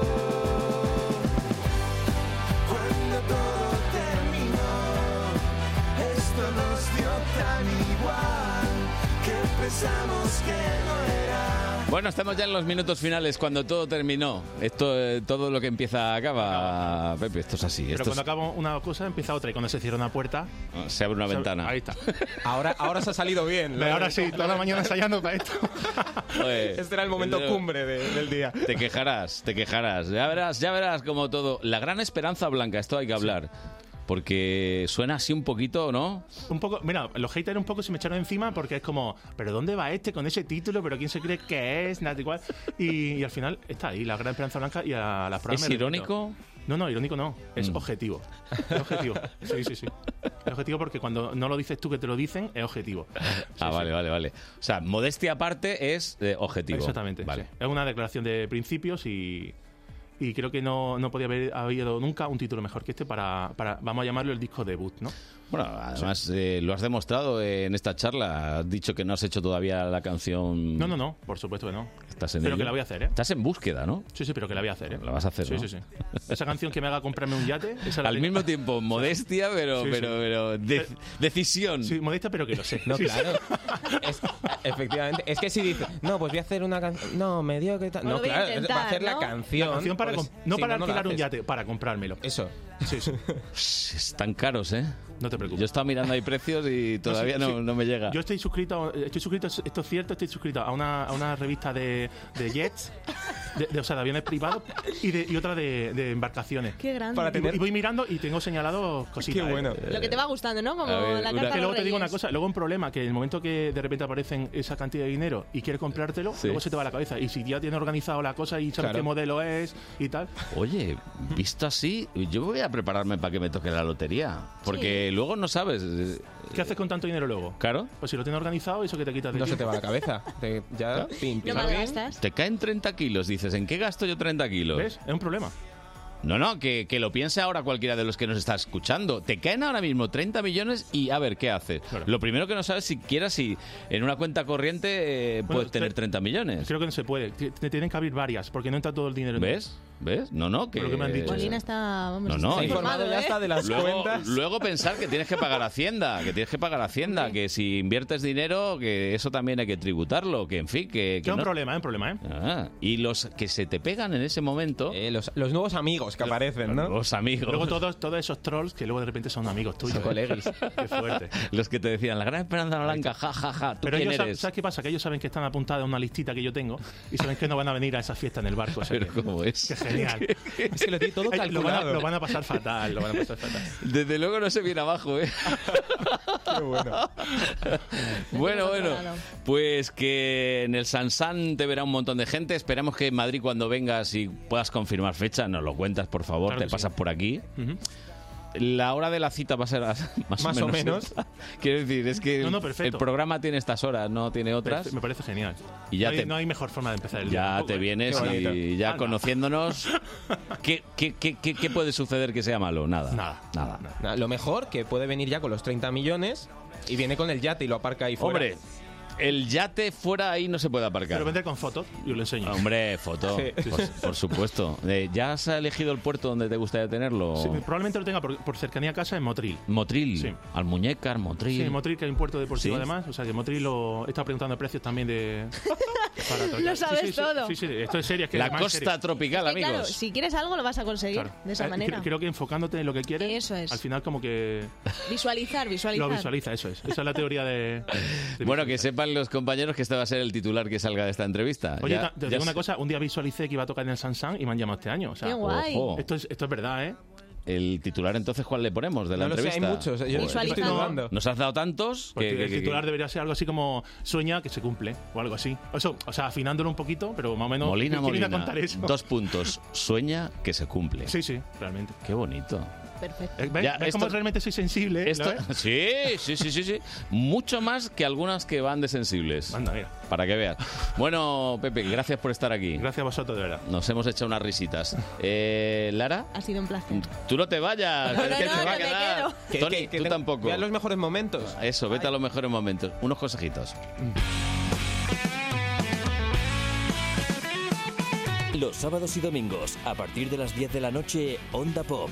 Cuando todo terminó, esto nos dio tan igual que pensamos que no era. Bueno, estamos ya en los minutos finales, cuando todo terminó. Esto, eh, todo lo que empieza acaba, Pepe, esto es así. Pero Esto cuando es- acabo una cosa, empieza otra. Y cuando se cierra una puerta... Se abre una se- ventana. Ahí está. Ahora, ahora se ha salido bien. Ahora sí, toda la mañana ensayando para esto. Joder. Este era el momento Desde luego. cumbre de- del día. Te quejarás, te quejarás. Ya verás, ya verás como todo. La gran esperanza blanca, esto hay que hablar. Porque suena así un poquito, ¿no? Un poco, mira, los haters un poco se me echaron encima porque es como, ¿pero dónde va este con ese título? ¿Pero quién se cree que es? Nada igual. Y, y al final está ahí, la gran esperanza blanca y a la frase. ¿Es irónico? Mm. No, no, irónico no. Es objetivo. Es objetivo. Sí, sí, sí. Es objetivo porque cuando no lo dices tú que te lo dicen, es objetivo. ah, vale, vale, vale. O sea, modestia aparte es eh, objetivo. Exactamente. Vale. sí. Es una declaración de principios y. y creo que no, no podía haber habido nunca un título mejor que este para, para- vamos a llamarlo el disco debut, ¿no? Bueno, además eh, lo has demostrado en esta charla. Has dicho que no has hecho todavía la canción. No, no, no, por supuesto que no. Estás en Pero ello. que la voy a hacer, ¿eh? Estás en búsqueda, ¿no? Sí, sí, pero que la voy a hacer, ¿eh? La vas a hacer, Sí, ¿no? sí, sí. Esa canción que me haga comprarme un yate, esa la Al tengo. mismo tiempo, modestia, pero, Sí, sí. pero, pero de- decisión. Sí, modesta, pero que lo sé. No, Sí, sí. claro. Es- efectivamente. Es que si dice, no, pues voy a hacer una canción. No, me dio que. tal- Bueno, No, voy a claro, intentar, va a hacer ¿no? la canción. La canción para porque com- si- no si para la alquilar un haces. yate, para comprármelo. Eso. Sí, sí. Están caros, ¿eh? No te preocupes. Yo estaba mirando ahí precios y todavía sí, no, sí. no me llega. Yo estoy suscrito, estoy suscrito, esto es cierto, estoy suscrito a una, a una revista de, de jets, de, de- o sea, de aviones privados y, de, y otra de, de embarcaciones. Qué grande. Y- y, voy mirando y tengo señalado cositas. ¿eh? Qué bueno. Lo que te va gustando, ¿no? Como la carta de que luego los te digo una reyes. cosa, luego un problema, que en el momento que de repente aparecen esa cantidad de dinero y quieres comprártelo, Sí. luego se te va la cabeza. Y si ya tienes organizado la cosa y sabes Claro. qué modelo es y tal, Oye, visto así, yo voy a prepararme para que me toque la lotería. Porque luego no sabes. eh, ¿qué haces con tanto dinero luego? Claro. Pues si lo tienes organizado, eso que te quitas de No se te tiempo. va la cabeza. Te- ya, pim, pim, pim. Te caen 30 kilos, dices. ¿En qué gasto yo 30 kilos? ¿Ves? Es un problema. No, no, que, que lo piense ahora cualquiera de los que nos está escuchando. Te caen ahora mismo 30 millones y a ver qué haces. Lo primero que no sabes siquiera si en una cuenta corriente eh, Bueno, puedes tener tre- 30 millones. Creo que no se puede. Te te tienen que abrir varias, porque no entra todo el dinero. en- ¿Ves? ¿Ves? No, no, que... Por lo que me han dicho. Molina está, vamos, No, no, está informado, ¿eh? luego, Luego pensar que tienes que pagar Hacienda, que tienes que pagar Hacienda, que si inviertes dinero, que eso también hay que tributarlo, que en fin, que... Que es un no- problema, es un problema, ¿eh? Ah, y los que se te pegan en ese momento... Eh, los, nuevos amigos que aparecen, ¿no? Los amigos. Luego todos, todos esos trolls que luego de repente son amigos tuyos. Son coleguis. Qué fuerte. Los que te decían, la gran esperanza blanca, ja, ja, ja, ¿tú Pero quién ellos, sab- eres? ¿sabes qué pasa? Que ellos saben que están apuntados a una listita que yo tengo y saben que no van a venir a esa fiesta en el barco. Pero ¿cómo es? Qué genial. Es que lo tiene todo Ay, lo, van a, calculado. lo van a pasar fatal, lo van a pasar fatal. Desde luego no se viene abajo, ¿eh? bueno, bueno. Pues que en el Sansán te verá un montón de gente. Esperamos que en Madrid cuando vengas y puedas confirmar fecha, nos lo cuentas, por favor. Claro te que sí. pasas por aquí. 음? La hora de la cita va a ser Más más, o o menos. menos. esta. Quiero decir, es que No, no, el perfecto. programa tiene estas horas, no tiene otras. Perfe- Me parece genial. Y ya no, te- hay, no hay mejor forma de empezar el día. Ya tampoco, te ¿eh? vienes Qué bonito. y ya Anda. conociéndonos, ¿qué, qué, qué- qué- qué puede suceder que sea malo? Nada. Nada. Nada, Lo mejor que puede venir ya con los 30 millones y viene con el yate y lo aparca ahí fuera. Hombre, el yate fuera ahí no se puede aparcar. Pero vente con fotos, yo lo enseño. Hombre, foto, Sí. por, por supuesto. Eh, ¿Ya has elegido el puerto donde te gustaría tenerlo? Sí, probablemente lo tenga por, por cercanía a casa en Motril. Motril, Sí. al Muñecar, Motril. Sí, Motril, que hay un puerto deportivo Sí. además. O sea, que Motril lo he estado preguntando precios también de. para atracar. Lo Sí, sabes sí, sí, todo. Sí, sí, esto es serio. es que La además es costa serio. tropical, Sí, claro, si quieres algo lo vas a conseguir Claro. de esa Eh, cre- manera. Creo que enfocándote en lo que quieres, Eso es. al final como que Visualizar, visualizar. lo visualiza, eso es. Esa es la teoría de... Bueno, que sepan los compañeros que este va a ser el titular que salga de esta entrevista. Oye, Ya- ta- te ya digo una se- cosa, un día visualicé que iba a tocar en el Sansan y me han llamado este año. O sea, Qué guay. Ojo. Esto, es, esto es verdad, ¿eh? El titular, entonces, ¿cuál le ponemos de la No lo sé, hay entrevista? muchos, yo Joder. Visualizando. estoy dudando. Nos has dado tantos que- Porque que- Pues el que- titular debería ser algo así como sueña que se cumple o algo así. Eso, o sea, afinándolo un poquito, pero más o menos... Molina, ¿quién iba a Molina. contar eso? Dos puntos. Sueña que se cumple. Sí, sí, realmente. Eh, Qué bonito. Perfecto. ¿Ves, Ya, ¿Ves cómo esto- realmente soy sensible? eh? ¿Lo Esto- ves? sí, sí, sí, sí, sí. Mucho más que algunas que van de sensibles. Anda, mira. Para que veas. Bueno, Pepe, gracias por estar aquí. Gracias a vosotros, de verdad. Nos hemos hecho unas risitas. Eh, Lara, Ha sido un placer. tú no te vayas. No, es no, que no, se va a que me quedar. quedo. Que- Tony, que- que tú tenga- tampoco. vea los mejores momentos. Eso, vete a los mejores momentos. Unos consejitos. Los sábados y domingos, a partir de las 10 de la noche, Onda Pop.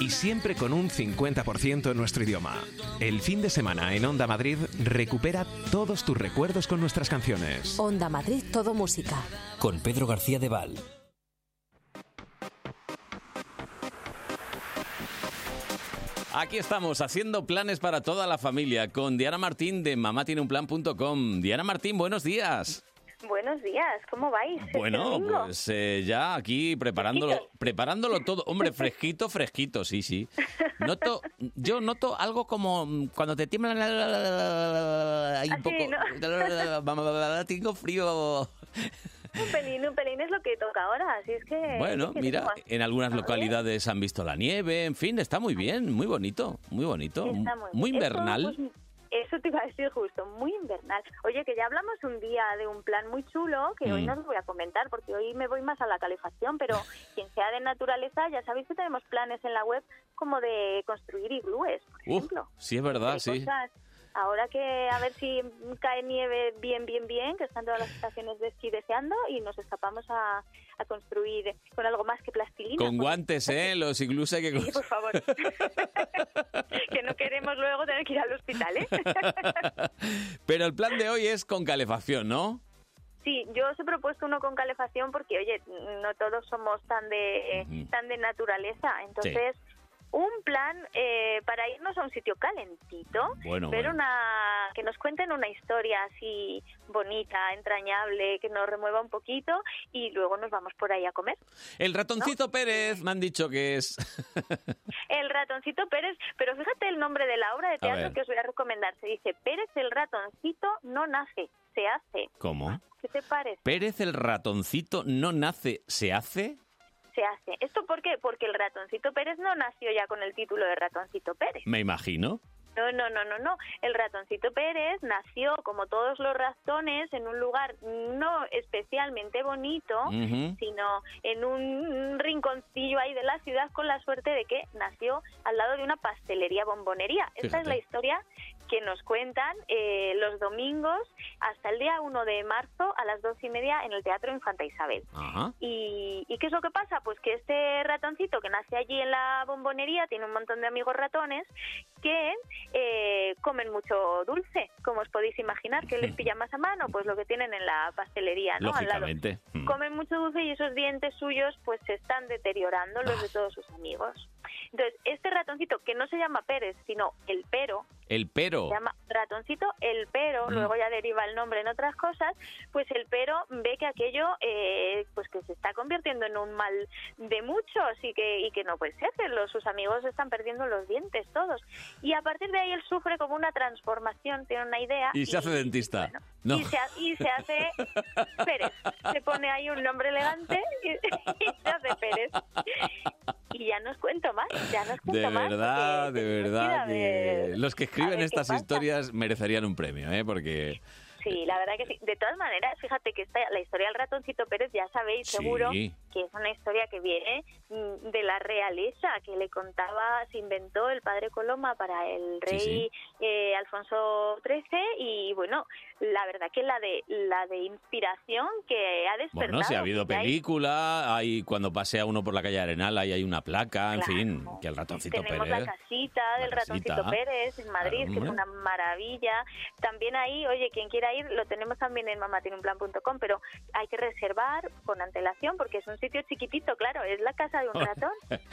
Y siempre con un 50% en nuestro idioma. El fin de semana en Onda Madrid recupera todos tus recuerdos con nuestras canciones. Onda Madrid, todo música. Con Pedro García de Val. Aquí estamos haciendo planes para toda la familia con Diana Martín de mamatieneunplan.com. Diana Martín, buenos días. Buenos días, ¿cómo vais? Este Bueno, domingo. pues eh, ya aquí preparándolo, preparándolo todo. Hombre, fresquito, fresquito, sí, sí. Noto, yo noto algo como mm, cuando te tiemblan hay un Así, poco. Tengo frío. Eh, Un pelín, un pelín es lo que toca ahora, así es que... pues, Bueno, es que mira, eh, tengo bastante- en algunas localidades han visto la nieve, en fin, está muy bien, muy bonito, muy bonito, está muy bien. invernal. Eso, pues, eso te iba a decir justo, muy invernal. Oye, que ya hablamos un día de un plan muy chulo, que hoy Mm. no os voy a comentar, porque hoy me voy más a la calefacción, pero quien sea de naturaleza, ya sabéis que tenemos planes en la web como de construir iglúes, por Uf, ejemplo. sí es verdad, de Ah, sí. cosas. Ahora que a ver si cae nieve bien, bien, bien, que están todas las estaciones de esquí deseando y nos escapamos a, a construir con algo más que plastilina. Con guantes, ¿eh? Los incluso hay que... Sí, por favor. que no queremos luego tener que ir al hospital, ¿eh? Pero el plan de hoy es con calefacción, ¿no? Sí, yo os he propuesto uno con calefacción porque, oye, no todos somos tan de, tan de naturaleza. Entonces, un plan eh, para irnos a un sitio calentito, Bueno, ver bueno. una que nos cuenten una historia así bonita, entrañable, que nos remueva un poquito y luego nos vamos por ahí a comer. El ratoncito Pérez me han dicho que es. El ratoncito Pérez, pero fíjate el nombre de la obra de teatro ver. que os voy a recomendar. Se dice Pérez el ratoncito no nace, se hace. ¿Cómo? ¿Qué te parece? Pérez el ratoncito no nace, se hace. Se hace. ¿Esto por qué? Porque el ratoncito Pérez no nació ya con el título de ratoncito Pérez. Me imagino. No, no, no, no, no. El ratoncito Pérez nació, como todos los ratones, en un lugar no especialmente bonito, Ujú. sino en un rinconcillo ahí de la ciudad con la suerte de que nació al lado de una pastelería bombonería. Esta es Fíjate. la historia que nos cuentan eh, los domingos hasta el día 1 de marzo a las dos y media en el Teatro Infanta Isabel. Ajá. ¿Y, y qué es lo que pasa? Pues que este ratoncito que nace allí en la bombonería tiene un montón de amigos ratones que eh, comen mucho dulce, como os podéis imaginar, que les pilla más a mano, pues lo que tienen en la pastelería, ¿no? Al lado. Lógicamente. Mm. Comen mucho dulce y esos dientes suyos pues se están deteriorando los Ah. de todos sus amigos. Entonces, este ratoncito, que no se llama Pérez, sino el pero, El pero. se llama ratoncito el pero, Mm. luego ya deriva el nombre en otras cosas, pues el pero ve que aquello eh, pues que se está convirtiendo en un mal de muchos y que, y que no puede ser, que los, sus amigos están perdiendo los dientes todos. Y a partir de ahí él sufre como una transformación, tiene una idea Y se hace dentista. y, se, ha- y se hace Pérez. Se pone ahí un nombre elegante y, y se hace Pérez. Y ya no os cuento más, ya no os cuento De más. verdad, de mira, verdad. a que ver- Los que a ver escriben qué estas pasa. historias merecerían un premio, ¿eh? Porque. Sí, la verdad que sí. De todas maneras, fíjate que esta, la historia del ratoncito Pérez ya sabéis Sí. seguro que es una historia que viene mm, de la realeza que le contaba, se inventó el padre Coloma para el Sí, rey eh, Alfonso XIII y bueno, la verdad que la de la de inspiración que ha despertado. Bueno, si ha habido porque hay- película, hay cuando pasea uno por la calle Arenal, ahí hay una placa, en Claro. fin, que el ratoncito Tenemos Pérez. la casita del La ratoncito casita. Pérez en Madrid, Claro, que es hombre. una maravilla. También ahí, oye, quien quiera ir, lo tenemos también en mamatineunplan.com, pero hay que reservar con antelación porque es un sitio chiquitito, claro, es la casa de un ratón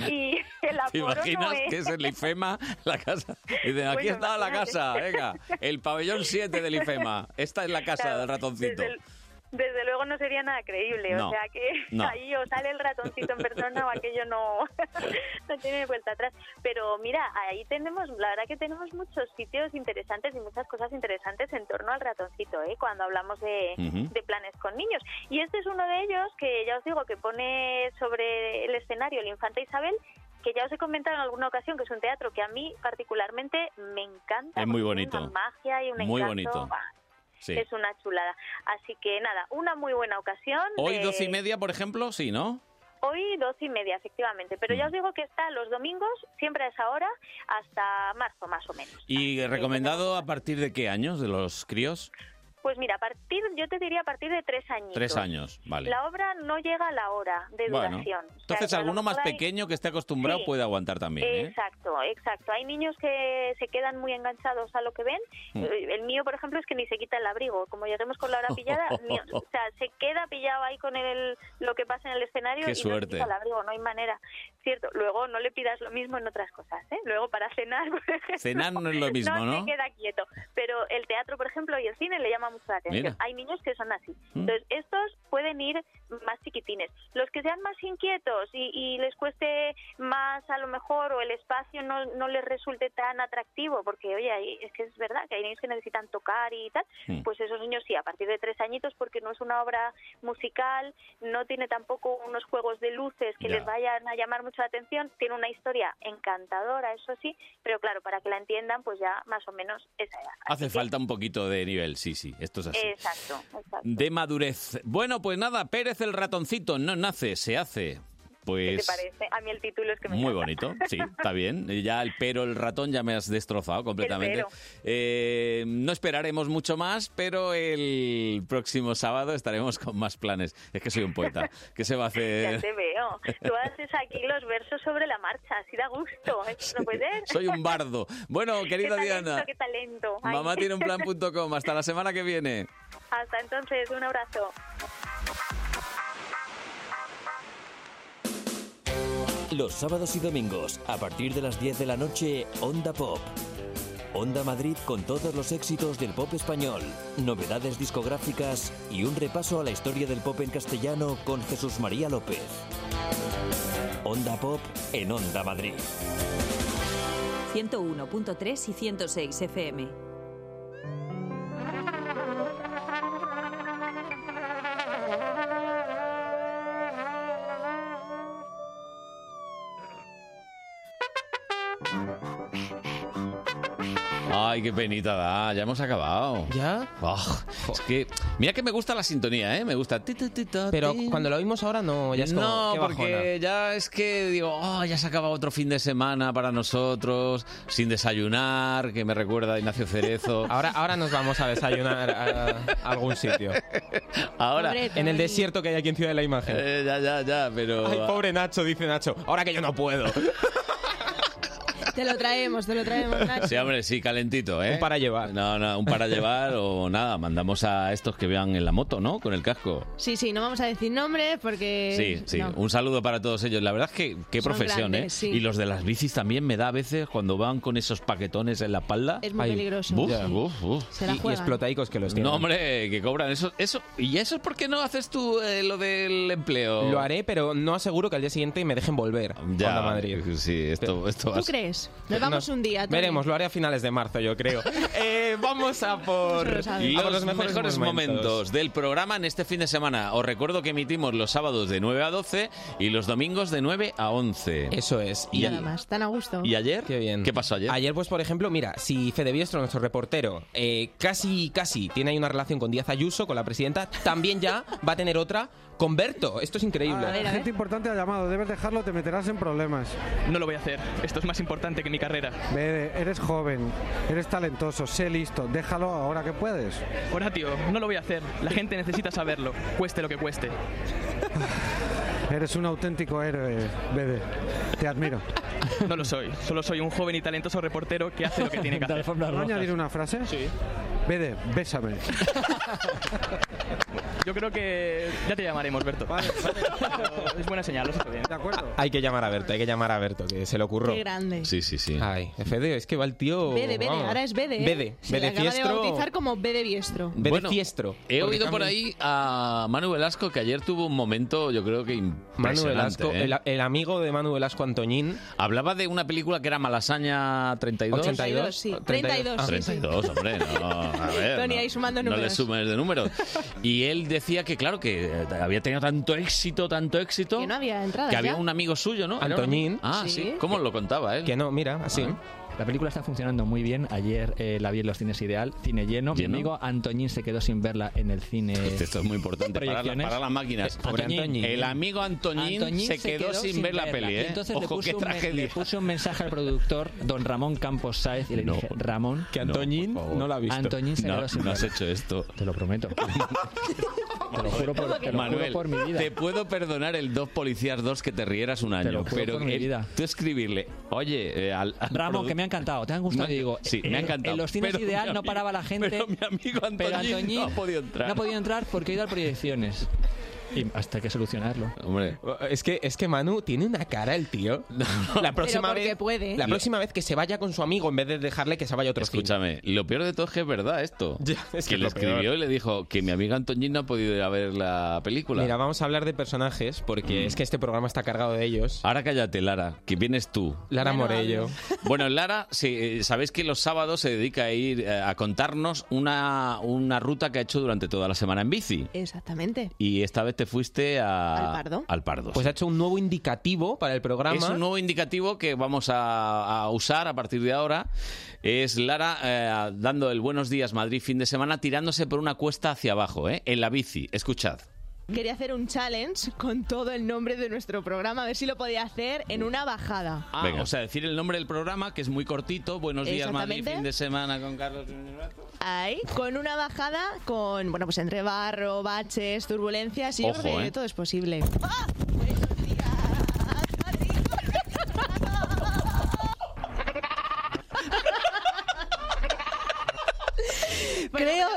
y el ¿Te aforo no imaginas es. que es el IFEMA la casa? Dicen, Bueno, aquí está la imagínate. casa, venga, el pabellón 7 del IFEMA. Esta es la casa Claro, del ratoncito. Desde, desde luego no sería nada creíble, No, o sea que no. ahí o sale el ratoncito en persona o aquello no, no tiene vuelta atrás. Pero mira, ahí tenemos, la verdad que tenemos muchos sitios interesantes y muchas cosas interesantes en torno al ratoncito, ¿eh? cuando hablamos de, Ujú. de planes con niños. Y este es uno de ellos que ya os digo que pone sobre el escenario el infante Isabel que ya os he comentado en alguna ocasión que es un teatro que a mí particularmente me encanta. Es muy porque tiene bonito. Una magia y un Muy encanto, bonito. bah, Sí. es una chulada. Así que nada, una muy buena ocasión. Hoy de- doce y media, por ejemplo, sí, ¿no? Hoy dos y media, efectivamente. Pero Mm. ya os digo que está los domingos, siempre a esa hora, hasta marzo más o menos. ¿Y recomendado a partir de qué años de los críos? Pues mira, a partir, yo te diría a partir de tres años. Tres años, vale. La obra no llega a la hora de Bueno, duración. O sea, entonces que a lo alguno más mejor hay- pequeño que esté acostumbrado Sí. puede aguantar también, ¿eh? Exacto, exacto. Hay niños que se quedan muy enganchados a lo que ven. Mm. Eh, El mío, por ejemplo, es que ni se quita el abrigo. Como lleguemos con la hora pillada, ni- o sea, se queda pillado ahí con el, lo que pasa en el escenario Qué y no se suerte. quita el abrigo, no hay manera. Cierto, luego no le pidas lo mismo en otras cosas, ¿eh? Luego para cenar, por ejemplo, Cenar no es lo mismo, ¿no? se queda quieto. Pero el teatro, por ejemplo, y el cine le llama mucho la atención. Mira. Hay niños que son así. Mm. Entonces, estos pueden ir más chiquitines. Los que sean más inquietos y, y les cueste más, a lo mejor, o el espacio no, no les resulte tan atractivo, porque, oye, hay- es que es verdad que hay niños que necesitan tocar y tal, Mm. pues esos niños sí, a partir de tres añitos, porque no es una obra musical, no tiene tampoco unos juegos de luces que Ya. les vayan a llamar mucho la atención, tiene una historia encantadora, eso sí, pero claro, para que la entiendan, pues ya más o menos esa edad. Hace falta un poquito de nivel, sí, sí, esto es Pues así. Exacto, exacto. De madurez. Bueno, pues nada, Pérez el ratoncito no nace, se hace. ¿Qué Pues te parece? A mí el título es que me muy encanta. bonito, sí, está bien. Ya el pero, el ratón, ya me has destrozado completamente. pero. Eh, no esperaremos mucho más, pero el próximo sábado estaremos con más planes. Es que soy un poeta. ¿Qué se va a Ya hacer? te veo. Tú haces aquí los versos sobre la marcha, así da gusto. Eso no puede ser. Soy un bardo. Bueno, Qué querida talento, Diana, Qué talento. Ay. mamá tiene un plan.com. Hasta la semana que viene. Hasta entonces, un abrazo. Los sábados y domingos, a partir de las 10 de la noche, Onda Pop. Onda Madrid con todos los éxitos del pop español, novedades discográficas y un repaso a la historia del pop en castellano con Jesús María López. Onda Pop en Onda Madrid. 101.3 y 106 FM. Ay, qué penita da, ya hemos acabado. Ah, ¿Ya? es que, mira que me gusta la sintonía, ¿eh? Me gusta. Ti, ti, ti, ta, Pero ti. cuando lo oímos ahora no, ya es como, no, qué bajona. porque ya es que digo, oh, ya se acaba otro fin de semana para nosotros, sin desayunar, que me recuerda a Ignacio Cerezo. Ahora, ahora nos vamos a desayunar a, a algún sitio. Ahora, Pobre en el desierto que hay aquí en Ciudad de la Imagen. Eh, ya, ya, ya, pero... Ay, pobre Nacho, dice Nacho. Ahora que yo no puedo. Te lo traemos, te lo traemos, Nacho. Sí, hombre, sí, calentito, ¿eh? Un para llevar. No, no, un para llevar o nada, mandamos a estos que vean en la moto, ¿no? Con el casco. Sí, sí, no vamos a decir nombres porque... Sí, sí, Eh, no. un saludo para todos ellos. La verdad es que qué Son profesión, grandes, sí. ¿eh? Y los de las bicis también me da a veces cuando van con esos paquetones en la espalda. Es muy peligroso. Buf, Ya. buf, buf. Se la Y- y juegan. explotaicos que los tienen. No, hombre, que cobran eso. eso ¿Y eso es por qué no haces tú eh, lo del empleo? Lo haré, pero no aseguro que al día siguiente me dejen volver Ya, a Madrid. Sí, esto, esto va a ¿Tú ser- crees? Nos vamos No. un día. Tony. Veremos, lo haré a finales de marzo, yo creo. Eh, vamos a por, Eso lo a sabe. Los, por mejores, momentos. del programa en este fin de semana. Os recuerdo que emitimos los sábados de 9 a 12 y los domingos de 9 a 11. Eso es. Y, Nada más, tan a gusto. y ayer? Qué bien. ¿Qué pasó ayer? Ayer, pues, por ejemplo, mira, si Fede Biestro, nuestro reportero, eh, casi, casi tiene ahí una relación con Díaz Ayuso, con la presidenta, también ya va a tener otra con Berto. Esto es increíble. Gente importante ha llamado, debes dejarlo, te meterás en problemas. No lo voy a hacer. Esto es más importante que mi carrera. Ve, eres joven, eres talentoso, sé listo, déjalo ahora que puedes. Horatio, no lo voy a hacer. La gente necesita saberlo, cueste lo que cueste. Eres un auténtico héroe, Bede. Te admiro. No lo soy. Solo soy un joven y talentoso reportero que hace lo que tiene que hacer. ¿Puedo añadir una frase? Sí. Bede, bésame. Yo creo que ya te llamaremos, Berto. Es buena señal, lo has hecho bien. De acuerdo. Hay que llamar a Berto, hay que llamar a Berto, que se le ocurrió. Qué grande. Sí, sí, sí. Ay, Fede, es que va el tío. Bede, Bede, vamos. ahora es Bede. ¿eh? Bede, Se Bede le acaba Fiestro. de bautizar como Bede Biestro. Bede Fiestro. He Porque oído por cambia- ahí a Manu Velasco que ayer tuvo un momento, yo creo que Manu impresionante. Velasco, ¿eh? el, el amigo de Manu Velasco Antoñín. Hablaba de una película que era Malasaña 32. 82, sí. 32, Ah, sí, sí. 32, hombre, no. A ver. Tony, no, ahí sumando no le números. sumes de números. Y él decía que, claro, que eh, había tenido tanto éxito, tanto éxito. Que no había entradas Que había ya. un amigo suyo, ¿no? Era un- Antoñín. Ah, sí. Sí. ¿Cómo lo contaba él? Que no, mira, así. La película está funcionando muy bien. Ayer eh, la vi en los cines Ideal, cine lleno. Lleno. Mi amigo Antoñín se quedó sin verla en el cine. Esto es muy importante para, la- para las máquinas. El amigo Antoñín, se, quedó sin, ver la peli, Y ¿eh? Entonces le Ojo, puse, qué un, me- tragedia. le puse un mensaje al productor, don Ramón Campos Sáez, y le dije, Ramón, Que Antoñín no la ha visto. Antoñín se no, quedó sin no has verla. hecho esto. Te lo prometo. Te lo juro por- te lo juro Manuel, por mi vida. te puedo perdonar el dos policías dos que te rieras un año, lo juro pero por mi el- vida. tú escribirle, oye, eh, al, al Ramón, produ- que me ha encantado, te han gustado. No, Y digo, sí, me eh, ha encantado, En los cines pero mi ideal no amigo- paraba la gente. pero mi amigo pero Antoñín Antoñín no ha podido entrar. no ha podido entrar porque ha ido a proyecciones. Y hasta hay que solucionarlo. Hombre. Es que, es que Manu tiene una cara el tío. La próxima porque vez puede. La próxima vez que se vaya con su amigo en vez de dejarle que se Ah, vaya a otro Escúchame, lo peor de todo es que es verdad esto. es que que le es lo peor. escribió y le dijo que mi amiga Antoñín no ha podido ir a ver la película. Mm. Mira, vamos a hablar de personajes porque es que este programa está cargado de ellos. Ahora cállate, Lara, que vienes tú. Lara Morello. Bueno, Lara, sí, eh, sabéis que los sábados se dedica a ir eh, a contarnos una, una ruta que ha hecho durante toda la semana en bici. Exactamente. Y esta vez te fuiste a- Al Pardo. Al Pardo, Pues sí. ha hecho un nuevo indicativo para el programa. Es un nuevo indicativo que vamos a, a usar a partir de ahora. Es Lara eh, dando el buenos días Madrid fin de semana tirándose por una cuesta hacia abajo, ¿eh? en la bici. Escuchad. Quería hacer un challenge con todo el nombre de nuestro programa, a ver si lo podía hacer en una bajada. Ah, o sea, decir el nombre del programa, que es muy cortito. Buenos días Madrid Exactamente. fin de semana con Carlos. Ahí, con una bajada, con, bueno, pues entre barro, baches, turbulencias, y yo Ojo, creo que ¿eh? todo es posible. creo,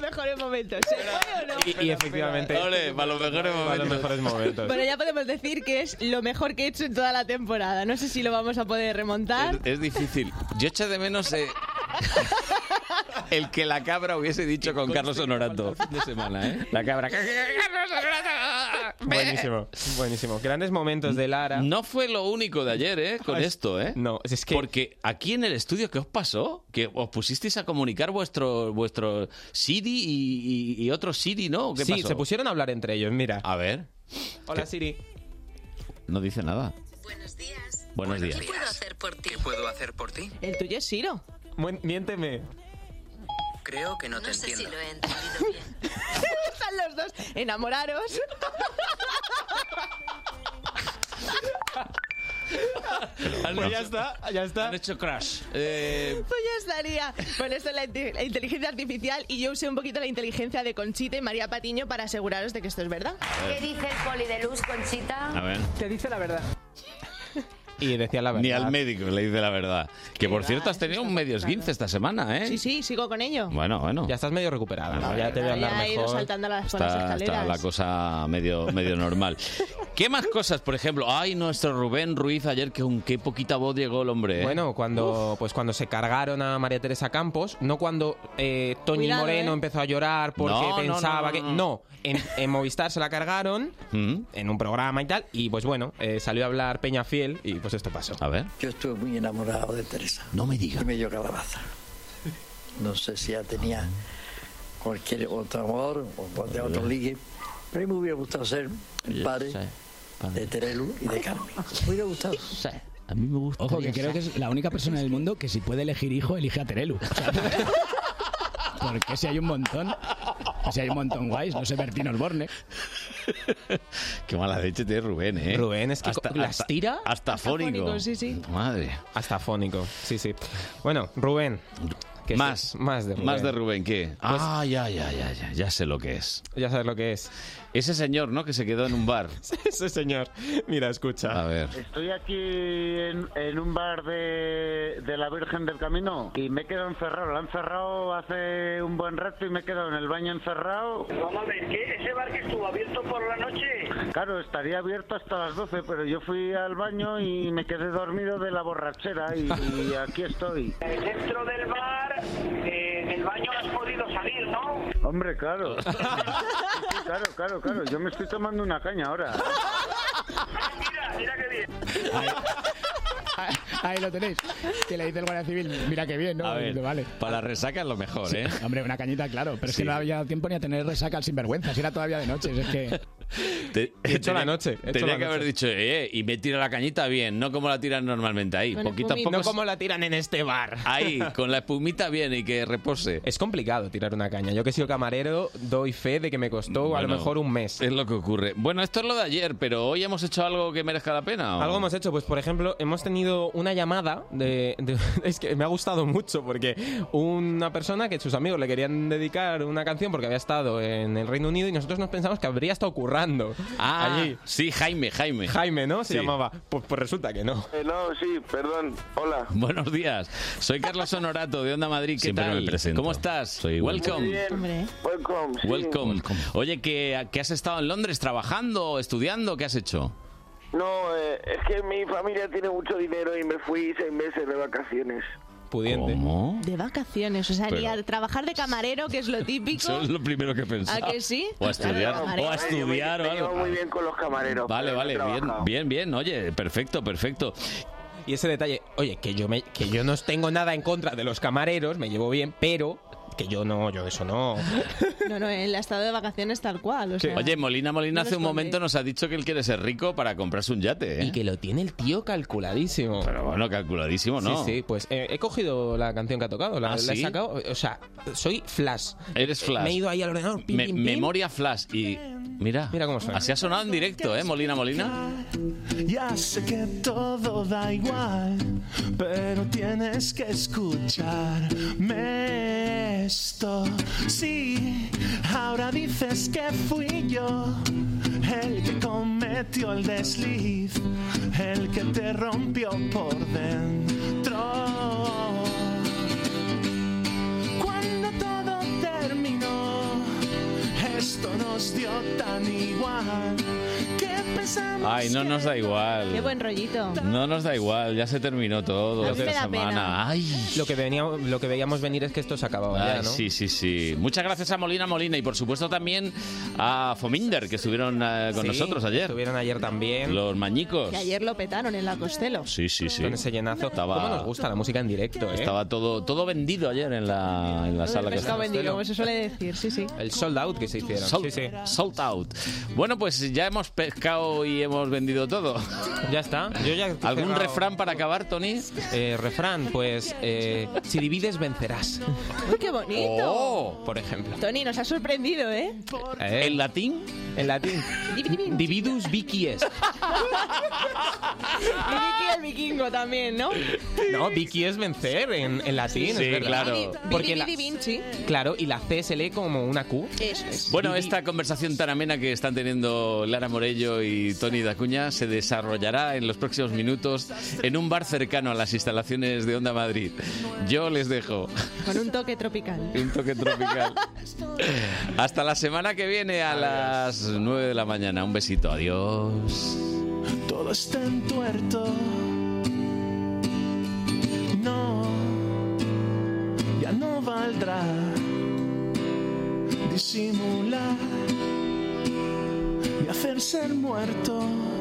mejores momentos. ¿Se fue o no? Y, y efectivamente. Ole, para los mejores Para los mejores momentos. Bueno, ya podemos decir que es lo mejor que he hecho en toda la temporada. No sé si lo vamos a poder remontar. Es difícil. Yo echo de menos eh, el que la cabra hubiese dicho con este Carlos Honorato. de semana, ¿eh? La cabra. Buenísimo, buenísimo. Grandes momentos de Lara. No fue lo único de ayer, ¿eh? Con esto, ¿eh? No, Ah, es que... Porque aquí en el estudio, ¿qué os pasó? Que os pusisteis a comunicar vuestro, vuestro CD y, y- y otro CD, ¿no? ¿Qué sí, pasó? se pusieron a hablar entre ellos, mira. A ver. Hola Siri. No dice nada. Buenos días. Buenos días. puedo hacer por ti? puedo hacer por ti? El tuyo es Ciro. Miénteme. Creo que no, te entiendo. Están los dos enamoraros. Pues ya está, ya está. Han hecho crash. Eh, Pues ya estaría. Bueno, esto es la, inte- la inteligencia artificial y yo usé un poquito la inteligencia de Conchita y María Patiño para aseguraros de que esto es verdad. A ver. ¿Qué dice el poli de luz, Conchita? a ver. Te dice la verdad. Y decía la verdad. Ni al médico le dice la verdad. Que por cierto, has tenido un medio fatal. esguince esta semana, ¿eh? Sí, sí, sigo con ello. Bueno, bueno. Ya estás medio recuperada, ¿no? Ya te veo andar Ya he ido mejor. saltando las, por las Está, escaleras. está la cosa medio, medio normal. ¿Qué más cosas? Por ejemplo, ay, nuestro Rubén Ruiz ayer, que con qué poquita voz llegó el hombre. ¿eh? Bueno, cuando, pues cuando se cargaron a María Teresa Campos, no cuando eh, Tony Cuidado, Moreno ¿eh? empezó a llorar porque No, no, pensaba no, no, que. no. Mm. No, en, en Movistar se la cargaron en un programa y tal, y pues bueno, eh, salió a hablar Peña Fiel y pues esto pasó. A ver. Yo estuve muy enamorado de Teresa. No me digas. Me dio calabaza. No sé si ya tenía cualquier otro amor o de Eh. otro ligue, pero a mí me hubiera gustado ser el Yo padre sé, de Terelu y de Carmen. Me hubiera gustado. A mí me gusta. Ojo, que creo que es la única persona del mundo que si puede elegir hijo, elige a Terelu. O sea, Porque si hay un montón, si hay un montón guays, no sé, Bertín Osborne. Qué mala leche tiene Rubén, ¿eh? Rubén Pues es que co- las tira. Hasta, fónico. sí. Madre. Hasta fónico, sí, sí. Bueno, Rubén. que Más, es- más de Rubén. Pues Más de Rubén, ¿qué? ah, ya, ya, ya, ya, ya sé lo que es. Ya sabes lo que es. Ese señor, ¿no? Que se quedó en un bar. Ese señor. Mira, escucha. A ver. Estoy aquí en, en un bar de, de la Virgen del Camino y me he quedado encerrado. La han cerrado hace un buen rato y me he quedado en el baño encerrado. Vamos a ver, ¿qué? ¿Ese bar que estuvo abierto por la noche? Claro, estaría abierto hasta las 12, pero yo fui al baño y me quedé dormido de la borrachera y, y aquí estoy. Dentro del bar, eh, del baño has podido salir, ¿no? Hombre, claro. Sí, sí, claro, claro, claro. Yo me estoy tomando una caña ahora. Ahí lo tenéis. Que le dice el Guardia Civil, mira qué bien, ¿no? A ver, vale. para la resaca es lo mejor, ¿eh? Hombre, una cañita, claro. Pero es Sí. que no había dado tiempo ni a tener resaca al sinvergüenza. Si era todavía de noche. Es que... Te- He hecho tenía- la noche, he hecho Tenía la que haber noche. dicho, eh, y me tira la cañita bien, no como la tiran normalmente ahí. poquito a poco. No como la tiran en este bar. Ahí, con la espumita bien y que repose. Es complicado tirar una caña. Yo que he sido camarero, doy fe de que me costó a lo Bueno, mejor un mes. Es lo que ocurre. Bueno, esto es lo de ayer, pero hoy hemos hecho algo que merezca la pena. ¿o? Algo hemos hecho, pues por ejemplo, hemos tenido una llamada de, de- Es que me ha gustado mucho porque una persona que sus amigos le querían dedicar una canción porque había estado en el Reino Unido y nosotros nos pensamos que habría estado currando Ah, allí. sí, Jaime, Jaime. Jaime, ¿no? Se Sí. llamaba. Pues, pues resulta que no. Eh, no, sí, perdón. Hola. Buenos días. Soy Carlos Honorato de Onda Madrid. ¿Qué Siempre tal? me presento. ¿Cómo estás? Soy Welcome. Muy bien. Welcome. sí. Welcome. Oye, ¿que, que has estado en Londres trabajando, estudiando? ¿Qué has hecho? No, eh, es que mi familia tiene mucho dinero y me fui seis meses de vacaciones. Pudiente. De vacaciones, o sea, ni Pero- a trabajar de camarero, que es lo típico. Eso es lo primero que pensaba. ¿A que sí? O a estudiar. Claro, O a Ay, yo me- estudiar o me llevo algo. muy bien con los camareros. Vale, pero no he vale, bien, trabajado. bien, bien. Oye, perfecto, perfecto. Y ese detalle, oye, que yo me, que yo no tengo nada en contra de los camareros, me llevo bien, pero que yo no, yo eso no. No, no, él ha estado de vacaciones tal cual. O sea, Oye, Eh, Molina Molina No hace un responde. momento nos ha dicho que él quiere ser rico para comprarse un yate. Y que lo tiene el tío calculadísimo. Pero bueno, calculadísimo, ¿no? Sí, sí, pues eh, he cogido la canción que ha tocado, la, ¿Ah, la sí? he sacado, o sea, soy flash. Eres flash. Eh, Me he ido ahí al ordenador. pim, Me- pim, pim. memoria flash y mira, mira cómo Así ha sonado en directo, ¿eh? Molina Molina. Ya sé que todo da igual, pero tienes que escucharme esto. Sí, ahora dices que fui yo el que cometió el desliz, el que te rompió por dentro. Cuando todo terminó, tan igual que pensamos Ay, no nos da igual. Qué buen rollito. No nos da igual, ya se terminó todo A mí me esta da pena. semana. Ay. Lo que, veníamos, lo que veíamos venir es que esto se acababa Ay, ya, ¿no? Sí, sí, sí. Muchas gracias a Molina Molina y por supuesto también a Fominder que estuvieron eh, con Sí, nosotros ayer. Estuvieron ayer también. Los mañicos. Que ayer lo petaron en la Costello. Sí, sí, sí. Con ese llenazo. ¿Cómo nos gusta la música en directo, eh? Estaba todo, todo vendido ayer en la, en la sala. que Pescado estaba. vendido, como se suele decir, sí, sí. El sold out que se hicieron. Sold, sold out. Bueno, pues ya hemos pescado y hemos vendido todo. Ya está. ¿Algún refrán para acabar, Tony? refrán, pues eh, si divides vencerás. Oh. Uy, qué bonito. Oh. Por ejemplo. Tony, nos ha sorprendido, ¿eh? ¿En latín? En latín. Dividus vici est. Y Vicky el vikingo también, ¿no? No, vici es vencer en, en latín, Sí, es Ah, verdad. claro. Porque Vivi la- Di Vinci. claro, y la C se lee como una Q. Eso es. Bueno, esta conversación tan amena que están teniendo Lara Morello y Tony Dacuña se desarrollará en los próximos minutos en un bar cercano a las instalaciones de Onda Madrid. Yo les dejo Con un toque tropical. un toque tropical. Hasta la semana que viene a las 9 de la mañana. Un besito, adiós. Todo está entuerto. No, ya no valdrá disimular ni hacer ser muerto.